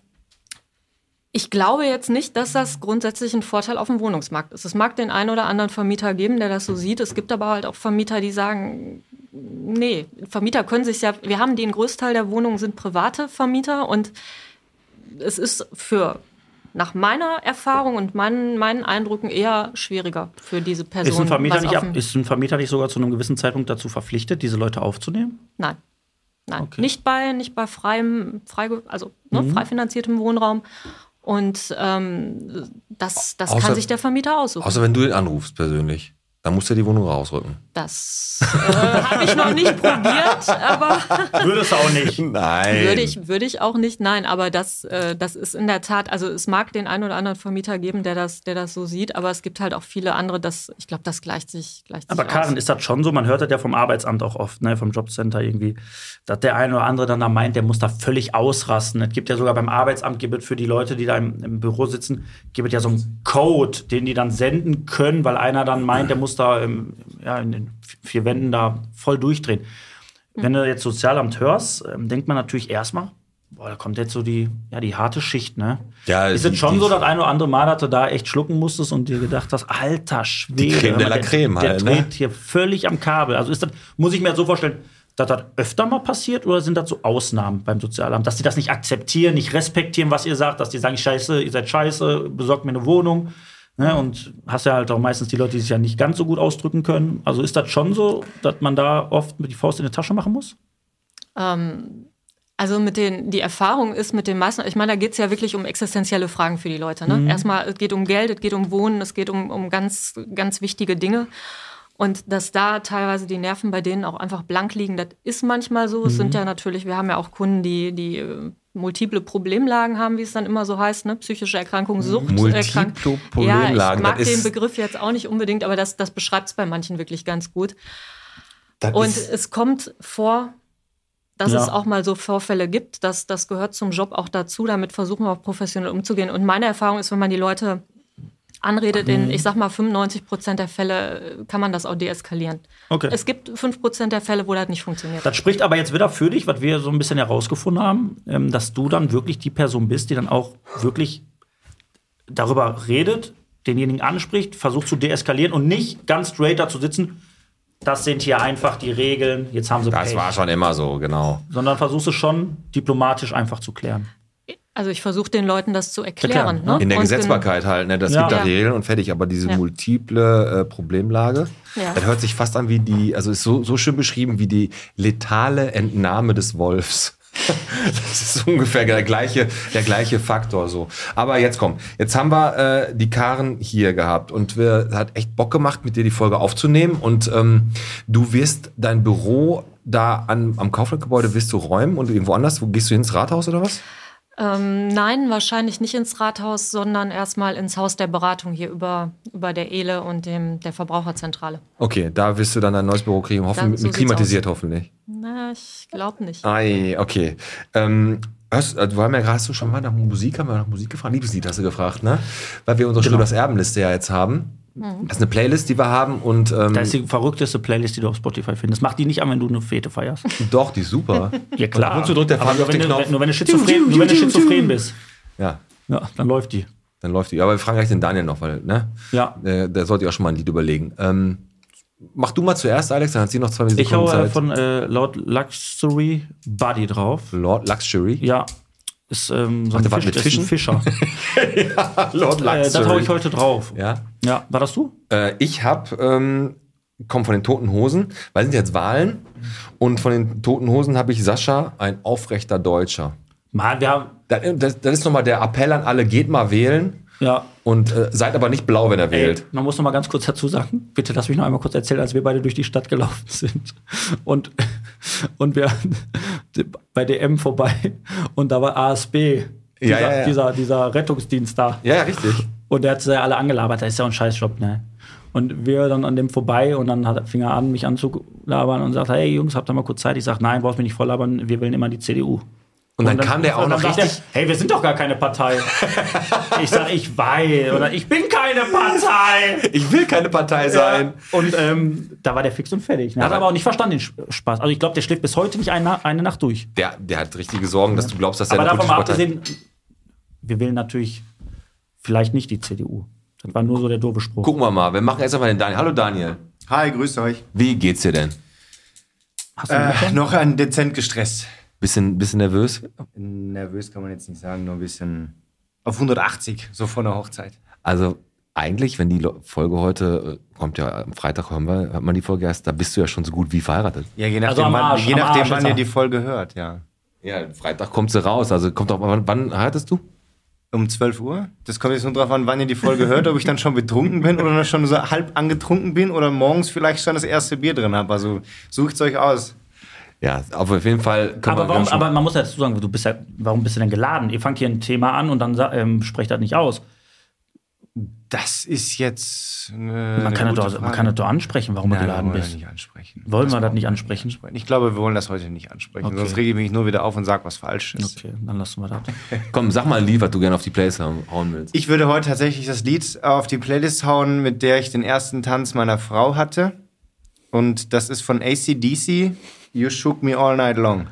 [SPEAKER 6] ich glaube jetzt nicht, dass das grundsätzlich ein Vorteil auf dem Wohnungsmarkt ist. Es mag den einen oder anderen Vermieter geben, der das so sieht. Es gibt aber halt auch Vermieter, die sagen, nee, Vermieter können sich ja, wir haben den Großteil der Wohnungen sind private Vermieter und es ist für nach meiner Erfahrung und meinen, meinen Eindrücken eher schwieriger für diese Person.
[SPEAKER 2] Hm. Ist ein, Vermieter
[SPEAKER 6] was
[SPEAKER 2] nicht,
[SPEAKER 6] auf
[SPEAKER 2] ab-
[SPEAKER 6] dem-
[SPEAKER 2] ist ein Vermieter nicht sogar zu einem gewissen Zeitpunkt dazu verpflichtet, diese Leute aufzunehmen?
[SPEAKER 6] Nein. Nein.
[SPEAKER 2] Okay.
[SPEAKER 6] Nicht bei, nicht bei freiem, frei, also ne, frei finanziertem Wohnraum. Und ähm, das, das
[SPEAKER 1] Außer-
[SPEAKER 6] kann sich der Vermieter aussuchen.
[SPEAKER 1] Außer wenn du ihn anrufst persönlich. Dann muss er die Wohnung rausrücken.
[SPEAKER 6] das äh, habe ich noch nicht probiert, aber
[SPEAKER 2] Würdest du auch nicht.
[SPEAKER 1] Nein.
[SPEAKER 6] würde ich, würde ich auch nicht. Nein, aber das, äh, das ist in der Tat, also es mag den einen oder anderen Vermieter geben, der das, der das so sieht, aber es gibt halt auch viele andere, das, ich glaube, das gleicht sich, gleicht
[SPEAKER 2] Aber
[SPEAKER 6] sich
[SPEAKER 2] Karin,
[SPEAKER 6] aus.
[SPEAKER 2] ist das schon so? Man hört das ja vom Arbeitsamt auch oft, ne, vom Jobcenter irgendwie, dass der eine oder andere dann da meint, der muss da völlig ausrasten. Es gibt ja sogar beim Arbeitsamt, gibt es für die Leute, die da im, im Büro sitzen, gibt es ja so einen Code, den die dann senden können, weil einer dann meint, der muss da im, ja, in den vier Wänden da voll durchdrehen. Wenn du jetzt Sozialamt hörst, ähm, denkt man natürlich erstmal, boah, da kommt jetzt so die, ja, die harte Schicht, ne?
[SPEAKER 1] Ja,
[SPEAKER 2] ist
[SPEAKER 1] die-
[SPEAKER 2] es schon
[SPEAKER 1] die-
[SPEAKER 2] so, dass ein oder andere Mal, dass du da echt schlucken musstest und dir gedacht hast, alter Schwede,
[SPEAKER 1] Creme de
[SPEAKER 2] hör mal,
[SPEAKER 1] la
[SPEAKER 2] der,
[SPEAKER 1] Creme
[SPEAKER 2] der
[SPEAKER 1] halt, ne?
[SPEAKER 2] dreht hier völlig am Kabel. Also ist das, muss ich mir so vorstellen, dass das öfter mal passiert oder sind das so Ausnahmen beim Sozialamt, dass die das nicht akzeptieren, nicht respektieren, was ihr sagt, dass die sagen, scheiße, ihr seid scheiße, besorgt mir eine Wohnung. Ne? Und hast ja halt auch meistens die Leute, die sich ja nicht ganz so gut ausdrücken können. Also ist das schon so, dass man da oft mit die Faust in die Tasche machen muss?
[SPEAKER 6] Also mit den, die Erfahrung ist mit den meisten, ich meine, da geht's ja wirklich um existenzielle Fragen für die Leute.
[SPEAKER 1] Mhm.
[SPEAKER 6] Ne? Erstmal, es geht um Geld, es geht um Wohnen, es geht um, um ganz, ganz wichtige Dinge. Und dass da teilweise die Nerven bei denen auch einfach blank liegen, das ist manchmal so. Es
[SPEAKER 1] Mhm.
[SPEAKER 6] sind ja natürlich, wir haben ja auch Kunden, die, die äh, multiple Problemlagen haben, wie es dann immer so heißt, ne? psychische Erkrankungen, Suchterkrankungen.
[SPEAKER 1] Mhm. Multiple
[SPEAKER 6] Ja, ich
[SPEAKER 1] Problemlagen,
[SPEAKER 6] mag
[SPEAKER 1] das
[SPEAKER 6] den
[SPEAKER 1] ist-
[SPEAKER 6] Begriff jetzt auch nicht unbedingt, aber das, das beschreibt es bei manchen wirklich ganz gut.
[SPEAKER 1] Das
[SPEAKER 6] Und
[SPEAKER 1] ist-
[SPEAKER 6] es kommt vor, dass
[SPEAKER 2] Ja.
[SPEAKER 6] es auch mal so Vorfälle gibt. Das, das gehört zum Job auch dazu. Damit versuchen wir auch professionell umzugehen. Und meine Erfahrung ist, wenn man die Leute anredet, in, ich sag mal, 95 Prozent der Fälle äh, kann man das auch deeskalieren.
[SPEAKER 2] Okay.
[SPEAKER 6] Es gibt 5 Prozent der Fälle, wo das nicht funktioniert.
[SPEAKER 2] Das spricht aber jetzt wieder für dich, was wir so ein bisschen herausgefunden haben, ähm, dass du dann wirklich die Person bist, die dann auch wirklich darüber redet, denjenigen anspricht, versucht zu deeskalieren und nicht ganz straight da zu sitzen. Das sind hier einfach die Regeln, jetzt haben sie
[SPEAKER 1] Das
[SPEAKER 2] Pech.
[SPEAKER 1] war schon immer so, genau.
[SPEAKER 2] Sondern versuchst es schon diplomatisch einfach zu klären.
[SPEAKER 6] Also ich versuche den Leuten das zu erklären.
[SPEAKER 2] Erklären,
[SPEAKER 6] ne?
[SPEAKER 1] In der
[SPEAKER 6] Und
[SPEAKER 1] Gesetzbarkeit halt, ne? Das
[SPEAKER 2] Ja.
[SPEAKER 1] gibt da
[SPEAKER 6] Ja.
[SPEAKER 1] Regeln und fertig. Aber diese
[SPEAKER 6] Ja.
[SPEAKER 1] multiple äh, Problemlage,
[SPEAKER 6] Ja.
[SPEAKER 1] das hört sich fast an wie die, also ist so, so schön beschrieben wie die letale Entnahme des Wolfs. <laughs> Das ist ungefähr der gleiche, der gleiche Faktor so. Aber jetzt komm, jetzt haben wir äh, die Karen hier gehabt und wir hat echt Bock gemacht, mit dir die Folge aufzunehmen. Und ähm, du wirst dein Büro da an, am Kauflandgebäude wirst du räumen und irgendwo anders. Wo gehst du hin ins Rathaus oder was?
[SPEAKER 6] Ähm, nein, wahrscheinlich nicht ins Rathaus, sondern erstmal ins Haus der Beratung hier über, über der ELE und dem, der Verbraucherzentrale.
[SPEAKER 1] Okay, da wirst du dann ein neues Büro kriegen,
[SPEAKER 6] Da-
[SPEAKER 1] hoffentlich
[SPEAKER 6] so
[SPEAKER 1] mit
[SPEAKER 6] sieht's
[SPEAKER 1] klimatisiert hoffentlich.
[SPEAKER 6] Na, ich glaube nicht.
[SPEAKER 1] Ei, okay. Ähm, hast, äh, wir haben ja gerade hast du schon mal nach Musik, haben wir nach Musik gefragt, Liebeslied hast du gefragt, ne? Weil wir
[SPEAKER 2] Genau.
[SPEAKER 1] unsere Schröders Erbenliste ja jetzt haben. Das ist eine Playlist, die wir haben und ähm,
[SPEAKER 2] Mhm. Das ist die verrückteste Playlist, die du auf Spotify findest. Mach die nicht an, wenn du eine Fete feierst.
[SPEAKER 1] doch, die
[SPEAKER 2] <laughs>
[SPEAKER 1] ist super.
[SPEAKER 2] Ja, klar.
[SPEAKER 1] Und zu dritt, der
[SPEAKER 2] Aber
[SPEAKER 1] Fabi
[SPEAKER 2] nur
[SPEAKER 1] auf
[SPEAKER 2] wenn
[SPEAKER 1] den
[SPEAKER 2] du-
[SPEAKER 1] Knopf.
[SPEAKER 2] Nur wenn du schizophren, nur wenn du schizophren bist,
[SPEAKER 1] ja,
[SPEAKER 2] ja, dann läuft die.
[SPEAKER 1] dann läuft die. Aber wir fragen gleich den Daniel noch, weil, ne?
[SPEAKER 2] Ja.
[SPEAKER 1] Äh, der sollte ja auch schon mal ein Lied überlegen. Ähm, Mach du mal zuerst, Alex, dann hat sie noch zwei Sekunden
[SPEAKER 2] Ich haue äh,
[SPEAKER 1] Zeit.
[SPEAKER 2] von äh, laut Luxury Buddy drauf.
[SPEAKER 1] Lord Luxury.
[SPEAKER 2] Ja. Ist ähm, so ein,
[SPEAKER 1] der war
[SPEAKER 2] Fisch,
[SPEAKER 1] mit
[SPEAKER 2] ist ein Fischer.
[SPEAKER 1] Fischen? <laughs> Lord
[SPEAKER 2] äh, das haue ich heute drauf.
[SPEAKER 1] Ja.
[SPEAKER 2] Ja, war das du?
[SPEAKER 1] Äh, ich habe, ähm, komm von den Toten Hosen, weil sind jetzt Wahlen und von den Toten Hosen habe ich Sascha, ein aufrechter Deutscher.
[SPEAKER 2] Mann, wir haben.
[SPEAKER 1] Das, das, das ist nochmal der Appell an alle, geht mal wählen
[SPEAKER 2] Ja.
[SPEAKER 1] und äh, seid aber nicht blau, wenn er wählt.
[SPEAKER 2] Man muss noch mal ganz kurz dazu sagen, bitte lass mich noch einmal kurz erzählen, als wir beide durch die Stadt gelaufen <laughs> sind und, und wir <laughs> bei DM vorbei und da war ASB, dieser,
[SPEAKER 1] ja, ja.
[SPEAKER 2] dieser, dieser Rettungsdienst da.
[SPEAKER 1] Ja, ja, richtig.
[SPEAKER 2] Und der hat sie ja alle angelabert, das ist ja ein Scheißjob, ne? Und wir dann an dem vorbei und dann hat, fing er an, mich anzulabern und sagt, hey Jungs, habt ihr mal kurz Zeit? Ich sag, nein, braucht mich nicht volllabern, wir wählen immer die CDU.
[SPEAKER 1] Und dann, kam der auch
[SPEAKER 2] Und dann
[SPEAKER 1] noch
[SPEAKER 2] sagt er,
[SPEAKER 1] richtig.
[SPEAKER 2] hey, wir sind doch gar keine
[SPEAKER 1] <laughs>
[SPEAKER 2] Partei. ich sag, ich weiß, oder ich bin keine Partei.
[SPEAKER 1] Ich will keine Partei
[SPEAKER 2] Ja. Und ähm, da war der fix und fertig. Ne? Hat
[SPEAKER 1] Aber-
[SPEAKER 2] aber auch nicht verstanden, den Sp- Spaß. Also ich glaube, der schläft bis heute nicht eine, eine Nacht durch.
[SPEAKER 1] Der, der hat richtige Sorgen, dass du glaubst, dass er
[SPEAKER 2] aber
[SPEAKER 1] eine
[SPEAKER 2] davon
[SPEAKER 1] politische
[SPEAKER 2] mal
[SPEAKER 1] Partei
[SPEAKER 2] abgesehen, wir wählen natürlich vielleicht nicht die CDU. Das war nur so der doofe Spruch.
[SPEAKER 1] Gucken wir mal, wir machen erst einmal den Daniel. Hallo Daniel,
[SPEAKER 9] Hi, grüßt euch.
[SPEAKER 1] wie geht's dir denn?
[SPEAKER 2] Hast du einen
[SPEAKER 9] Äh, noch ein dezent gestresst.
[SPEAKER 1] Bisschen, bisschen nervös?
[SPEAKER 9] Nervös kann man jetzt nicht sagen, nur ein bisschen auf 180, so vor der Hochzeit.
[SPEAKER 1] Also eigentlich, wenn die Lo- Folge heute äh, kommt ja am Freitag hören wir, hört man die Folge erst, da bist du ja schon so gut wie verheiratet.
[SPEAKER 9] Ja, je
[SPEAKER 2] Also am
[SPEAKER 9] nachdem,
[SPEAKER 2] Arsch,
[SPEAKER 9] wann, je
[SPEAKER 2] am
[SPEAKER 9] nachdem
[SPEAKER 2] Arsch
[SPEAKER 9] wann
[SPEAKER 2] jetzt
[SPEAKER 9] ihr
[SPEAKER 2] auch.
[SPEAKER 9] die Folge hört, ja.
[SPEAKER 1] Ja, Freitag kommt sie raus. Also kommt auch wann, wann heiratest du?
[SPEAKER 9] Um 12 Uhr? Das kommt jetzt nur drauf an, wann ihr die Folge hört, ob ich dann schon betrunken bin oder schon so halb angetrunken bin oder morgens vielleicht schon das erste Bier drin habe. Also sucht's euch aus.
[SPEAKER 1] Ja, aber auf jeden Fall können
[SPEAKER 2] aber,
[SPEAKER 1] wir-
[SPEAKER 2] warum,
[SPEAKER 1] wir haben
[SPEAKER 2] aber man muss ja dazu sagen, du bist ja, warum bist du denn geladen? Ihr fangt hier ein Thema an und dann sa- ähm, sprecht das nicht aus.
[SPEAKER 9] Das ist jetzt. Eine,
[SPEAKER 2] Man kann,
[SPEAKER 9] eine
[SPEAKER 2] das
[SPEAKER 9] gute
[SPEAKER 2] doch, man
[SPEAKER 9] Frage.
[SPEAKER 2] kann das doch ansprechen, warum du
[SPEAKER 9] Nein,
[SPEAKER 2] geladen
[SPEAKER 9] wollen wir
[SPEAKER 2] bist.
[SPEAKER 9] Nicht ansprechen.
[SPEAKER 2] Wollen wir das nicht ansprechen?
[SPEAKER 9] Ich glaube, wir wollen das heute nicht ansprechen.
[SPEAKER 2] Okay.
[SPEAKER 9] Sonst rege ich mich nur wieder auf und sage was Falsches.
[SPEAKER 2] Okay, dann lassen wir das.
[SPEAKER 1] schon, komm, sag mal ein Lied, was du gerne auf die Playlist hauen willst.
[SPEAKER 9] Ich würde heute tatsächlich das Lied auf die Playlist hauen, mit der ich den ersten Tanz meiner Frau hatte. Und das ist von ACDC. You shook me all night long.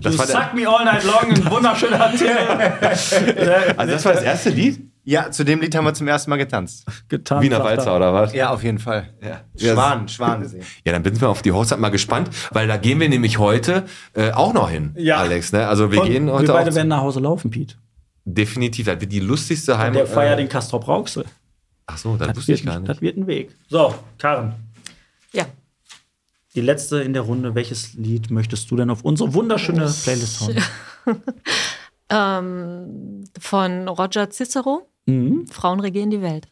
[SPEAKER 2] Das you suck me all night long, ein <laughs> wunderschöner Titel.
[SPEAKER 1] also das war das erste Lied?
[SPEAKER 9] Ja, zu dem Lied haben wir zum ersten Mal getanzt.
[SPEAKER 2] Getan,
[SPEAKER 1] Wiener
[SPEAKER 2] sagt er.
[SPEAKER 1] Walzer oder was?
[SPEAKER 9] Ja, auf jeden Fall.
[SPEAKER 1] Ja.
[SPEAKER 9] Schwan, Schwanensee.
[SPEAKER 1] Ja, dann bin ich mal auf die Hochzeit mal gespannt, weil da gehen wir nämlich heute äh, auch noch hin,
[SPEAKER 2] Ja.
[SPEAKER 1] Alex. Ne? Also wir
[SPEAKER 2] Und
[SPEAKER 1] gehen
[SPEAKER 2] wir
[SPEAKER 1] heute
[SPEAKER 2] beide
[SPEAKER 1] auch
[SPEAKER 2] werden nach Hause laufen, Pete.
[SPEAKER 1] definitiv, das wird die lustigste Heim...
[SPEAKER 2] Der feiert
[SPEAKER 1] äh,
[SPEAKER 2] den Castrop Rauxel.
[SPEAKER 1] ach so, das,
[SPEAKER 2] Das
[SPEAKER 1] wusste
[SPEAKER 2] wird,
[SPEAKER 1] ich gar
[SPEAKER 2] das
[SPEAKER 1] nicht.
[SPEAKER 2] wird ein Weg. So, Karen.
[SPEAKER 6] Ja.
[SPEAKER 2] Die letzte in der Runde. Welches Lied möchtest du denn auf unsere wunderschöne Playlist hauen?
[SPEAKER 6] Ähm, von Roger Cicero.
[SPEAKER 1] Mhm.
[SPEAKER 6] Frauen regieren die Welt.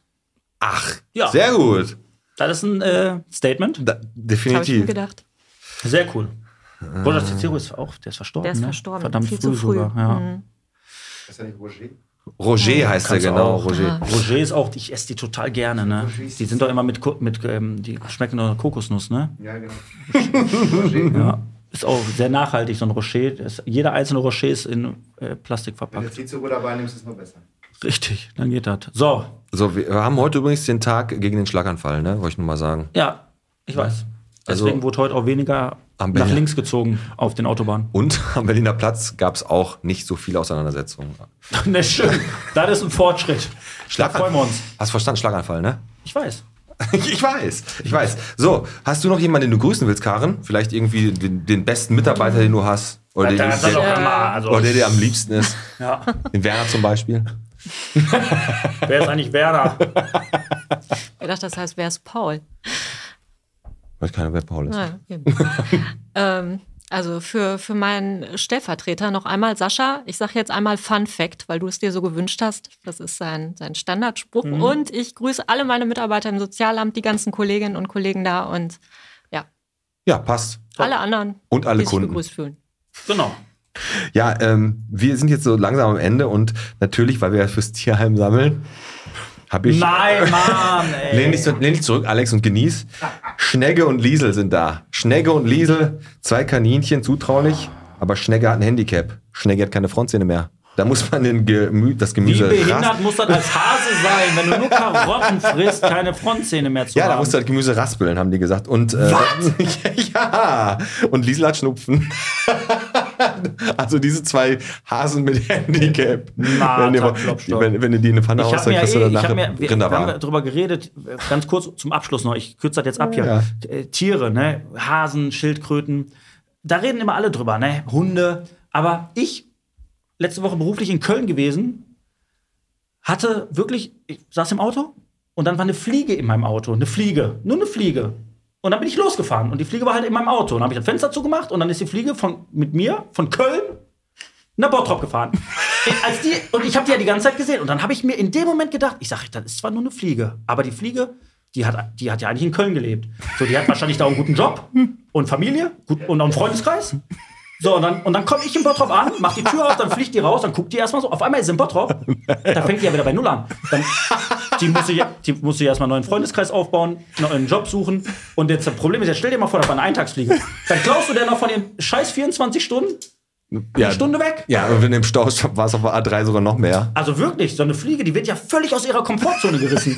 [SPEAKER 1] Ach,
[SPEAKER 2] Ja.
[SPEAKER 1] sehr gut.
[SPEAKER 2] Das ist ein äh, Statement.
[SPEAKER 1] Da,
[SPEAKER 6] Habe ich mir
[SPEAKER 1] definitiv.
[SPEAKER 6] gedacht.
[SPEAKER 2] Sehr cool.
[SPEAKER 1] Äh.
[SPEAKER 2] Roger Cicero ist auch, der ist verstorben.
[SPEAKER 6] Der ist
[SPEAKER 2] ne?
[SPEAKER 6] verstorben.
[SPEAKER 2] Verdammt
[SPEAKER 6] viel
[SPEAKER 2] früh,
[SPEAKER 6] zu früh.
[SPEAKER 2] sogar. Ja.
[SPEAKER 6] Mhm.
[SPEAKER 2] Ah,
[SPEAKER 1] Roger heißt er
[SPEAKER 2] Kannst du
[SPEAKER 1] genau,
[SPEAKER 2] auch. Ah.
[SPEAKER 1] Roger.
[SPEAKER 2] Roger ist auch, ich esse die total gerne, ne? Die sind doch immer mit, Ko- mit ähm, die schmecken doch nach Kokosnuss, ne? Ja,
[SPEAKER 9] <laughs>
[SPEAKER 6] Mhm.
[SPEAKER 2] genau. ja. Ist auch sehr nachhaltig, so ein Rocher. Das- jeder einzelne Rocher ist in äh, Plastik verpackt.
[SPEAKER 9] viel zu gut dabei nimmst, ist nur besser.
[SPEAKER 2] Richtig, dann geht das. So,
[SPEAKER 1] So, wir haben heute übrigens den Tag gegen den Schlaganfall, ne? Wollte ich nur mal sagen.
[SPEAKER 2] ja, ich weiß.
[SPEAKER 1] Also-
[SPEAKER 2] Deswegen wurde heute auch weniger
[SPEAKER 1] Am
[SPEAKER 2] nach
[SPEAKER 1] Berlin-
[SPEAKER 2] links gezogen auf den Autobahnen. <laughs>
[SPEAKER 1] Und <laughs> am Berliner Platz gab es auch nicht so viele Auseinandersetzungen.
[SPEAKER 2] ne, schön. Das ist ein Fortschritt. Da
[SPEAKER 1] Schlaganfall.
[SPEAKER 2] freuen wir uns.
[SPEAKER 1] Hast verstanden, Schlaganfall, ne? <laughs>
[SPEAKER 2] Ich weiß.
[SPEAKER 1] Ich weiß, ich weiß. So, hast du noch jemanden, den du grüßen willst, Karen? Vielleicht irgendwie den, den besten Mitarbeiter, den du hast? Oder,
[SPEAKER 2] Da-
[SPEAKER 1] den,
[SPEAKER 2] das ist doch
[SPEAKER 1] der,
[SPEAKER 2] Hammer. Also,
[SPEAKER 1] oder der dir am liebsten ist?
[SPEAKER 2] ja.
[SPEAKER 1] Den Werner zum Beispiel?
[SPEAKER 2] Wer ist eigentlich Werner?
[SPEAKER 6] Ich dachte, das heißt, wer ist Paul?
[SPEAKER 1] Weiß keiner, wer Paul ist.
[SPEAKER 6] Ah,
[SPEAKER 1] <laughs>
[SPEAKER 6] eben. ähm, also für, für meinen Stellvertreter noch einmal Sascha. Ich sage jetzt einmal Fun Fact, weil du es dir so gewünscht hast. Das ist sein, sein Standardspruch.
[SPEAKER 1] Mhm.
[SPEAKER 6] Und ich grüße alle meine Mitarbeiter im Sozialamt, die ganzen Kolleginnen und Kollegen da und
[SPEAKER 1] Ja, passt.
[SPEAKER 6] alle anderen,
[SPEAKER 1] Und alle
[SPEAKER 6] die sich
[SPEAKER 1] Kunden.
[SPEAKER 6] begrüßt fühlen.
[SPEAKER 2] Genau.
[SPEAKER 1] Ja, ähm, wir sind jetzt so langsam am Ende und natürlich, weil wir ja fürs Tierheim sammeln, habe ich.
[SPEAKER 2] Nein, Mann,
[SPEAKER 1] <laughs>
[SPEAKER 2] ey.
[SPEAKER 1] Lehn dich, lehn dich zurück, Alex, und genieß. Schnegge und Liesel sind da. Schnegge und Liesel, zwei Kaninchen, zutraulich, aber Schnegge hat ein Handicap. Schnegge hat keine Frontzähne mehr. Da muss man den Gemü das
[SPEAKER 2] Wie
[SPEAKER 1] Gemüse
[SPEAKER 2] behindert
[SPEAKER 1] raspeln.
[SPEAKER 2] muss das als Hase sein, wenn du nur Karotten frisst, keine Frontzähne mehr zu
[SPEAKER 1] Ja, da
[SPEAKER 2] haben?
[SPEAKER 1] musst du das Gemüse <laughs> raspeln, haben die gesagt. Und, äh, Was? ja, und Liesel hat Schnupfen. <laughs> Also diese zwei Hasen mit Handicap. wenn,
[SPEAKER 2] Martha
[SPEAKER 1] die,
[SPEAKER 2] Klopstock.
[SPEAKER 1] wenn, wenn du die in eine Pfanne
[SPEAKER 2] Ich
[SPEAKER 1] haust,
[SPEAKER 2] habe
[SPEAKER 1] dann
[SPEAKER 2] mir,
[SPEAKER 1] kriegst du
[SPEAKER 2] eh,
[SPEAKER 1] dann
[SPEAKER 2] ich hab mir
[SPEAKER 1] nachher
[SPEAKER 2] wir, wir haben
[SPEAKER 1] Rinderwagen.
[SPEAKER 2] darüber geredet, äh, ganz kurz zum Abschluss noch, ich kürze das jetzt ab hier.
[SPEAKER 1] Ja.
[SPEAKER 2] Äh, Tiere, ne? Hasen, Schildkröten, da reden immer alle drüber, ne? Hunde. Aber ich, letzte Woche beruflich in Köln gewesen, hatte wirklich, ich saß im Auto und dann war eine Fliege in meinem Auto. Eine Fliege, nur eine Fliege. Und dann bin ich losgefahren und die Fliege war halt in meinem Auto. Und dann habe ich das Fenster zugemacht und dann ist die Fliege von, mit mir von Köln nach Bottrop gefahren. Ich- Als die, und ich habe die ja die ganze Zeit gesehen. Und dann habe ich mir in dem Moment gedacht, ich sage, das ist zwar nur eine Fliege, aber die Fliege, die hat, die hat ja eigentlich in Köln gelebt. So, die hat wahrscheinlich da einen guten Job und Familie gut, und auch einen Freundeskreis. So, und dann, und dann komme ich in Bottrop an, mach die Tür auf, dann fliegt die raus, dann guckt die erstmal so. Auf einmal ist sie in Bottrop, da fängt die ja wieder bei Null an. Dann, die muss sich, die muss sich erstmal einen neuen Freundeskreis aufbauen, einen neuen Job suchen. Und jetzt das Problem ist, jetzt stell dir mal vor, das war eine Eintagsfliege. Dann klaust du der noch von den scheiß 24 Stunden
[SPEAKER 1] Ja,
[SPEAKER 2] eine Stunde weg.
[SPEAKER 1] ja, und wenn du im Stau warst, war es auf der A3 sogar noch mehr.
[SPEAKER 2] Also wirklich, so eine Fliege, die wird ja völlig aus ihrer Komfortzone gerissen.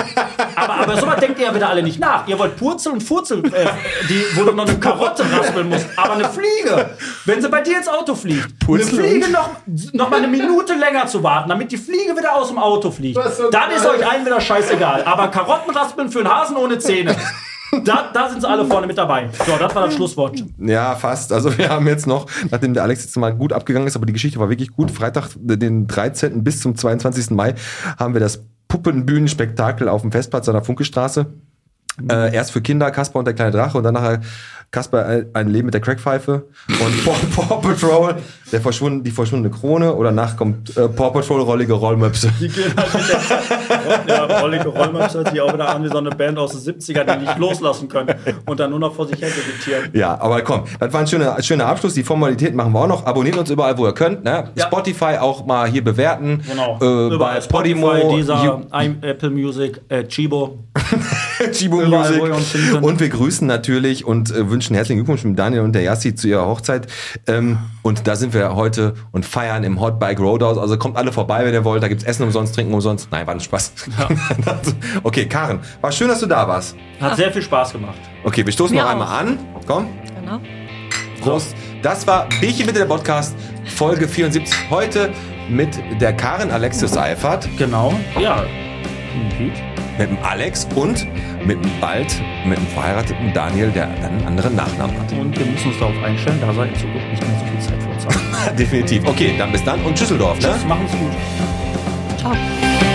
[SPEAKER 2] aber, aber sowas denkt ihr ja wieder alle nicht nach. Ihr wollt Purzel und Furzel, äh, die, wo du noch eine Karotte raspeln musst. Aber eine Fliege, wenn sie bei dir ins Auto fliegt,
[SPEAKER 1] Purzel
[SPEAKER 2] eine Fliege noch, noch mal eine Minute länger zu warten, damit die Fliege wieder aus dem Auto fliegt. Dann ist euch allen wieder scheißegal. Aber Karotten raspeln für einen Hasen ohne Zähne. Da, da sind sie alle vorne mit dabei. So, das war das Schlusswort.
[SPEAKER 1] Ja, fast. Also wir haben jetzt noch, nachdem der Alex jetzt mal gut abgegangen ist, aber die Geschichte war wirklich gut, Freitag, äh, den 13. bis zum 22. Mai haben wir das Puppenbühnenspektakel auf dem Festplatz an der Funkestraße. Äh, erst für Kinder, Kasper und der kleine Drache und dann nachher Kasper ein- ein Leben mit der Crackpfeife und <laughs> Paw, Paw Patrol, der verschwunden, die verschwundene Krone oder nach kommt äh, Paw Patrol, rollige Rollmöpse.
[SPEAKER 2] Die gehen halt mit der ja, Rollige Rollmaps hört sich auch wieder an wie so eine Band aus den 70ern, die nicht loslassen können und dann nur noch vor sich her vegetieren.
[SPEAKER 1] Ja, aber komm, das war ein schöner, schöner Abschluss. Die Formalität machen wir auch noch. Abonniert uns überall, wo ihr könnt. Ne?
[SPEAKER 2] Ja.
[SPEAKER 1] Spotify auch mal hier bewerten.
[SPEAKER 2] Genau.
[SPEAKER 1] Äh,
[SPEAKER 2] Überall
[SPEAKER 1] bei
[SPEAKER 2] <laughs>
[SPEAKER 1] Podimo,
[SPEAKER 2] dieser
[SPEAKER 1] You-
[SPEAKER 2] I'm Apple Music, äh, Chibo.
[SPEAKER 1] <laughs> Chibo
[SPEAKER 2] überall,
[SPEAKER 1] Music.
[SPEAKER 2] wo ihr uns finden könnt.
[SPEAKER 1] Und wir grüßen natürlich und äh, wünschen herzlichen Glückwunsch mit Daniel und der Yassi zu ihrer Hochzeit. Ähm, und da sind wir heute und feiern im Hot Bike Roadhouse. Also kommt alle vorbei, wenn ihr wollt. Da gibt's Essen umsonst, Trinken umsonst. Nein, war ein Spaß. <laughs> okay, Karen, war schön, dass du da warst.
[SPEAKER 2] Hat sehr viel Spaß gemacht.
[SPEAKER 1] Okay, wir stoßen
[SPEAKER 6] Mir
[SPEAKER 1] noch
[SPEAKER 6] auch.
[SPEAKER 1] einmal an. Komm.
[SPEAKER 6] Genau.
[SPEAKER 1] Prost. Das war Bierchen mit der Podcast, Folge 74. Heute mit der Karin Alexis Seifert,
[SPEAKER 2] Genau. Ja.
[SPEAKER 1] mit dem Alex und mit dem bald mit dem verheirateten Daniel, der einen anderen Nachnamen
[SPEAKER 2] Und wir müssen uns darauf einstellen, da sei in Zukunft nicht mehr so viel
[SPEAKER 1] <laughs>
[SPEAKER 2] Zeit für uns haben.
[SPEAKER 1] hat. Definitiv. Okay, dann bis dann und Tschüsseldorf, ne?
[SPEAKER 2] Tschüss, machen Sie gut.
[SPEAKER 6] Ciao.